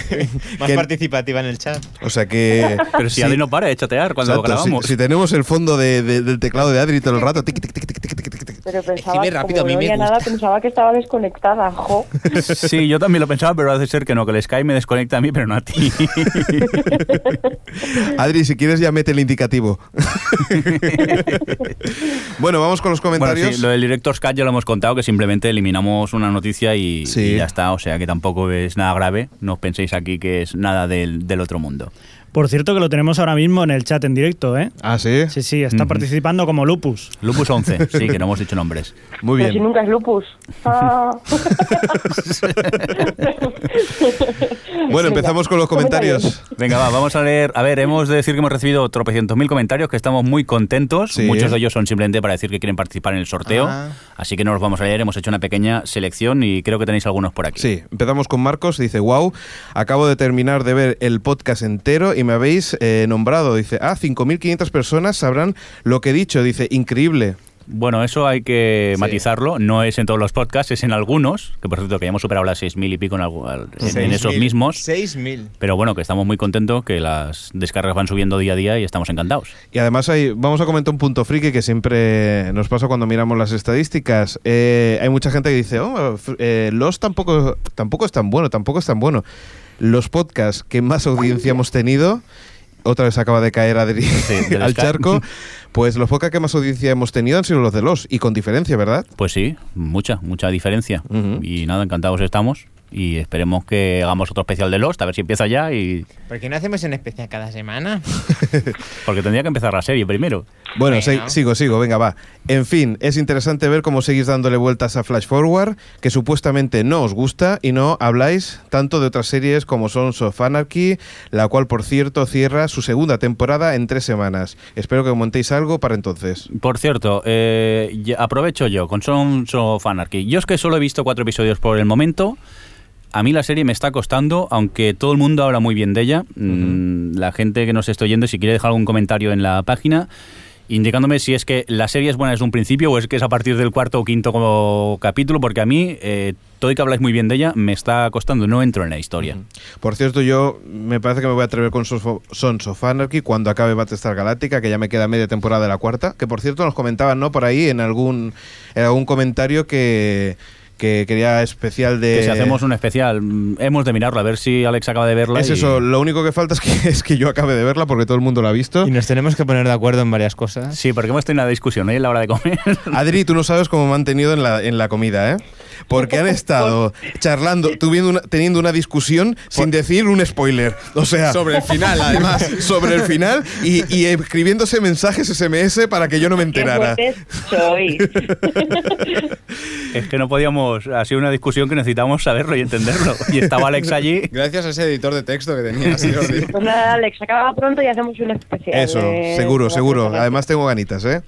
[SPEAKER 3] más
[SPEAKER 1] Que-
[SPEAKER 3] participativa en el chat.
[SPEAKER 1] O sea que.
[SPEAKER 2] Pero si
[SPEAKER 1] sí.
[SPEAKER 2] Adri no para de chatear cuando
[SPEAKER 1] Exacto, si-
[SPEAKER 2] grabamos.
[SPEAKER 1] Si, tenemos el fondo de- de- del teclado de Adri todo el rato. tic, tic, tic, tic, tic, tic, tic, tic.
[SPEAKER 5] Pero pensaba,
[SPEAKER 3] Escribe rápido,
[SPEAKER 5] como
[SPEAKER 3] a mí
[SPEAKER 5] no
[SPEAKER 3] me
[SPEAKER 5] oía nada, pensaba que estaba desconectada, jo.
[SPEAKER 2] Sí, yo también lo pensaba, pero hace ser que no, que el Sky me desconecta a mí, pero no a ti.
[SPEAKER 1] Adri, si quieres ya mete el indicativo. bueno, vamos con los
[SPEAKER 2] Bueno,
[SPEAKER 1] comentarios.
[SPEAKER 2] sí, lo del director Scat ya lo hemos contado, que simplemente eliminamos una noticia y,
[SPEAKER 1] Sí.
[SPEAKER 2] y ya está. O sea que tampoco es nada grave. No os penséis aquí que es nada del, del otro mundo.
[SPEAKER 6] Por cierto, que lo tenemos ahora mismo en el chat en directo, ¿eh?
[SPEAKER 1] Ah, ¿sí?
[SPEAKER 6] Sí, sí, está
[SPEAKER 2] Ujú.
[SPEAKER 6] participando como Lupus.
[SPEAKER 2] Lupus 11, sí, que no hemos dicho nombres.
[SPEAKER 1] Muy
[SPEAKER 5] Pero si
[SPEAKER 1] bien.
[SPEAKER 5] nunca es lupus. Ah.
[SPEAKER 1] Bueno, empezamos con los comentarios.
[SPEAKER 2] Venga, va, vamos a leer. A ver, hemos de decir que hemos recibido tropecientos mil comentarios, que estamos muy contentos.
[SPEAKER 1] Sí.
[SPEAKER 2] Muchos de ellos son simplemente para decir que quieren participar en el sorteo.
[SPEAKER 3] Ah.
[SPEAKER 2] Así que no los vamos a leer. Hemos hecho una pequeña selección y creo que tenéis algunos por aquí.
[SPEAKER 1] Sí, empezamos con Marcos. Dice, wow, acabo de terminar de ver el podcast entero y me habéis eh, nombrado. Dice, ah, 5.500 personas sabrán lo que he dicho. Dice, increíble.
[SPEAKER 2] Bueno, eso hay que matizarlo. No es en todos los podcasts, es en algunos, que por cierto que ya hemos superado las 6.000 y pico en, algu- al- en- en esos mismos.
[SPEAKER 3] 6.000.
[SPEAKER 2] Pero bueno, que estamos muy contentos, que las descargas van subiendo día a día y estamos encantados.
[SPEAKER 1] Y además hay, vamos a comentar un punto friki que siempre nos pasa cuando miramos las estadísticas. Eh, hay mucha gente que dice, oh, fr- eh, los tampoco, tampoco es tan bueno, tampoco es tan bueno. Los podcasts que más audiencia hemos tenido, otra vez acaba de caer Adri
[SPEAKER 2] del
[SPEAKER 1] al
[SPEAKER 2] Sky.
[SPEAKER 1] charco, pues los podcasts que más audiencia hemos tenido han sido los de los, y con diferencia, ¿verdad?
[SPEAKER 2] Pues sí, mucha, mucha diferencia.
[SPEAKER 1] Ujú.
[SPEAKER 2] Y nada, encantados estamos. Y esperemos que hagamos otro especial de Lost, a ver si empieza ya. y
[SPEAKER 3] ¿Por qué no hacemos en especial cada semana?
[SPEAKER 2] Porque tendría que empezar la serie primero.
[SPEAKER 1] Bueno, se-
[SPEAKER 3] Bueno.
[SPEAKER 1] sigo, sigo, venga, va. En fin, es interesante ver cómo seguís dándole vueltas a Flash Forward, que supuestamente no os gusta y no habláis tanto de otras series como son of Anarchy, la cual, por cierto, cierra su segunda temporada en tres semanas. Espero que montéis algo para entonces.
[SPEAKER 2] Por cierto, eh, ya- aprovecho yo con Sons of Anarchy. Yo es que solo he visto cuatro episodios por el momento. A mí la serie me está costando, aunque todo el mundo habla muy bien de ella. Mm, La gente que nos está oyendo, si quiere dejar algún comentario en la página, indicándome si es que la serie es buena desde un principio o es que es a partir del cuarto o quinto como capítulo, porque a mí eh, todo y que habláis muy bien de ella me está costando, no entro en la historia.
[SPEAKER 1] Por cierto, yo me parece que me voy a atrever con Sons of- Sons of Anarchy cuando acabe Battlestar Galáctica, que ya me queda media temporada de la cuarta. Que por cierto, nos comentaban, ¿no? Por ahí en algún, en algún comentario que, que quería especial de.
[SPEAKER 2] Que si hacemos un especial, mm, hemos de mirarlo, a ver si Alex acaba de verla.
[SPEAKER 1] Es
[SPEAKER 2] y-
[SPEAKER 1] eso, lo único que falta es que, es que yo acabe de verla porque todo el mundo la ha visto.
[SPEAKER 3] Y nos tenemos que poner de acuerdo en varias cosas.
[SPEAKER 2] Sí, porque hemos tenido una discusión hoy en la hora de comer.
[SPEAKER 1] Adri, tú no sabes cómo me han tenido en la, en la comida, ¿eh? Porque han estado charlando, tuviendo una- teniendo una discusión sin decir un spoiler. O sea,
[SPEAKER 4] Sobre el final, además.
[SPEAKER 1] sobre el final y, y escribiéndose mensajes SMS para que yo no me
[SPEAKER 5] Qué
[SPEAKER 1] enterara.
[SPEAKER 5] fuerte soy.
[SPEAKER 2] Es que no podíamos vamos, ha sido una discusión que necesitamos saberlo y entenderlo. Y estaba Alex allí.
[SPEAKER 4] Gracias a ese editor de texto que tenías, Jordi.
[SPEAKER 5] Pues nada, Alex, acaba pronto y hacemos un especial.
[SPEAKER 1] Eso,
[SPEAKER 5] de-
[SPEAKER 1] seguro,
[SPEAKER 5] de-
[SPEAKER 1] seguro. Además tengo ganitas, ¿eh?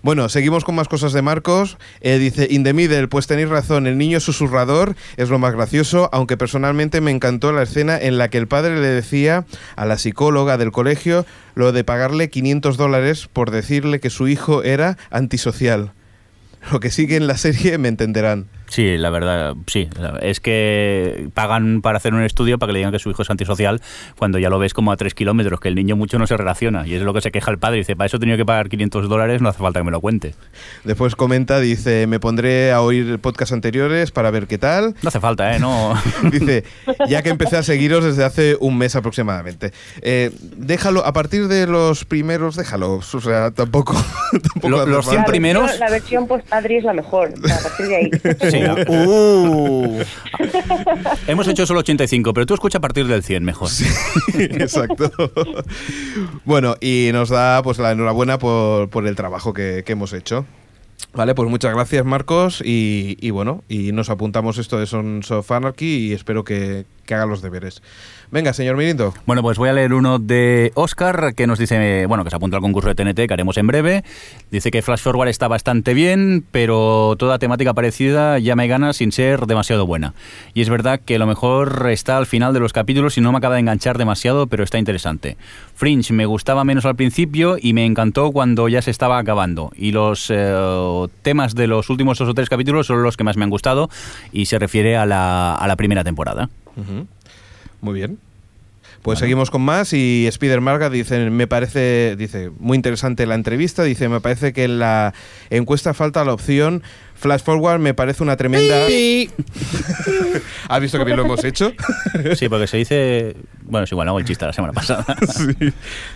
[SPEAKER 1] Bueno, seguimos con más cosas de Marcos. Eh, dice, In the Middle, pues tenéis razón, el niño susurrador es lo más gracioso, aunque personalmente me encantó la escena en la que el padre le decía a la psicóloga del colegio lo de pagarle 500 dólares por decirle que su hijo era antisocial. Lo que sigue en la serie me entenderán.
[SPEAKER 2] Sí, la verdad, sí. Es que pagan para hacer un estudio para que le digan que su hijo es antisocial cuando ya lo ves como a tres kilómetros, que el niño mucho no se relaciona. Y es lo que se queja el padre. Dice, para eso he tenido que pagar 500 dólares, no hace falta que me lo cuente.
[SPEAKER 1] Después comenta, dice, me pondré a oír podcasts anteriores para ver qué tal.
[SPEAKER 2] No hace falta, ¿eh? No.
[SPEAKER 1] Dice, ya que empecé a seguiros desde hace un mes aproximadamente. Eh, déjalo, a partir de los primeros, déjalo. O sea, tampoco. tampoco
[SPEAKER 2] Lo-
[SPEAKER 1] hace
[SPEAKER 2] los
[SPEAKER 1] falta.
[SPEAKER 2] cien
[SPEAKER 5] La
[SPEAKER 2] prim- primeros-
[SPEAKER 5] versión- La versión post-Adri es la mejor, o sea, a partir de ahí.
[SPEAKER 2] Sí.
[SPEAKER 4] Uh.
[SPEAKER 2] Hemos hecho solo 85, pero tú escucha a partir del 100 mejor.
[SPEAKER 1] Exacto. bueno, y nos da pues la enhorabuena por, por el trabajo que, que hemos hecho. Vale, pues muchas gracias Marcos y, y bueno, y nos apuntamos esto de Sons of Anarchy y espero que, que haga los deberes. Venga, señor Mirindo.
[SPEAKER 2] Bueno, pues voy a leer uno de Oscar que nos dice, bueno, que se apunta al concurso de TNT que haremos en breve. Dice que Flash Forward está bastante bien, pero toda temática parecida ya me gana sin ser demasiado buena. Y es verdad que lo mejor está al final de los capítulos y no me acaba de enganchar demasiado, pero está interesante. Fringe me gustaba menos al principio y me encantó cuando ya se estaba acabando. Y los eh, temas de los últimos dos o tres capítulos son los que más me han gustado y se refiere a la, a la primera temporada.
[SPEAKER 1] Muy bien. Pues seguimos con más y Spider Marga dice, me parece, dice, muy interesante la entrevista, dice, me parece que en la encuesta falta la opción Flash Forward, me parece una tremenda... ¿Has visto que bien lo hemos hecho?
[SPEAKER 2] Sí, porque se dice. Bueno, es igual, hago el chiste la semana pasada.
[SPEAKER 1] Sí.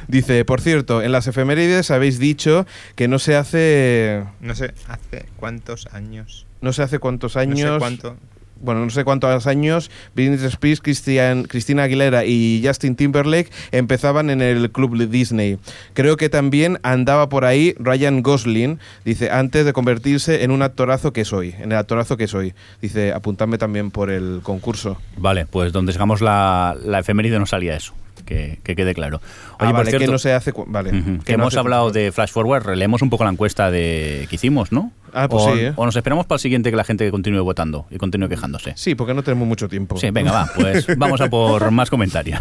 [SPEAKER 1] Dice, por cierto, en las efemérides habéis dicho que no se hace...
[SPEAKER 3] No sé, hace cuántos años.
[SPEAKER 1] No sé hace cuántos
[SPEAKER 3] No
[SPEAKER 1] años...
[SPEAKER 3] sé cuánto.
[SPEAKER 1] bueno, no sé cuántos años, Britney Spears, Christian- Cristina Aguilera y Justin Timberlake empezaban en el club Disney. Creo que también andaba por ahí Ryan Gosling, dice, antes de convertirse en un actorazo que soy, en el actorazo que soy. Dice, apuntadme también por el concurso.
[SPEAKER 2] Vale, pues donde sacamos la, la efeméride no salía eso. Que, que quede claro.
[SPEAKER 1] Ah,
[SPEAKER 2] por
[SPEAKER 1] vale, que
[SPEAKER 2] cierto,
[SPEAKER 1] no se hace... cu- Vale.
[SPEAKER 2] ujú, que
[SPEAKER 1] no
[SPEAKER 2] hemos
[SPEAKER 1] hace-
[SPEAKER 2] hablado de Flash Forward, releemos un poco la encuesta de que hicimos, ¿no?
[SPEAKER 1] Ah, pues
[SPEAKER 2] o,
[SPEAKER 1] sí, ¿eh?
[SPEAKER 2] o nos esperamos para el siguiente que la gente continúe votando y continúe quejándose.
[SPEAKER 1] Sí, porque no tenemos mucho tiempo.
[SPEAKER 2] Sí, venga, va, pues vamos a por más comentarios.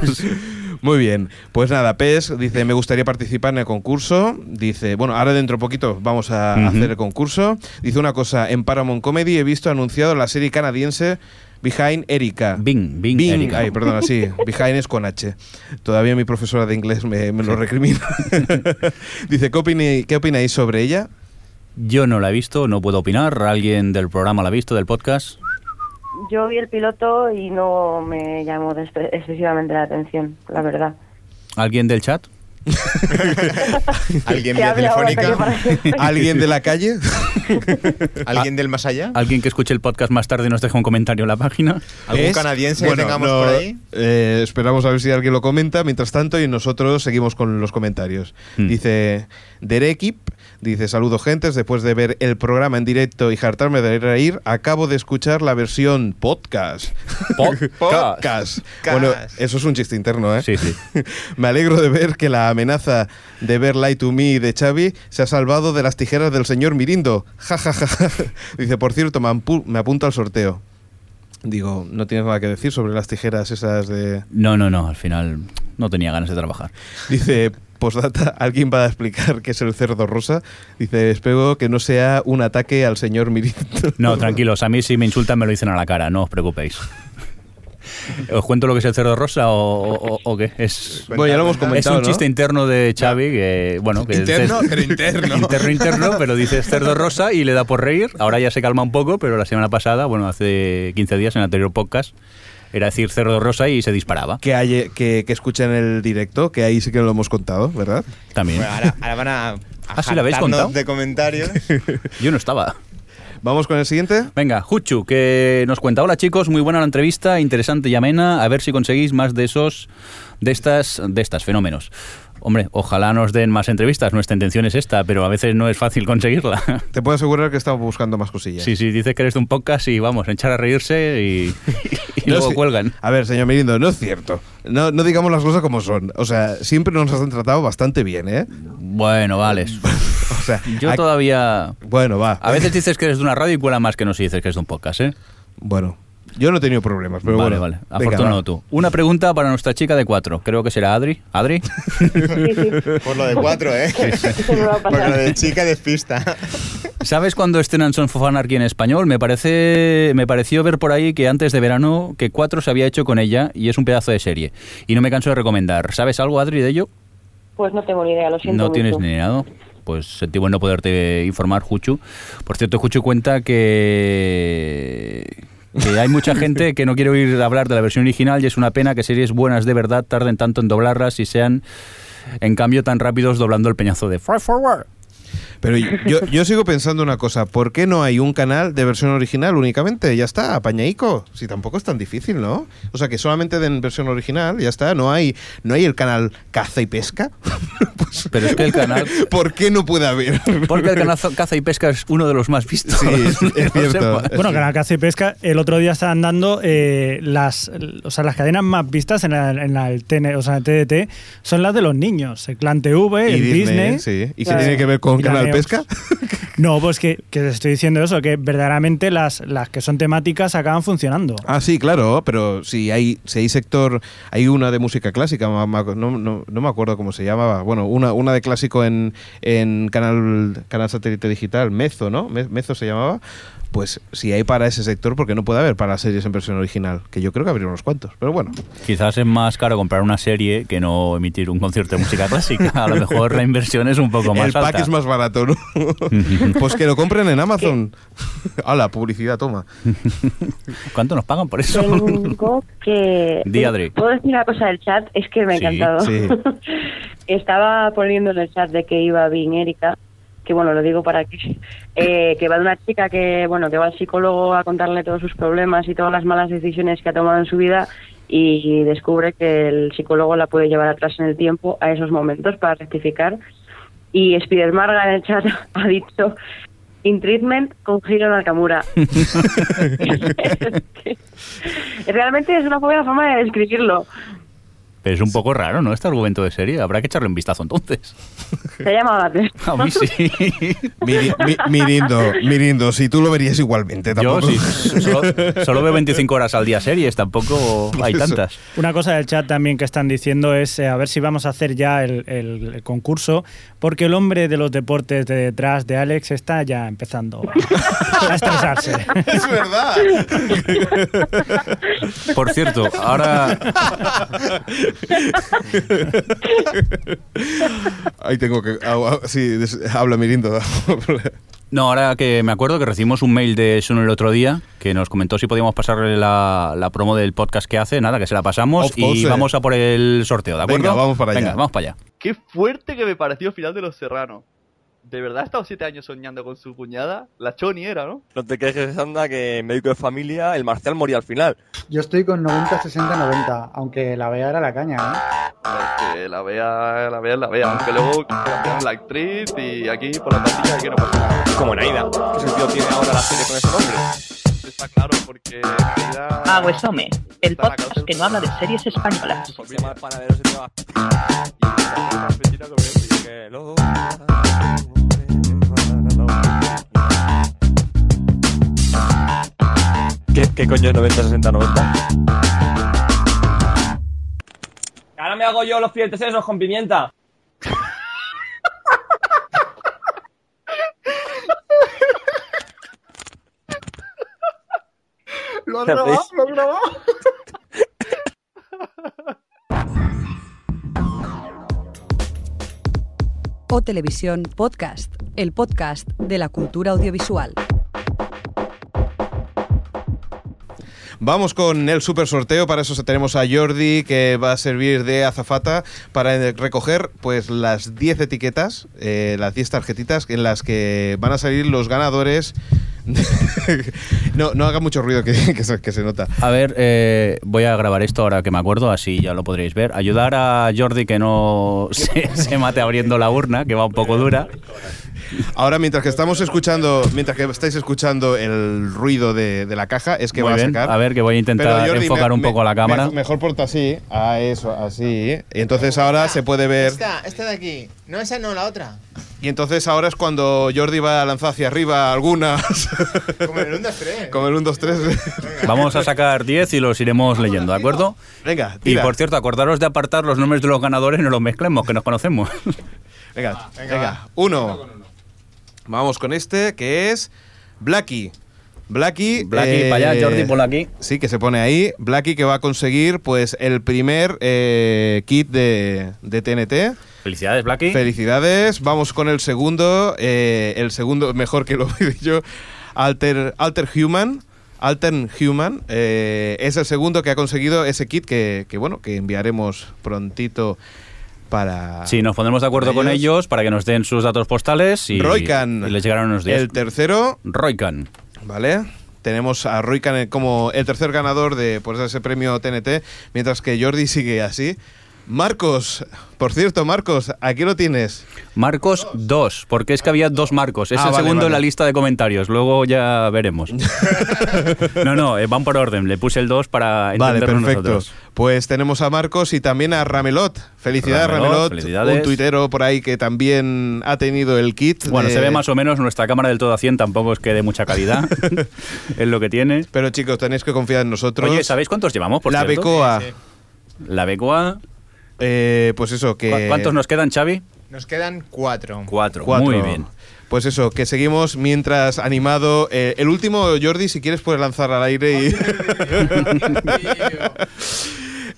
[SPEAKER 1] Muy bien, pues nada, PES dice, me gustaría participar en el concurso. Dice, bueno, ahora dentro poquito vamos a
[SPEAKER 2] Ujú.
[SPEAKER 1] hacer el concurso. Dice una cosa, en Paramount Comedy he visto anunciado la serie canadiense Behind Erika.
[SPEAKER 2] Bing, Bing Erica.
[SPEAKER 1] Ay, perdona, sí, Behind es con H. Todavía mi profesora de inglés me, me lo recrimina. dice, ¿qué, opini- ¿qué opináis sobre ella?
[SPEAKER 2] Yo no la he visto, no puedo opinar. ¿Alguien del programa la ha visto, del podcast?
[SPEAKER 5] Yo vi el piloto y no me llamó despe- excesivamente la atención, la verdad.
[SPEAKER 2] ¿Alguien del chat?
[SPEAKER 3] ¿Alguien
[SPEAKER 5] Te
[SPEAKER 3] vía
[SPEAKER 5] hablo ahora,
[SPEAKER 3] telefónica?
[SPEAKER 5] que para-
[SPEAKER 1] ¿Alguien de la calle?
[SPEAKER 3] ¿Alguien del más allá?
[SPEAKER 2] Ah, ¿Alguien que escuche el podcast más tarde y nos deje un comentario en la página?
[SPEAKER 3] ¿Algún
[SPEAKER 1] ¿Es?
[SPEAKER 3] canadiense
[SPEAKER 1] Bueno,
[SPEAKER 3] que tengamos
[SPEAKER 1] no,
[SPEAKER 3] por ahí?
[SPEAKER 1] eh, esperamos a ver si alguien lo comenta mientras tanto y nosotros seguimos con los comentarios.
[SPEAKER 2] Hmm.
[SPEAKER 1] Dice Derekip, dice saludos gentes, después de ver el programa en directo y hartarme de reír, acabo de escuchar la versión podcast. Podcast. Bueno, eso es un chiste interno, ¿eh?
[SPEAKER 2] Sí, sí.
[SPEAKER 1] Me alegro de ver que la amenaza de ver Lie to Me de Xavi se ha salvado de las tijeras del señor Mirindo. Ja, ja, ja, ja. Dice, por cierto, me, ampu- me apunto al sorteo. Digo, no tienes nada que decir sobre las tijeras esas de...
[SPEAKER 2] No, no, no, al final no tenía ganas de trabajar.
[SPEAKER 1] Dice, postdata, ¿alguien va a explicar qué es el cerdo rosa? Dice, espero que no sea un ataque al señor Mirindo.
[SPEAKER 2] No, tranquilos, a mí si me insultan me lo dicen a la cara, no os preocupéis. ¿Os cuento lo que es el cerdo rosa o, o- o qué? Es,
[SPEAKER 1] Bueno, ya lo hemos
[SPEAKER 2] es
[SPEAKER 1] comentado,
[SPEAKER 2] un
[SPEAKER 1] ¿no?
[SPEAKER 2] chiste interno de Xavi que, bueno... Que
[SPEAKER 4] Interno,
[SPEAKER 2] dices-
[SPEAKER 4] pero interno.
[SPEAKER 2] Interno, interno, pero dices cerdo rosa y le da por reír. Ahora ya se calma un poco, pero la semana pasada, bueno, hace 15 días, en el anterior podcast, era decir cerdo rosa y se disparaba.
[SPEAKER 1] Que, hay, que, que escuchen el directo, que ahí sí que lo hemos contado, ¿verdad?
[SPEAKER 2] También.
[SPEAKER 3] Bueno, ahora, ahora van a. a
[SPEAKER 2] Ah, ¿sí lo habéis
[SPEAKER 3] jartarnos
[SPEAKER 2] contado?
[SPEAKER 3] de comentarios.
[SPEAKER 2] Yo no estaba.
[SPEAKER 1] Vamos con el siguiente.
[SPEAKER 2] Venga, Juchu, que nos cuenta. Hola chicos, muy buena la entrevista, interesante y amena. A ver si conseguís más de esos, de estas, de estas fenómenos. Hombre, ojalá nos den más entrevistas. Nuestra intención es esta, pero a veces no es fácil conseguirla.
[SPEAKER 1] Te puedo asegurar que estaba buscando más cosillas.
[SPEAKER 2] Sí, sí, dices que eres de un podcast y vamos, echar a reírse y, y
[SPEAKER 1] No es
[SPEAKER 2] luego
[SPEAKER 1] ci-
[SPEAKER 2] cuelgan.
[SPEAKER 1] A ver, señor Mirindo, no es cierto. No, no digamos las cosas como son. O sea, siempre nos han tratado bastante bien, ¿eh?
[SPEAKER 2] Bueno, vale.
[SPEAKER 1] O sea,
[SPEAKER 2] Yo
[SPEAKER 1] a-
[SPEAKER 2] todavía...
[SPEAKER 1] Bueno, va.
[SPEAKER 2] A veces dices que eres de una radio y cuela más que no si dices que es de un podcast, ¿eh?
[SPEAKER 1] Bueno, yo no he tenido problemas, pero
[SPEAKER 2] vale,
[SPEAKER 1] bueno.
[SPEAKER 2] vale.
[SPEAKER 1] Venga,
[SPEAKER 2] Afortunado
[SPEAKER 1] va.
[SPEAKER 2] tú. Una pregunta para nuestra chica de cuatro. Creo que será Adri. ¿Adri?
[SPEAKER 5] Sí, sí,
[SPEAKER 3] Por lo de cuatro, ¿eh?
[SPEAKER 5] eso me va a
[SPEAKER 3] Por lo
[SPEAKER 5] pasar.
[SPEAKER 3] de chica despista.
[SPEAKER 2] ¿Sabes cuándo estrenan Son of Anarchy en español? Me parece, me pareció ver por ahí que antes de verano que Cuatro se había hecho con ella y es un pedazo de serie. Y no me canso de recomendar. ¿Sabes algo, Adri, de ello?
[SPEAKER 5] Pues no tengo ni idea, lo siento.
[SPEAKER 2] No tienes
[SPEAKER 5] mucho.
[SPEAKER 2] ni nada. Pues sentí bueno poderte informar, Juchu. Por cierto, Juchu cuenta que... que hay mucha gente que no quiere oír hablar de la versión original y es una pena que series buenas de verdad tarden tanto en doblarlas y sean, en cambio, tan rápidos doblando el peñazo de Far Forward.
[SPEAKER 1] Pero yo, yo sigo pensando una cosa. ¿Por qué no hay un canal de versión original únicamente? Ya está, apañaico. Si tampoco es tan difícil, ¿no? O sea, que solamente den versión original, ya está. No hay, no hay el canal Caza y Pesca.
[SPEAKER 2] Pero es que el canal...
[SPEAKER 1] ¿Por qué no puede haber?
[SPEAKER 2] Porque el canal Caza y Pesca es uno de los más vistos.
[SPEAKER 1] Sí,
[SPEAKER 2] No
[SPEAKER 1] es- es
[SPEAKER 2] lo
[SPEAKER 1] cierto.
[SPEAKER 2] sepa.
[SPEAKER 6] Bueno,
[SPEAKER 1] Sí.
[SPEAKER 6] Canal Caza y Pesca, el otro día estaban dando eh, las, o sea, las cadenas más vistas en, la, en la- el TN o sea, en el TDT, son las de los niños, el Clan TV, el Disney.
[SPEAKER 1] sí. ¿Y qué
[SPEAKER 6] Claro.
[SPEAKER 1] tiene que ver con
[SPEAKER 6] Y la
[SPEAKER 1] Canal
[SPEAKER 6] Neox.
[SPEAKER 1] Pesca?
[SPEAKER 6] No, pues que, que te estoy diciendo eso, que verdaderamente las, las que son temáticas acaban funcionando.
[SPEAKER 1] Ah, sí, claro, pero si hay, si hay sector, hay una de música clásica, ma- ma- no, no- no me acuerdo cómo se llamaba, bueno, una, una de clásico en, en canal, canal satélite digital, Mezo, ¿no? Me- Mezo se llamaba. Pues si hay para ese sector, porque no puede haber para series en versión original, que yo creo que habría unos cuantos, pero bueno.
[SPEAKER 2] Quizás es más caro comprar una serie que no emitir un concierto de música clásica. A lo mejor la inversión es un poco más
[SPEAKER 1] El pack
[SPEAKER 2] alta.
[SPEAKER 1] es más barato, ¿no? pues que lo compren en Amazon. Hala, publicidad, toma.
[SPEAKER 2] ¿Cuánto nos pagan por eso?
[SPEAKER 5] Tengo que.
[SPEAKER 2] Di, Adri.
[SPEAKER 5] ¿Puedo decir una cosa del chat? Es que me ha
[SPEAKER 2] Sí,
[SPEAKER 5] encantado.
[SPEAKER 1] sí.
[SPEAKER 5] Estaba poniendo en el chat de que iba bien Erika, que bueno, lo digo para que. eh, que va de una chica que, bueno, que va al psicólogo a contarle todos sus problemas y todas las malas decisiones que ha tomado en su vida y descubre que el psicólogo la puede llevar atrás en el tiempo a esos momentos para rectificar. Y Spider Marga en el chat ha dicho. In treatment con Hiro Nakamura. Realmente es una buena forma de describirlo.
[SPEAKER 2] Pero es un poco raro, ¿no? Este argumento de serie. Habrá que echarle un vistazo entonces.
[SPEAKER 5] Se ha llamado la atención.
[SPEAKER 2] A mí sí.
[SPEAKER 1] Miri- mi- mirindo, mirindo, si tú lo verías igualmente,
[SPEAKER 2] Yo
[SPEAKER 1] tampoco.
[SPEAKER 2] sí. Solo, solo veo 25 horas al día series. Tampoco hay
[SPEAKER 1] Eso.
[SPEAKER 2] tantas.
[SPEAKER 6] Una cosa del chat también que están diciendo es eh, a ver si vamos a hacer ya el, el- el concurso, porque el hombre de los deportes de detrás de Alex está ya empezando a estresarse.
[SPEAKER 1] es verdad.
[SPEAKER 2] Por cierto, ahora
[SPEAKER 1] Ahí tengo que. ah, ah, sí, des- habla Mirindo.
[SPEAKER 2] No, ahora que me acuerdo que recibimos un mail de Sun el otro día que nos comentó si podíamos pasarle la, la promo del podcast que hace. Nada, que se la pasamos
[SPEAKER 1] Of
[SPEAKER 2] y
[SPEAKER 1] course.
[SPEAKER 2] vamos a por el sorteo, ¿de
[SPEAKER 1] eh. Venga,
[SPEAKER 2] acuerdo?
[SPEAKER 1] vamos para allá.
[SPEAKER 2] Venga, vamos para allá.
[SPEAKER 10] Qué fuerte que me pareció el final de Los Serranos. ¿De verdad ha estado siete años soñando con su cuñada? La Choni era, ¿no?
[SPEAKER 11] No te quejes, anda, que médico de familia, el Marcial moría al final.
[SPEAKER 12] Yo estoy con 90, 60, 90, aunque la vea era la caña, ¿eh?
[SPEAKER 10] Es que la vea, la vea, la vea. Aunque luego cambiaron la actriz y aquí por la pantalla que no pasa nada.
[SPEAKER 11] Como Naida. ¿Qué sentido tiene ahora la serie con ese nombre?
[SPEAKER 10] Está claro porque... Ah,
[SPEAKER 5] Aguesome, el podcast que no habla de series españolas.
[SPEAKER 11] Se llama Panaderos de Trabajo. Y la cafetina con el que lo- ¿Qué, ¿Qué coño es 90, 60, 90? Ahora me hago yo los filetes esos con pimienta.
[SPEAKER 12] Lo has
[SPEAKER 11] ¿Qué hacéis?
[SPEAKER 12] grabado, lo has grabado.
[SPEAKER 7] O Televisión Podcast, el podcast de la cultura audiovisual.
[SPEAKER 1] Vamos con el super sorteo. Para eso tenemos a Jordi, que va a servir de azafata para recoger pues las 10 etiquetas, eh, las 10 tarjetitas en las que van a salir los ganadores no, no haga mucho ruido que, que se, que se nota.
[SPEAKER 2] A ver, eh, voy a grabar esto ahora que me acuerdo, así ya lo podréis ver. Ayudar a Jordi que no se, se mate abriendo la urna, que va un poco dura.
[SPEAKER 1] Ahora, mientras que estamos escuchando, mientras que estáis escuchando el ruido de, de la caja, es que
[SPEAKER 2] Muy
[SPEAKER 1] va
[SPEAKER 2] bien,
[SPEAKER 1] a sacar.
[SPEAKER 2] a ver, que voy a intentar
[SPEAKER 1] Pero, Jordi,
[SPEAKER 2] enfocar
[SPEAKER 1] me-
[SPEAKER 2] un
[SPEAKER 1] me-
[SPEAKER 2] poco la cámara.
[SPEAKER 1] me- mejor porta así, a eso, así. Y entonces ahora se puede ver.
[SPEAKER 3] Esta, esta de aquí. No, esa no, la otra.
[SPEAKER 1] Y entonces ahora es cuando Jordi va a lanzar hacia arriba algunas.
[SPEAKER 3] Como en el 1, 2, 3.
[SPEAKER 1] Como el 1, 2, 3.
[SPEAKER 2] Vamos a sacar 10 y los iremos leyendo, ¿de acuerdo?
[SPEAKER 1] Venga,
[SPEAKER 2] Y
[SPEAKER 1] tira.
[SPEAKER 2] por cierto, acordaros de apartar los nombres de los ganadores y no los mezclemos, que nos conocemos.
[SPEAKER 1] Venga, venga. Uno. Vamos con
[SPEAKER 12] ¿eh?
[SPEAKER 1] este, que es eh, Blacky. Blacky.
[SPEAKER 2] Blacky, para allá, Jordi, ponlo aquí.
[SPEAKER 1] Eh, Sí, que se pone ahí. Blacky que va a conseguir pues el primer eh, kit de, de TNT.
[SPEAKER 2] Felicidades, Blacky.
[SPEAKER 1] Felicidades. Vamos con el segundo. eh, el segundo, mejor que lo he yo. Alter, Alter Human. Altern Human eh, es el segundo que ha conseguido ese kit que, que, bueno que enviaremos prontito para
[SPEAKER 2] Sí, nos pondremos de acuerdo con ellos para que nos den sus datos postales y,
[SPEAKER 1] Roycan.
[SPEAKER 2] y les llegarán unos días.
[SPEAKER 1] El tercero.
[SPEAKER 2] Roycan.
[SPEAKER 1] Vale. Tenemos a Roycan eh, como el tercer ganador de pues, de ese premio TNT, mientras que Jordi sigue así. Marcos, por cierto, Marcos, aquí lo tienes.
[SPEAKER 2] Marcos 2, porque es que había dos Marcos. Es
[SPEAKER 1] Ah,
[SPEAKER 2] el
[SPEAKER 1] vale,
[SPEAKER 2] segundo en
[SPEAKER 1] vale.
[SPEAKER 2] la lista de comentarios, luego ya veremos. no, no, eh, van por orden. Le puse el 2 para
[SPEAKER 1] Vale,
[SPEAKER 2] entendernos
[SPEAKER 1] perfecto.
[SPEAKER 2] nosotros.
[SPEAKER 1] Pues tenemos a Marcos y también a Ramelot. Felicidades,
[SPEAKER 2] Ramelot,
[SPEAKER 1] Ramelot.
[SPEAKER 2] felicidades.
[SPEAKER 1] Un tuitero por ahí que también ha tenido el kit.
[SPEAKER 2] Bueno,
[SPEAKER 1] de-
[SPEAKER 2] se ve más o menos nuestra cámara del todo a 100, tampoco es que de mucha calidad. es lo que tiene.
[SPEAKER 1] Pero chicos, tenéis que confiar en nosotros.
[SPEAKER 2] Oye, ¿sabéis cuántos llevamos, por
[SPEAKER 1] La
[SPEAKER 2] cierto?
[SPEAKER 1] Becoa.
[SPEAKER 2] La Becoa.
[SPEAKER 1] pues eso, que.
[SPEAKER 2] ¿Cu- ¿Cuántos nos quedan, Xavi?
[SPEAKER 3] Nos quedan cuatro.
[SPEAKER 2] Cuatro.
[SPEAKER 1] Cuatro.
[SPEAKER 2] Muy bien.
[SPEAKER 1] Pues eso, que seguimos mientras animado. Eh, el último, Jordi, si quieres puedes lanzar al aire y...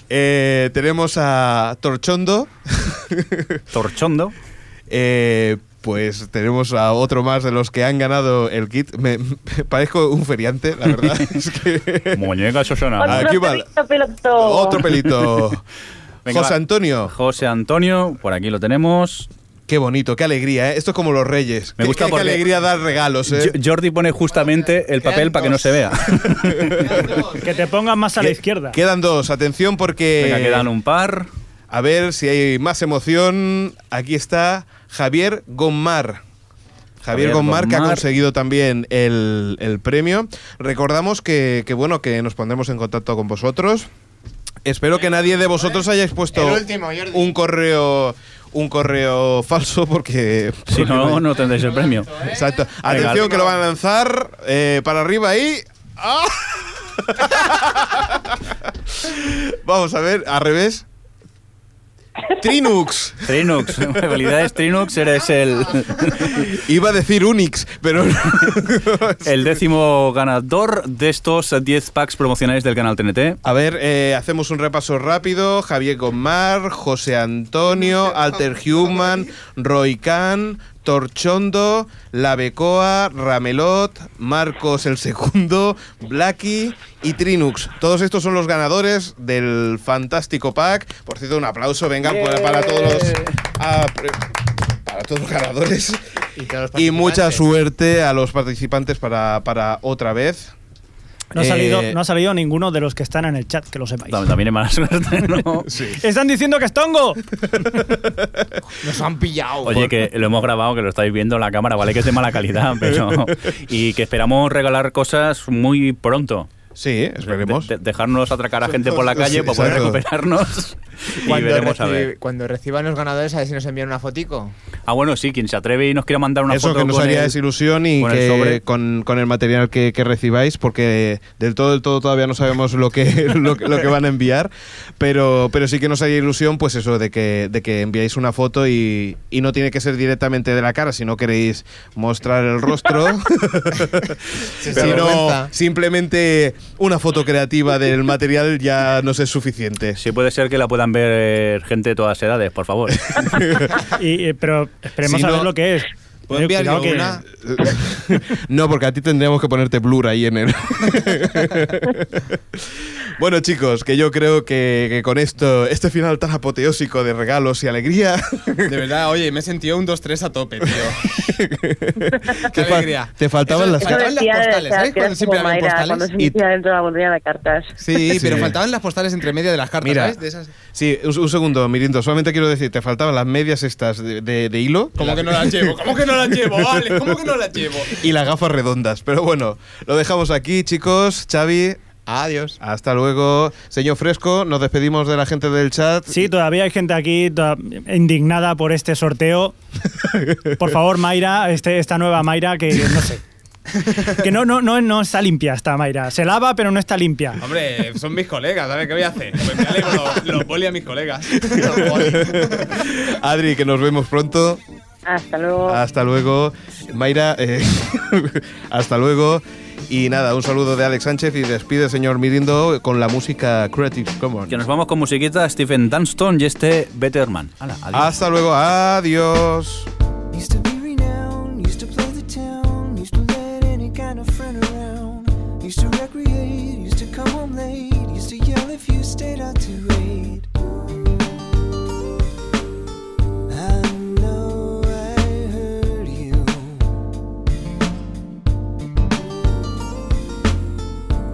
[SPEAKER 1] Eh, tenemos a Torchondo.
[SPEAKER 2] Torchondo.
[SPEAKER 1] pues tenemos a otro más de los que han ganado el kit. Me, me parezco un feriante, la verdad. es que...
[SPEAKER 2] Muñeca, eso suena.
[SPEAKER 1] Aquí va otro pelito.
[SPEAKER 2] Venga,
[SPEAKER 1] José
[SPEAKER 2] va.
[SPEAKER 1] Antonio.
[SPEAKER 2] José Antonio, por aquí lo tenemos.
[SPEAKER 1] Qué bonito, qué alegría, ¿eh? Esto es como los reyes.
[SPEAKER 2] Me
[SPEAKER 1] Qué-
[SPEAKER 2] gusta
[SPEAKER 1] qué, qué
[SPEAKER 2] porque-
[SPEAKER 1] alegría dar regalos, ¿eh?
[SPEAKER 2] Jo- Jordi pone justamente el papel para que no se vea.
[SPEAKER 6] Que te pongas más a la
[SPEAKER 1] Que-
[SPEAKER 6] izquierda.
[SPEAKER 1] Quedan dos, atención porque.
[SPEAKER 2] Venga, quedan un par.
[SPEAKER 1] A ver si hay más emoción. Aquí está Javier Gomar. Javier
[SPEAKER 2] Javier
[SPEAKER 1] Gomar, que ha
[SPEAKER 2] Gomar.
[SPEAKER 1] conseguido también el, el premio. Recordamos que, que, bueno, que nos pondremos en contacto con vosotros. Espero que nadie de vosotros hayáis puesto
[SPEAKER 3] El último, Jordi.
[SPEAKER 1] un correo un correo falso porque
[SPEAKER 2] Si no, no tendréis el premio.
[SPEAKER 1] Exacto.
[SPEAKER 2] Venga,
[SPEAKER 1] Atención que lo van a lanzar eh, para arriba ahí. ¡Ah! Vamos a ver, al revés. Trinux.
[SPEAKER 2] Trinux. Felicidades, Trinux. Eres el,
[SPEAKER 1] Iba a decir Unix, pero no.
[SPEAKER 2] el décimo ganador de estos 10 packs promocionales del canal TNT.
[SPEAKER 1] A ver, eh, hacemos un repaso rápido. Javier Gomar, José Antonio, Alter Human, Roy Khan, Torchondo, La Becoa, Ramelot, Marcos el Segundo, Blacky y Trinux. Todos estos son los ganadores del fantástico pack. Por cierto, un aplauso, venga, para- pues,
[SPEAKER 12] Eh.
[SPEAKER 1] para todos los. a- para todos los ganadores.
[SPEAKER 3] Y, todos los
[SPEAKER 1] Y mucha
[SPEAKER 3] participantes.
[SPEAKER 1] suerte a los participantes para, para otra vez.
[SPEAKER 6] No ha,
[SPEAKER 1] Eh,
[SPEAKER 6] salido, no ha salido ninguno de los que están en el chat, que lo sepáis.
[SPEAKER 2] Tam- También hay mala suerte, ¿no?
[SPEAKER 6] ¡Están diciendo que es tongo!
[SPEAKER 3] Nos han pillado.
[SPEAKER 2] Oye, que lo hemos grabado, que lo estáis viendo en la cámara, vale que es de mala calidad, pero. Y que esperamos regalar cosas muy pronto.
[SPEAKER 1] Sí, esperemos.
[SPEAKER 2] De- dejarnos atracar a gente por la calle
[SPEAKER 1] Sí,
[SPEAKER 2] para poder
[SPEAKER 1] exacto.
[SPEAKER 2] recuperarnos. Y veremos a
[SPEAKER 3] reci-
[SPEAKER 2] ver.
[SPEAKER 3] cuando reciban los ganadores, a ver si nos envían una fotico.
[SPEAKER 2] Ah, bueno, sí, quien se atreve y nos quiera mandar una
[SPEAKER 1] Eso
[SPEAKER 2] foto
[SPEAKER 1] que nos
[SPEAKER 2] con
[SPEAKER 1] haría
[SPEAKER 2] el-
[SPEAKER 1] desilusión y
[SPEAKER 2] con el
[SPEAKER 1] que
[SPEAKER 2] sobre.
[SPEAKER 1] con, con el material que, que recibáis, porque del todo, del todo todavía no sabemos lo que, lo, que- lo que van a enviar, pero, pero sí que nos haría ilusión, pues eso, de que, de que enviáis una foto y, y no tiene que ser directamente de la cara, si no queréis mostrar el rostro, sino
[SPEAKER 3] vergüenza.
[SPEAKER 1] simplemente una foto creativa del material ya nos es suficiente.
[SPEAKER 2] Sí, puede ser que la puedan eh, ver gente de todas edades, por favor.
[SPEAKER 6] Y, eh, pero esperemos
[SPEAKER 1] Si
[SPEAKER 6] a
[SPEAKER 1] no-
[SPEAKER 6] ver lo que es.
[SPEAKER 4] ¿Puedo enviar yo una?
[SPEAKER 1] no, porque a ti tendríamos que ponerte blur ahí en el. bueno, chicos, que yo creo que, que con esto, este final tan apoteósico de regalos y alegría.
[SPEAKER 4] De verdad, oye, me he sentido un 2-3 a tope, tío.
[SPEAKER 1] te, fa-
[SPEAKER 4] alegría.
[SPEAKER 1] te faltaban las
[SPEAKER 5] Eso
[SPEAKER 4] faltaban las
[SPEAKER 5] decía de
[SPEAKER 4] postales,
[SPEAKER 5] estar,
[SPEAKER 4] ¿sabes?
[SPEAKER 5] que
[SPEAKER 4] Cuando
[SPEAKER 5] eras
[SPEAKER 4] siempre
[SPEAKER 5] como
[SPEAKER 4] hablan
[SPEAKER 5] Mayra,
[SPEAKER 4] postales
[SPEAKER 5] Cuando se
[SPEAKER 4] y-
[SPEAKER 5] metía dentro de la botella de cartas.
[SPEAKER 4] Sí, pero
[SPEAKER 1] Sí.
[SPEAKER 4] faltaban las postales entre medio de las cartas,
[SPEAKER 1] Mira,
[SPEAKER 4] ¿sabes? De esas-
[SPEAKER 1] sí, un, un segundo, Mirindo. Solamente quiero decir, te faltaban las medias estas de, de- de hilo.
[SPEAKER 4] ¿Cómo que no las llevo? ¿Cómo que no las llevo? Vale, ¿cómo que no las llevo?
[SPEAKER 1] Y las gafas redondas. Pero bueno, lo dejamos aquí, chicos. Xavi.
[SPEAKER 4] Adiós.
[SPEAKER 1] Hasta luego. Señor Fresco, nos despedimos de la gente del chat.
[SPEAKER 6] Sí, todavía hay gente aquí toda- indignada por este sorteo. Por favor, Mayra, este, esta nueva Mayra que no sé. Que no, no, no, no está limpia esta Mayra. Se lava, pero no está limpia.
[SPEAKER 4] Hombre, son mis colegas, ¿sabes qué voy a hacer? Pues me alegro los, los boli a mis colegas.
[SPEAKER 1] Adri, que nos vemos pronto.
[SPEAKER 5] Hasta luego.
[SPEAKER 1] Hasta luego. Mayra, eh, hasta luego. Y nada, un saludo de Alex Sánchez y despide, señor Mirindo, con la música Creative Commons.
[SPEAKER 2] Que nos vamos con musiquita Stephen Dunston y este Better Man. Hala, adiós.
[SPEAKER 1] Hasta luego, adiós.
[SPEAKER 13] Used to be renowned, used to play the town, used to let any kind of friend around. Used to recreate, used to come home late, used to yell if you stayed out too late. I know I hurt you.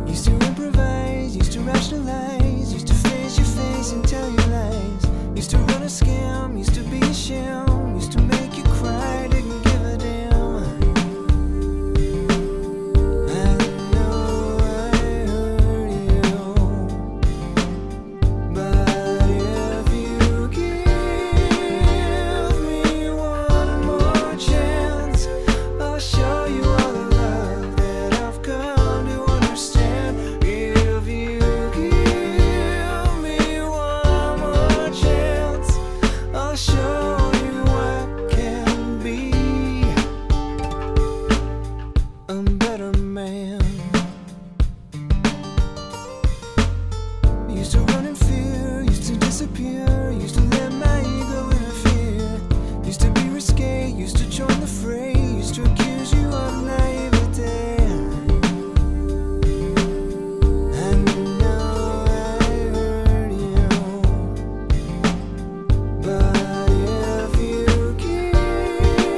[SPEAKER 13] Used to improvise, used to rationalize, used to face your face and tell your lies. Used to run a scam, used to be a sham, used to make you cry, didn't give a damn. I know I hurt you, but if you give me one more chance, I'll show you all the love that I've come to understand. If you give me one more chance, I'll show you what can be a better man. Used to run in fear, used to disappear, used to let my ego interfere. Used to be risque, used to join the fray, used to accuse you of naivete. I know I hurt you, but if you give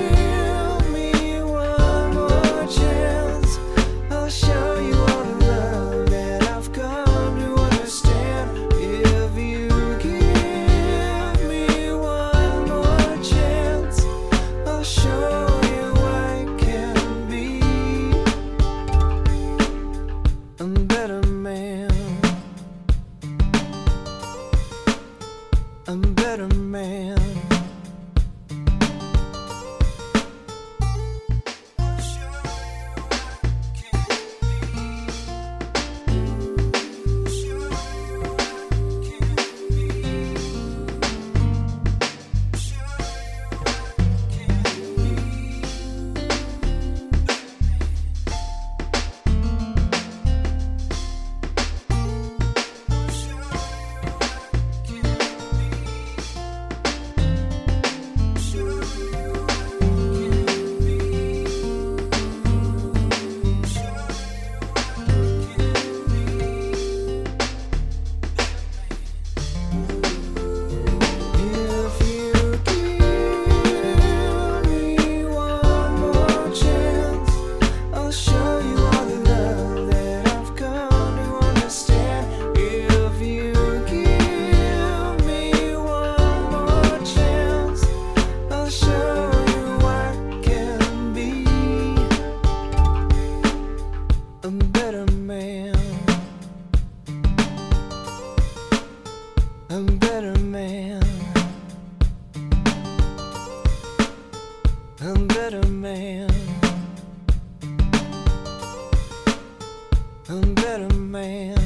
[SPEAKER 13] me one more chance, I'll show you all the love that I've come to understand. If you give me one more chance, I'll show you I can be a better man. A better man. I'll show you all the love that I've come to understand. If you give me one more chance, I'll show you what can be a better man. A better man. A better man. a better man.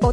[SPEAKER 7] O